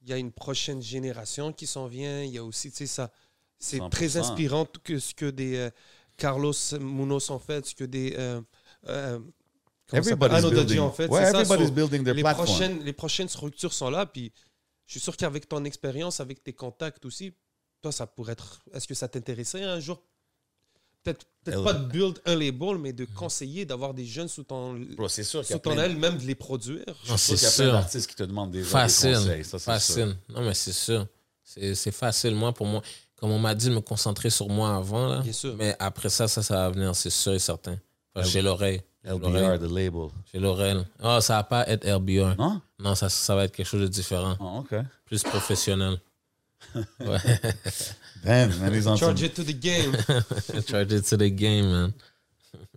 Speaker 4: il y a une prochaine génération qui s'en vient. Il y a aussi, tu sais, ça. C'est
Speaker 3: 100%.
Speaker 4: très inspirant tout que ce que des euh, Carlos Munoz en fait, ce que des. Euh, euh, comment ça s'appelle?
Speaker 3: Everybody's
Speaker 4: Anno Dodgy,
Speaker 3: building,
Speaker 4: en fait.
Speaker 3: ouais,
Speaker 4: c'est ça,
Speaker 3: everybody's
Speaker 4: so-
Speaker 3: building their
Speaker 4: les
Speaker 3: platform.
Speaker 4: prochaines, les prochaines structures sont là. Puis je suis sûr qu'avec ton expérience, avec tes contacts aussi, toi, ça pourrait être. Est-ce que ça t'intéresserait un jour Peut-être peut-être
Speaker 3: Hell
Speaker 4: pas
Speaker 3: yeah.
Speaker 4: de build un label, mais de conseiller d'avoir des jeunes sous ton,
Speaker 3: Mhm. Bro, c'est sûr qu'il y a
Speaker 4: sous
Speaker 3: plein,
Speaker 4: ton
Speaker 3: de-
Speaker 4: aile, même de les produire.
Speaker 5: Non,
Speaker 3: c'est sûr
Speaker 5: c'est
Speaker 3: qu'il y a plein
Speaker 5: sûr.
Speaker 3: d'artistes qui te demandent des, des
Speaker 5: Facile.
Speaker 3: conseils. Ça, c'est sûr.
Speaker 5: Facile. Non, mais c'est sûr. C'est c'est facile. Moi, pour moi, comme on m'a dit, de me concentrer sur moi avant, là.
Speaker 4: Bien sûr.
Speaker 5: Mais après ça, ça, ça va venir, c'est sûr et certain.
Speaker 3: Ben
Speaker 5: Enfin, J'ai l'oreille. J'ai l'oreille.
Speaker 3: LBR, the label.
Speaker 5: J'ai l'oreille. Ah, ça va pas être RBR.
Speaker 3: Non?
Speaker 5: Non, ça, ça va être quelque chose de différent,
Speaker 3: Ah, OK.
Speaker 5: plus professionnel. Ouais.
Speaker 3: Damn, man, les
Speaker 4: Charge
Speaker 3: ensembles.
Speaker 4: it to the game.
Speaker 5: Charge it to the game, man.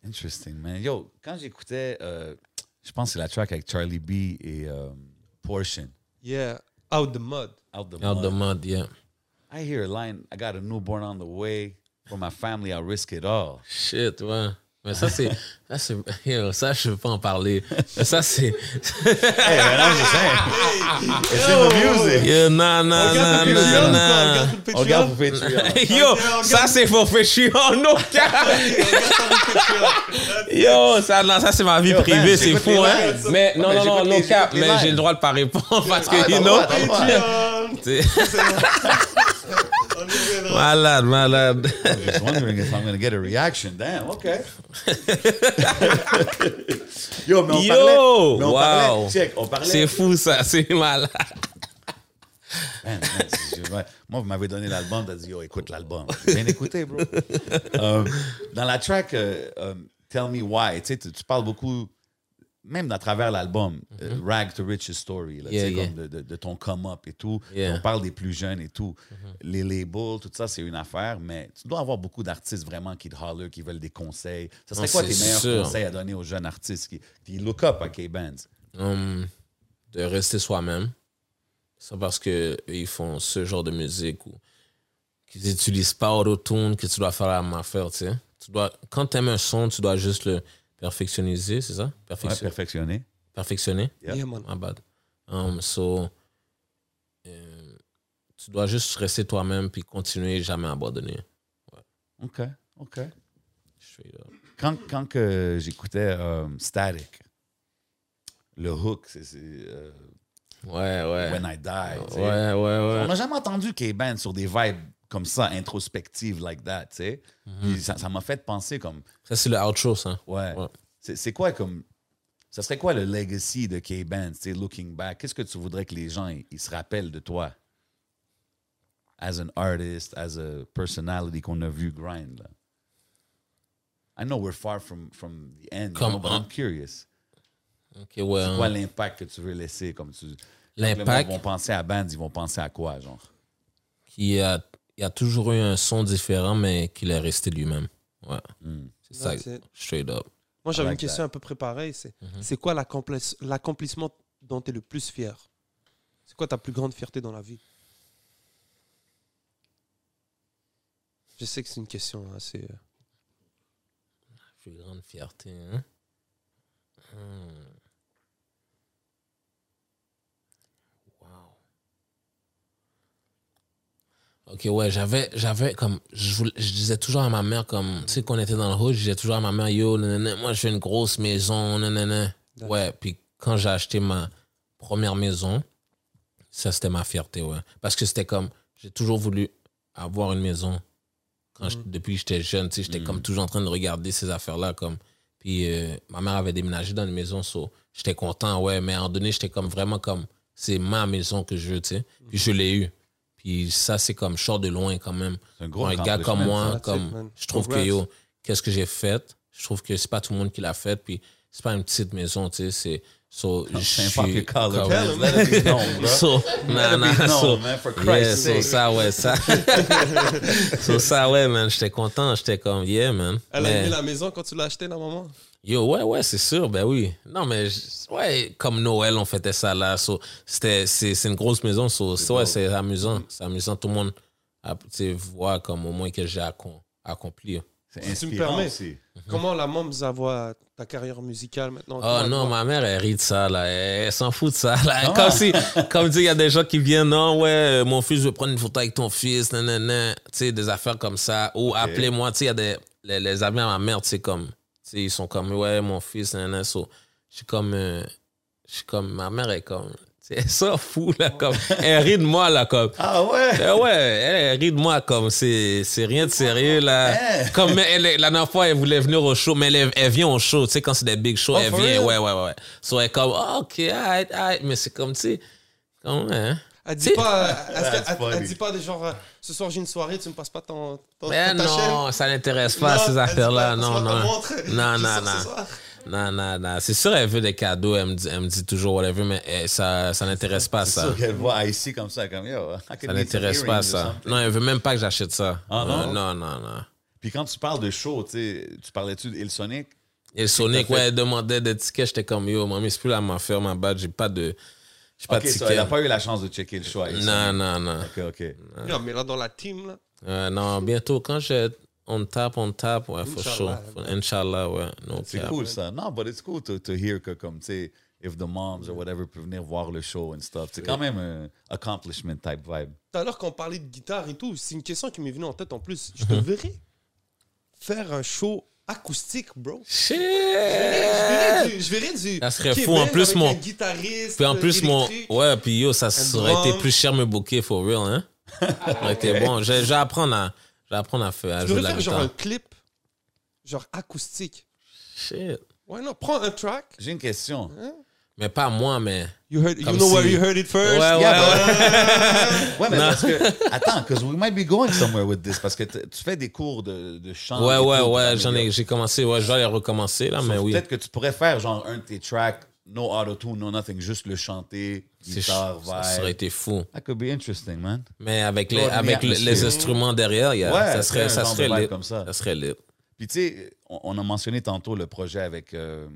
Speaker 3: Interesting, man. Yo, quand j'écoutais, euh, je pense que c'est la track avec Charlie B et euh, Portion,
Speaker 4: Yeah, out the mud.
Speaker 3: Out the
Speaker 5: Out
Speaker 3: Mud.
Speaker 5: the mud, yeah.
Speaker 3: I hear a line, I got a newborn on the way. For my family, I risk it all.
Speaker 5: Shit, ouais. Mais ça, c'est. ça, c'est. yo, Ça, je veux pas en parler. Mais ça, c'est.
Speaker 3: Hey, man, I'm just saying. It's in the music.
Speaker 5: Yo, non, non, non, non, non.
Speaker 4: Oh,
Speaker 3: On regarde pour Patreon.
Speaker 5: Yo, ça, c'est professionnel, no cap. Yo, ça, non, ça, c'est ma vie
Speaker 3: Yo,
Speaker 5: privée,
Speaker 3: man,
Speaker 5: c'est
Speaker 3: j'écoute
Speaker 5: fou,
Speaker 3: les
Speaker 5: hein.
Speaker 3: lives.
Speaker 5: Mais non,
Speaker 3: Ouais,
Speaker 5: non, non,
Speaker 3: j'écoute les-
Speaker 5: no cap.
Speaker 3: j'écoute les
Speaker 5: Mais j'ai
Speaker 3: lives.
Speaker 5: le droit de pas répondre parce
Speaker 3: Ah,
Speaker 5: que,
Speaker 3: t'as
Speaker 5: you
Speaker 3: le
Speaker 5: know.
Speaker 3: droit, t'as le droit.
Speaker 5: T'sais. malade, malade.
Speaker 3: I'm just wondering if I'm going to get a reaction. Damn, okay. Yo, mais on
Speaker 5: Yo,
Speaker 3: parlait. mais on
Speaker 5: wow.
Speaker 3: parlait- check, on parlait-
Speaker 5: C'est fou ça, c'est malade.
Speaker 3: Man, man, Ben, c'est- je- ouais. Moi, vous m'avez donné l'album, t'as dit, yo, écoute l'album. J'ai bien écouté, bro. Euh, dans la track euh, euh, Tell Me Why, tu, sais, tu, tu parles beaucoup, même à travers l'album, euh, Rag to Riches Story, là, tu
Speaker 5: Yeah,
Speaker 3: sais,
Speaker 5: Mm-hmm. yeah.
Speaker 3: comme de, de- de ton come-up et tout.
Speaker 5: Yeah. Mm-hmm.
Speaker 3: On parle des plus jeunes et tout. Les labels, tout ça, c'est une affaire, mais tu dois avoir beaucoup d'artistes vraiment qui te holler, qui veulent des conseils. Ça serait
Speaker 5: Non,
Speaker 3: quoi
Speaker 5: c'est
Speaker 3: tes meilleurs
Speaker 5: sûr.
Speaker 3: conseils à donner aux jeunes artistes qui, qui look up à K-Bands?
Speaker 5: Hum, de rester soi-même. C'est parce que eux, ils font ce genre de musique ou qu'ils n'utilisent pas auto-tune que tu dois faire la même affaire, tu sais. Tu dois, quand tu aimes un son, tu dois juste le perfectionniser, c'est ça?
Speaker 3: Ouais,
Speaker 5: Perfection-
Speaker 3: perfectionné.
Speaker 5: perfectionner.
Speaker 3: Yeah.
Speaker 4: Yeah, man.
Speaker 5: My bad. Um, so, euh, tu dois juste rester toi-même puis continuer jamais à abandonner.
Speaker 3: OK, OK.
Speaker 5: Straight up.
Speaker 3: quand, quand que j'écoutais euh, Static, le hook, c'est c'est, euh,
Speaker 5: Ouais, ouais.
Speaker 3: When I Die. tu sais.
Speaker 5: ouais, ouais,
Speaker 3: On
Speaker 5: ouais.
Speaker 3: n'a jamais entendu K-Band sur des vibes comme ça, introspectives, like that, tu sais. Puis Ça ça m'a fait penser comme,
Speaker 5: Ça, c'est le outro, ça.
Speaker 3: ouais,
Speaker 5: Ouais.
Speaker 3: c'est c'est quoi comme, ça serait quoi le legacy de K-Band, tu sais, looking back? Qu'est-ce que tu voudrais que les gens, ils ils se rappellent de toi? As an artist, as a personality qu'on a vu grind, là. I know we're far from, from the end, you
Speaker 5: Comme
Speaker 3: know, but
Speaker 5: un-
Speaker 3: I'm curious.
Speaker 5: Ok, ouais.
Speaker 3: C'est quoi
Speaker 5: hein.
Speaker 3: l'impact que tu veux laisser comme tu
Speaker 5: L'impact.
Speaker 3: Ils vont penser à band, ils vont penser à quoi genre
Speaker 5: Il y a, il y a toujours eu un son différent, mais qu'il est resté lui-même. Ouais.
Speaker 3: Hmm.
Speaker 5: C'est ça,
Speaker 4: That's it.
Speaker 5: straight up.
Speaker 4: Moi,
Speaker 3: I
Speaker 4: j'avais une
Speaker 3: like
Speaker 4: question à
Speaker 3: that.
Speaker 4: peu près pareille. C'est c'est quoi l'accomplis- l'accomplissement dont tu es le plus fier C'est quoi ta plus grande fierté dans la vie Je sais que c'est une question assez. euh,
Speaker 5: Plus grande fierté, hein? Hmm. Wow. Ok, ouais, j'avais, j'avais comme, je, voulais- je disais toujours à ma mère, comme, tu sais, qu'on était dans le rouge, je disais toujours à ma mère, yo, nanana, moi, j'ai une grosse maison, nanana.
Speaker 4: D'accord.
Speaker 5: Ouais, puis quand j'ai acheté ma première maison, ça, c'était ma fierté, ouais. Parce que c'était comme, j'ai toujours voulu avoir une maison quand
Speaker 3: Mm.
Speaker 5: je- depuis que j'étais jeune, tu sais, j'étais comme toujours en train de regarder ces affaires-là, comme, puis euh, ma mère avait déménagé dans une maison, so, j'étais content, ouais, mais à un moment donné, j'étais comme vraiment comme, c'est ma maison que je veux, tu sais. Puis je l'ai eu. Puis ça, c'est comme, je sors de loin quand même.
Speaker 3: C'est un gros
Speaker 5: Pour un gars comme
Speaker 3: accomplissement,
Speaker 5: moi,
Speaker 4: ça. That's it,
Speaker 5: comme,
Speaker 4: man.
Speaker 5: je trouve que
Speaker 4: Congrats.
Speaker 5: yo, qu'est-ce que j'ai fait? Je trouve que c'est pas tout le monde qui l'a fait, puis c'est pas une petite maison, tu sais, c'est. So, je
Speaker 3: C'est un
Speaker 5: suis-
Speaker 3: fucking color.
Speaker 5: comme-
Speaker 3: Tell 'em, let it be known, bro.
Speaker 5: So, nah,
Speaker 3: Let it be
Speaker 5: nah,
Speaker 3: known,
Speaker 5: so-
Speaker 3: man, for
Speaker 5: Yeah,
Speaker 3: Christ's
Speaker 5: so
Speaker 3: sake.
Speaker 5: ça, ouais, ça. so, ça, ouais, man, j'étais content, j'étais comme, yeah, man.
Speaker 4: Elle a
Speaker 5: Mais-
Speaker 4: aimé la maison quand tu l'as achetée, la maman
Speaker 5: Yo, ouais, ouais, c'est sûr, ben oui. Non, mais je- ouais, comme Noël, on fêtait ça là. so, c'était, c'est, c'est une grosse maison, so, c'est, ouais, c'est amusant. C'est amusant, tout le monde a- tu sais, voit comme au moins que j'ai accom- accompli.
Speaker 4: Si
Speaker 3: C'est
Speaker 4: tu me
Speaker 3: inspirant
Speaker 4: permets.
Speaker 3: aussi.
Speaker 4: Comment la maman ça voit ta carrière musicale maintenant
Speaker 5: Oh non,
Speaker 4: maman.
Speaker 5: ma mère, elle rit de ça, là. Elle, elle s'en fout de ça, là.
Speaker 3: Ah.
Speaker 5: Comme si, comme dire, il y a des gens qui viennent, non, ouais, euh, mon fils, je veux prendre une photo avec ton fils, nan, nan, nan. Tu sais, des affaires comme ça. Ou appelez-moi, tu sais, il y a des, les, les amis à ma mère, tu sais, comme, tu sais, ils sont comme, ouais, mon fils, nan, nan. So, je suis comme, euh, je suis comme, ma mère est comme, tu sais, elle s'en fout, là, comme, elle rit de moi, là, comme.
Speaker 3: Ah ouais.
Speaker 5: Eh ouais, elle rit de moi comme c'est c'est rien de sérieux là.
Speaker 3: Hein?
Speaker 5: Comme elle, elle- la dernière fois, elle voulait venir au show, mais elle, elle vient au show, tu sais, quand c'est des big shows,
Speaker 3: Oh,
Speaker 5: elle
Speaker 3: for
Speaker 5: vient.
Speaker 3: real?
Speaker 5: Ouais, ouais, ouais. ouais. So elle est comme, Ah, ok, alright, alright. Mais c'est comme, tu sais, comme, hein.
Speaker 4: Elle dit
Speaker 5: C'est-
Speaker 4: pas, euh, est-ce qu'elle-
Speaker 3: That's
Speaker 4: elle- elle
Speaker 3: funny.
Speaker 4: dit pas des genre, euh, ce soir j'ai une soirée, tu me passes pas ton,
Speaker 3: Oh,
Speaker 4: ton,
Speaker 5: Mais
Speaker 4: ta
Speaker 5: non,
Speaker 4: chaîne
Speaker 5: ça n'intéresse pas
Speaker 4: Non, elle
Speaker 5: ces
Speaker 4: dit
Speaker 5: affaires-là.
Speaker 4: pas,
Speaker 5: Non,
Speaker 4: passe pas ta
Speaker 5: non.
Speaker 4: montre, je
Speaker 5: Non, non,
Speaker 4: sors ce
Speaker 5: non.
Speaker 4: soir.
Speaker 5: Non, non, non. C'est sûr, elle veut des cadeaux, elle me dit, elle me dit toujours whatever, mais eh, ça, ça n'intéresse pas
Speaker 3: C'est
Speaker 5: ça.
Speaker 3: sûr qu'elle voit ici comme ça, comme yo. I could
Speaker 5: Ça
Speaker 3: need
Speaker 5: n'intéresse
Speaker 3: some
Speaker 5: pas
Speaker 3: earrings or
Speaker 5: ça.
Speaker 3: something.
Speaker 5: Non, elle veut même pas que j'achète ça.
Speaker 3: Ah, non?
Speaker 5: Euh, non, non, non.
Speaker 3: Puis quand tu parles de show, tu sais, tu parlais-tu d'Hillsonic?
Speaker 5: Et Sonic,
Speaker 3: Tout à fait.
Speaker 5: ouais, elle demandait des tickets. J'étais comme, yo, maman, c'est plus la m'affaire, ma bad, j'ai pas de, j'ai pas
Speaker 3: Ok,
Speaker 5: de
Speaker 3: ça,
Speaker 5: tickets.
Speaker 3: elle a pas eu la chance de checker le show. à
Speaker 5: Non,
Speaker 3: Hillsonic.
Speaker 5: non, non.
Speaker 3: Ok, ok.
Speaker 4: Non, mais là, dans la team, là.
Speaker 5: Euh, non, bientôt, quand je, on tape, on tape, ouais, for
Speaker 4: Inch'Allah.
Speaker 5: sure. For- Inch'Allah, ouais. No
Speaker 3: C'est
Speaker 5: cap.
Speaker 3: cool ça. Non, but it's cool to, to hear que comme tu sais, if the moms or whatever peut venir voir le show and stuff. C'est quand même un accomplishment type vibe.
Speaker 4: Tout à l'heure, quand on parlait de guitare et tout, c'est une question qui m'est venue en tête en plus. Je te
Speaker 5: Uh-huh.
Speaker 4: verrais faire un show acoustique, bro.
Speaker 5: Shit!
Speaker 4: Je verrais du.
Speaker 5: Euh. Ça serait
Speaker 4: Québec
Speaker 5: fou. En plus,
Speaker 4: avec
Speaker 5: mon-
Speaker 4: un guitariste.
Speaker 5: Puis en plus, mon.
Speaker 4: électrique.
Speaker 5: Ouais, puis yo, ça aurait
Speaker 4: drum.
Speaker 5: été plus cher me booker, for real, hein? Ça aurait été bon. J'ai j'ai à apprendre à, j'ai à, apprendre à, faire, à
Speaker 4: Je
Speaker 5: jouer
Speaker 4: devrais
Speaker 5: de la
Speaker 4: faire genre un
Speaker 5: guitare.
Speaker 4: clip, genre acoustique.
Speaker 5: Shit.
Speaker 4: Ouais, non, prends un track.
Speaker 5: Ah
Speaker 3: J'ai une question.
Speaker 5: Mais pas moi, mais.
Speaker 4: You, heard, you
Speaker 5: Comme
Speaker 4: know
Speaker 5: si-
Speaker 4: where you heard it
Speaker 5: Ouais,
Speaker 4: first?
Speaker 5: ouais, ouais.
Speaker 3: Ouais, mais parce que. Attends, because we might be going somewhere with this. Parce que t- tu fais des cours de, de chant.
Speaker 5: Ouais,
Speaker 3: des
Speaker 5: ouais,
Speaker 3: cours de
Speaker 5: ouais,
Speaker 3: comédie.
Speaker 5: j'en ai, j'ai commencé, ouais, je dois les recommencer, là,
Speaker 3: Sauf
Speaker 5: mais oui.
Speaker 3: Peut-être que tu pourrais faire genre un de tes tracks, no auto-tune, no nothing, juste le chanter,
Speaker 5: C'est
Speaker 3: guitare,
Speaker 5: ch-
Speaker 3: vibe.
Speaker 5: ça aurait été fou.
Speaker 3: That could be interesting, man.
Speaker 5: Mais avec les,
Speaker 3: Lord, mais
Speaker 5: avec le- les
Speaker 3: atmosphere.
Speaker 5: instruments derrière, il y a-
Speaker 3: Ouais,
Speaker 5: Euh, ça serait,
Speaker 3: c'est un
Speaker 5: ça
Speaker 3: genre de
Speaker 5: serait
Speaker 3: vibe
Speaker 5: lit.
Speaker 3: comme ça.
Speaker 5: ça serait lit.
Speaker 3: Puis tu sais, on, on a mentionné tantôt le projet avec euh,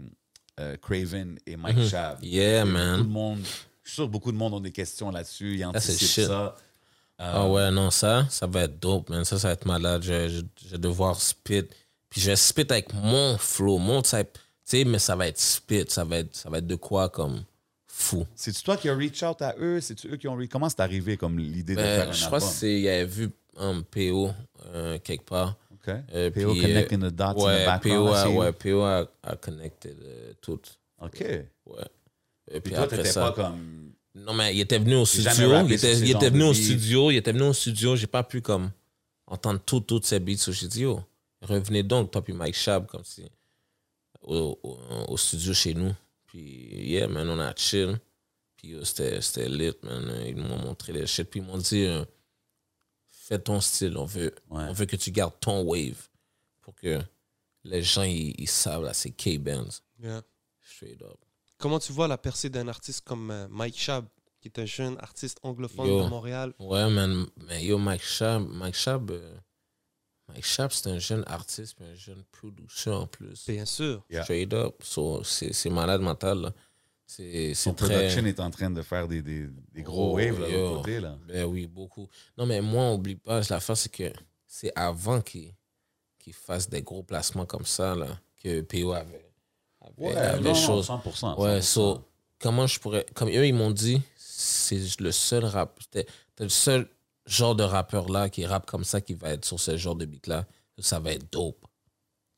Speaker 3: euh, Craven et Mike Chab.
Speaker 5: Mhm. Yeah,
Speaker 3: Tout le
Speaker 5: man.
Speaker 3: monde, je suis sûr que beaucoup de monde ont des questions là-dessus, ils
Speaker 5: c'est
Speaker 3: anticipent
Speaker 5: shit.
Speaker 3: ça.
Speaker 5: Ah ouais, non, ça, ça va être dope, man. Ça, ça va être malade. Je, je, je vais devoir spit. Puis je vais spit avec mon flow, mon type. Tu sais, mais ça va être spit. Ça va être, ça va être de quoi comme fou.
Speaker 3: C'est-tu toi qui as reach out à eux? C'est-tu eux qui ont reach Comment c'est arrivé comme l'idée de
Speaker 5: Euh,
Speaker 3: faire un
Speaker 5: je
Speaker 3: album?
Speaker 5: crois qu'il avait vu un PO euh, quelque part.
Speaker 3: OK.
Speaker 5: Euh,
Speaker 3: PO
Speaker 5: puis,
Speaker 3: connecting
Speaker 5: euh,
Speaker 3: the dots in
Speaker 5: ouais,
Speaker 3: the Ah, background.
Speaker 5: PO
Speaker 3: I
Speaker 5: a,
Speaker 3: see you.
Speaker 5: ouais, PO a, a connecté euh, tout.
Speaker 3: OK.
Speaker 5: Ouais.
Speaker 3: Puis
Speaker 5: Et puis
Speaker 3: toi,
Speaker 5: après
Speaker 3: t'étais pas
Speaker 5: ça.
Speaker 3: comme...
Speaker 5: Non, mais il était venu au
Speaker 3: J'ai jamais
Speaker 5: studio.
Speaker 3: rappé
Speaker 5: Il
Speaker 3: sur
Speaker 5: était,
Speaker 3: ces
Speaker 5: il
Speaker 3: genres
Speaker 5: était
Speaker 3: de
Speaker 5: venu au
Speaker 3: beats.
Speaker 5: studio. Il était venu au studio. J'ai pas pu comme entendre tout, toutes ces beats. So, J'ai dit, yo, revenez donc, toi puis Mike Chab, comme si au, au, au studio chez nous. Puis, yeah, man, on a chill. Puis, yo, c'était c'était lit, man. Ils m'ont montré les shit. Puis, ils m'ont dit, euh, fais ton style. On veut,
Speaker 3: Ouais.
Speaker 5: on veut que tu gardes ton wave pour que les gens, ils, ils savent, là, c'est K-Benz.
Speaker 4: Yeah.
Speaker 5: Straight up.
Speaker 4: Comment tu vois la percée d'un artiste comme euh, Mike Chab, qui est un jeune artiste anglophone
Speaker 5: Yo.
Speaker 4: de Montréal?
Speaker 5: Ouais, man. Mais yo, Mike Schaab, Mike Schaab, euh, Mike Schaab, c'est un jeune artiste, puis un jeune producer en plus.
Speaker 4: Bien sûr.
Speaker 3: Yeah.
Speaker 5: Straight up. So, c'est c'est malade mental, là. C'est
Speaker 3: Son
Speaker 5: c'est très...
Speaker 3: production est en train de faire des, des, des gros
Speaker 5: Oh,
Speaker 3: waves là, de
Speaker 5: yo.
Speaker 3: l'autre côté. Là.
Speaker 5: Ben oui, beaucoup. Non, mais moi, on oublie pas, l'affaire, c'est que c'est avant qu'il qu'il fasse des gros placements comme ça, là, que PO avait, avait, avait
Speaker 3: non, non,
Speaker 5: chose.
Speaker 3: 100%.
Speaker 5: Ouais,
Speaker 3: 100%.
Speaker 5: so, comment je pourrais. Comme eux, ils m'ont dit, c'est le seul rap. T'es t'es le seul genre de rappeur là qui rappe comme ça qui va être sur ce genre de beat là. Ça va être dope.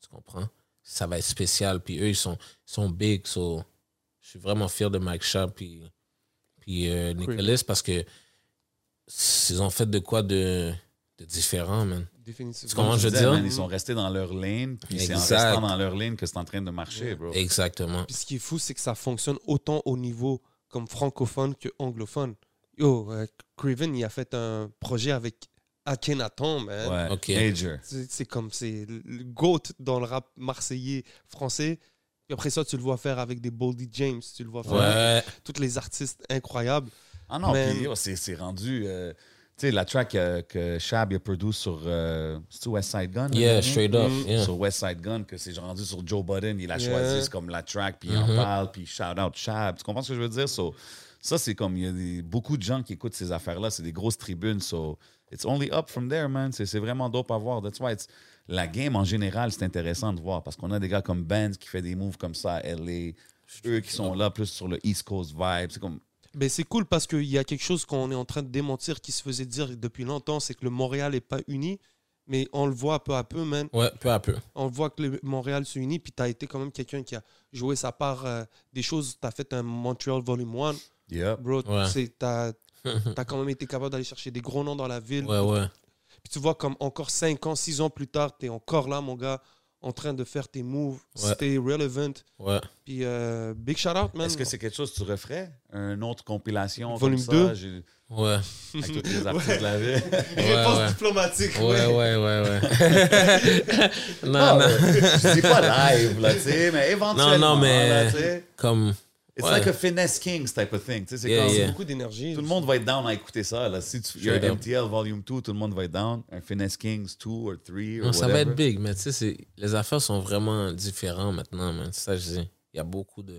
Speaker 5: Tu comprends? Ça va être spécial. Puis eux, ils sont, ils sont big. So, je suis vraiment fier de Mike Sharp puis, puis euh, Nicolas parce que s- ils ont fait de quoi de, de différent, man.
Speaker 4: Définitivement.
Speaker 5: Tu comprends, je veux
Speaker 3: Disais,
Speaker 5: dire?
Speaker 3: man, ils sont restés dans leur lane, puis c'est en
Speaker 5: Exact.
Speaker 3: restant dans leur lane que c'est en train de marcher, bro.
Speaker 5: Exactement.
Speaker 4: Puis ce qui est fou, c'est que ça fonctionne autant au niveau comme francophone que anglophone. Yo, euh, Craven, il a fait un projet avec Akhenaton, man.
Speaker 3: Ouais,
Speaker 5: Ok.
Speaker 3: major.
Speaker 4: C'est c'est comme, c'est le GOAT dans le rap marseillais français. Puis après ça, tu le vois faire avec des Boldy James, tu le vois faire avec
Speaker 5: Ouais.
Speaker 4: toutes les artistes incroyables.
Speaker 3: Ah non,
Speaker 4: Mais-
Speaker 3: puis yo, c'est c'est rendu... euh, tu sais, la track euh, que Shab a produit sur... euh, C'est-tu West Side Gun? le
Speaker 5: Yeah,
Speaker 3: dernier?
Speaker 5: straight up.
Speaker 4: Mm.
Speaker 5: yeah.
Speaker 3: Sur West Side Gun, que c'est rendu sur Joe Budden, il a
Speaker 4: Yeah.
Speaker 3: choisi c'est comme la track, puis il en
Speaker 5: Mhm.
Speaker 3: parle, puis shout-out Shab. Tu comprends ce que je veux dire? So, ça, c'est comme... Il y a des- beaucoup de gens qui écoutent ces affaires-là. C'est des grosses tribunes, so... It's only up from there, man. C'est c'est vraiment dope à voir. That's why it's- La game, en général, c'est intéressant de voir parce qu'on a des gars comme Benz qui fait des moves comme ça à LA. Eux qui sont là plus sur le East Coast vibe. C'est comme...
Speaker 4: Mais c'est cool parce qu'il y a quelque chose qu'on est en train de démentir qui se faisait dire depuis longtemps, c'est que le Montréal n'est pas uni. Mais on le voit peu à peu, man.
Speaker 5: Ouais, peu à peu.
Speaker 4: On voit que le Montréal se unit. Puis tu as été quand même quelqu'un qui a joué sa part euh, des choses. Tu as fait un Montreal Volume 1.
Speaker 3: Yep.
Speaker 4: Bro,
Speaker 5: Ouais.
Speaker 4: c'est- t'as t'as quand même été capable d'aller chercher des gros noms dans la ville.
Speaker 5: Ouais, ouais.
Speaker 4: Puis tu vois, comme encore 5 ans, 6 ans plus tard, t'es encore là, mon gars, en train de faire tes moves.
Speaker 5: Ouais.
Speaker 4: C'était relevant.
Speaker 5: Ouais.
Speaker 4: Puis euh, big shout out, man.
Speaker 3: Est-ce que c'est quelque chose que tu referais? Une autre compilation
Speaker 4: Volume
Speaker 3: comme
Speaker 4: 2?
Speaker 3: ça, j'ai-
Speaker 5: Ouais.
Speaker 3: Avec toutes les artistes de la ville.
Speaker 5: Réponse ouais.
Speaker 4: diplomatique.
Speaker 5: Ouais, ouais, ouais, ouais. non, non.
Speaker 3: Ah, Je dis pas live, là, tu sais, mais éventuellement.
Speaker 5: Non, non, mais-
Speaker 3: là, tu sais.
Speaker 5: Comme.
Speaker 3: It's
Speaker 5: Ouais.
Speaker 3: like a Finesse Kings type of thing. tu sais, C'est
Speaker 5: Yeah,
Speaker 3: comme
Speaker 5: yeah.
Speaker 4: Beaucoup d'énergie.
Speaker 3: tout le monde va être down à écouter ça. Là. Si tu il y a
Speaker 5: Straight
Speaker 3: un
Speaker 5: up.
Speaker 3: MTL Volume 2, tout le monde va être down. Un Finesse Kings 2 ou 3
Speaker 5: Non, ça va être big, mais tu sais, c'est- les affaires sont vraiment différentes maintenant, man. C'est ça, que je dis. Il y a beaucoup de.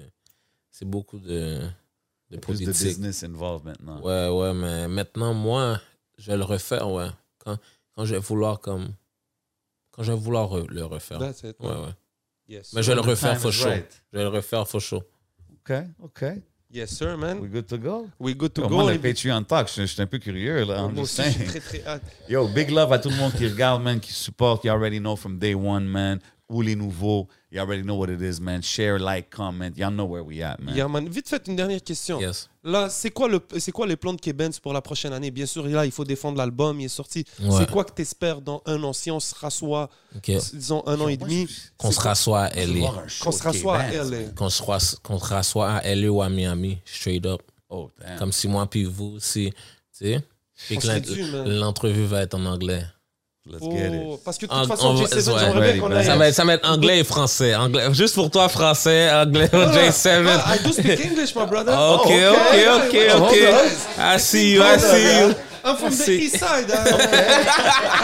Speaker 5: C'est beaucoup de. De
Speaker 3: Plus de
Speaker 5: politique.
Speaker 3: business involved maintenant.
Speaker 5: Ouais, ouais, mais maintenant, moi, je vais le refaire, ouais. Quand, quand je vais vouloir, comme. Quand je vais vouloir re- le refaire.
Speaker 4: That's it.
Speaker 5: Ouais, ouais.
Speaker 4: Yes.
Speaker 5: Mais je vais le
Speaker 3: When the
Speaker 5: refaire
Speaker 3: time
Speaker 5: for
Speaker 3: is
Speaker 5: sure.
Speaker 3: right.
Speaker 5: Je vais le refaire for sure.
Speaker 3: OK, OK.
Speaker 4: Yes, sir, man.
Speaker 3: We're good to go.
Speaker 4: We good to
Speaker 3: Yo,
Speaker 4: go.
Speaker 3: moi,
Speaker 4: les
Speaker 3: le Patreon Talk, je je suis un peu curieux, là.
Speaker 4: Moi
Speaker 3: I'm just
Speaker 4: aussi, j'ai
Speaker 3: saying.
Speaker 4: très, très hâte.
Speaker 3: Yo, big love à tout le monde qui regarde, man, qui supporte. You already know from day one, man. ou les nouveaux, you already know what it is, man. Share, like, comment. Y'all know where we at, man.
Speaker 4: Yeah, man. Vite fait, une dernière question.
Speaker 5: Yes.
Speaker 4: Là, c'est quoi, le, c'est quoi les plans de Kebenz pour la prochaine année? Bien sûr, là, il faut défendre l'album, il est sorti.
Speaker 5: Ouais.
Speaker 4: C'est quoi que t'espères dans un an? Si on se rassoit,
Speaker 5: OK.
Speaker 4: disons, un an et demi,
Speaker 5: Qu'on se rassoit à LA.
Speaker 4: qu'on se
Speaker 5: ben,
Speaker 4: rassoit à
Speaker 3: elle.
Speaker 4: LA.
Speaker 5: Qu'on se rass- qu'on se rassoit à LA ou à Miami, straight up.
Speaker 3: Oh, damn.
Speaker 5: Comme si moi puis vous, si. Tu sais? Puis
Speaker 4: On
Speaker 5: que
Speaker 4: serait
Speaker 5: l'int-
Speaker 4: dû, man.
Speaker 5: l'entrevue va être en anglais.
Speaker 3: Let's get it.
Speaker 4: Oh, parce que de
Speaker 5: En-
Speaker 4: toute
Speaker 5: on
Speaker 4: façon,
Speaker 5: va-
Speaker 4: J7,
Speaker 5: ouais.
Speaker 4: j'aimerais bien qu'on
Speaker 3: Ouais,
Speaker 4: aille.
Speaker 5: Ça va, être, ça va être anglais et français. Anglais. Juste pour toi, français, anglais, J7.
Speaker 4: Ah, I do speak English, my brother.
Speaker 5: Ah,
Speaker 4: Oh,
Speaker 5: Ok,
Speaker 3: Oh,
Speaker 5: ok, ok, ok. I see you, I see you.
Speaker 4: I'm from the
Speaker 5: See-
Speaker 4: east side. I,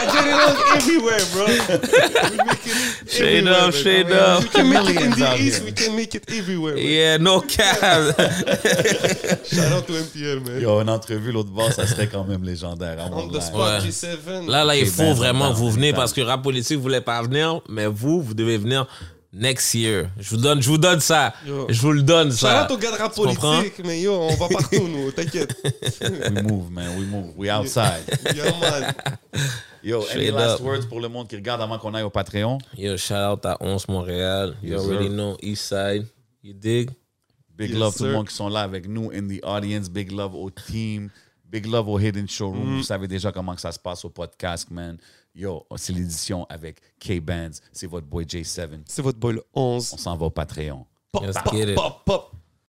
Speaker 4: I get along everywhere, bro. We make it
Speaker 5: Shade
Speaker 4: everywhere,
Speaker 5: up,
Speaker 4: baby.
Speaker 5: shade up.
Speaker 4: We can make it in
Speaker 3: Millions
Speaker 4: the
Speaker 3: out
Speaker 4: east,
Speaker 3: here.
Speaker 4: we can make it everywhere. man.
Speaker 5: Yeah, no cap.
Speaker 4: Shout out to MTL, man.
Speaker 3: Yo, une entrevue l'autre bord, ça serait quand même légendaire. à
Speaker 4: On
Speaker 3: mon
Speaker 4: the
Speaker 3: live.
Speaker 4: spot,
Speaker 5: Ouais.
Speaker 4: G7.
Speaker 5: Là, là, il
Speaker 3: Ok,
Speaker 5: faut
Speaker 3: ben,
Speaker 5: vraiment que
Speaker 3: attends,
Speaker 5: vous venez
Speaker 3: attends.
Speaker 5: parce que Rap Politique voulait pas venir, mais vous, vous devez venir next year. Je vous donne, je vous donne ça.
Speaker 4: Yo.
Speaker 5: Je vous le donne,
Speaker 4: Shout
Speaker 5: ça.
Speaker 4: out au gars de rap
Speaker 5: Tu comprends?
Speaker 4: politique, mais yo, on va partout, nous, t'inquiète.
Speaker 3: We move, man, we move. We outside.
Speaker 4: Yeah, man.
Speaker 3: Yo, any
Speaker 5: Straight
Speaker 3: last
Speaker 5: up.
Speaker 3: words pour le monde qui regarde avant qu'on aille au Patreon?
Speaker 5: Yo, shout out à 11 Montréal. You
Speaker 3: Yes,
Speaker 5: already
Speaker 3: sir.
Speaker 5: know Eastside. You dig?
Speaker 3: Big
Speaker 4: Yes,
Speaker 3: love tout
Speaker 4: sir.
Speaker 3: le monde qui sont là avec nous in the audience. Big love au team. Big love au Hidden Showroom.
Speaker 4: Mm.
Speaker 3: Vous savez déjà comment que ça se passe au podcast, man. Yo, c'est l'édition avec K-Bands. C'est votre boy J7.
Speaker 4: C'est votre boy le 11.
Speaker 3: On s'en va au Patreon.
Speaker 4: Pop,
Speaker 5: Let's
Speaker 4: pop,
Speaker 5: get it.
Speaker 4: pop, pop.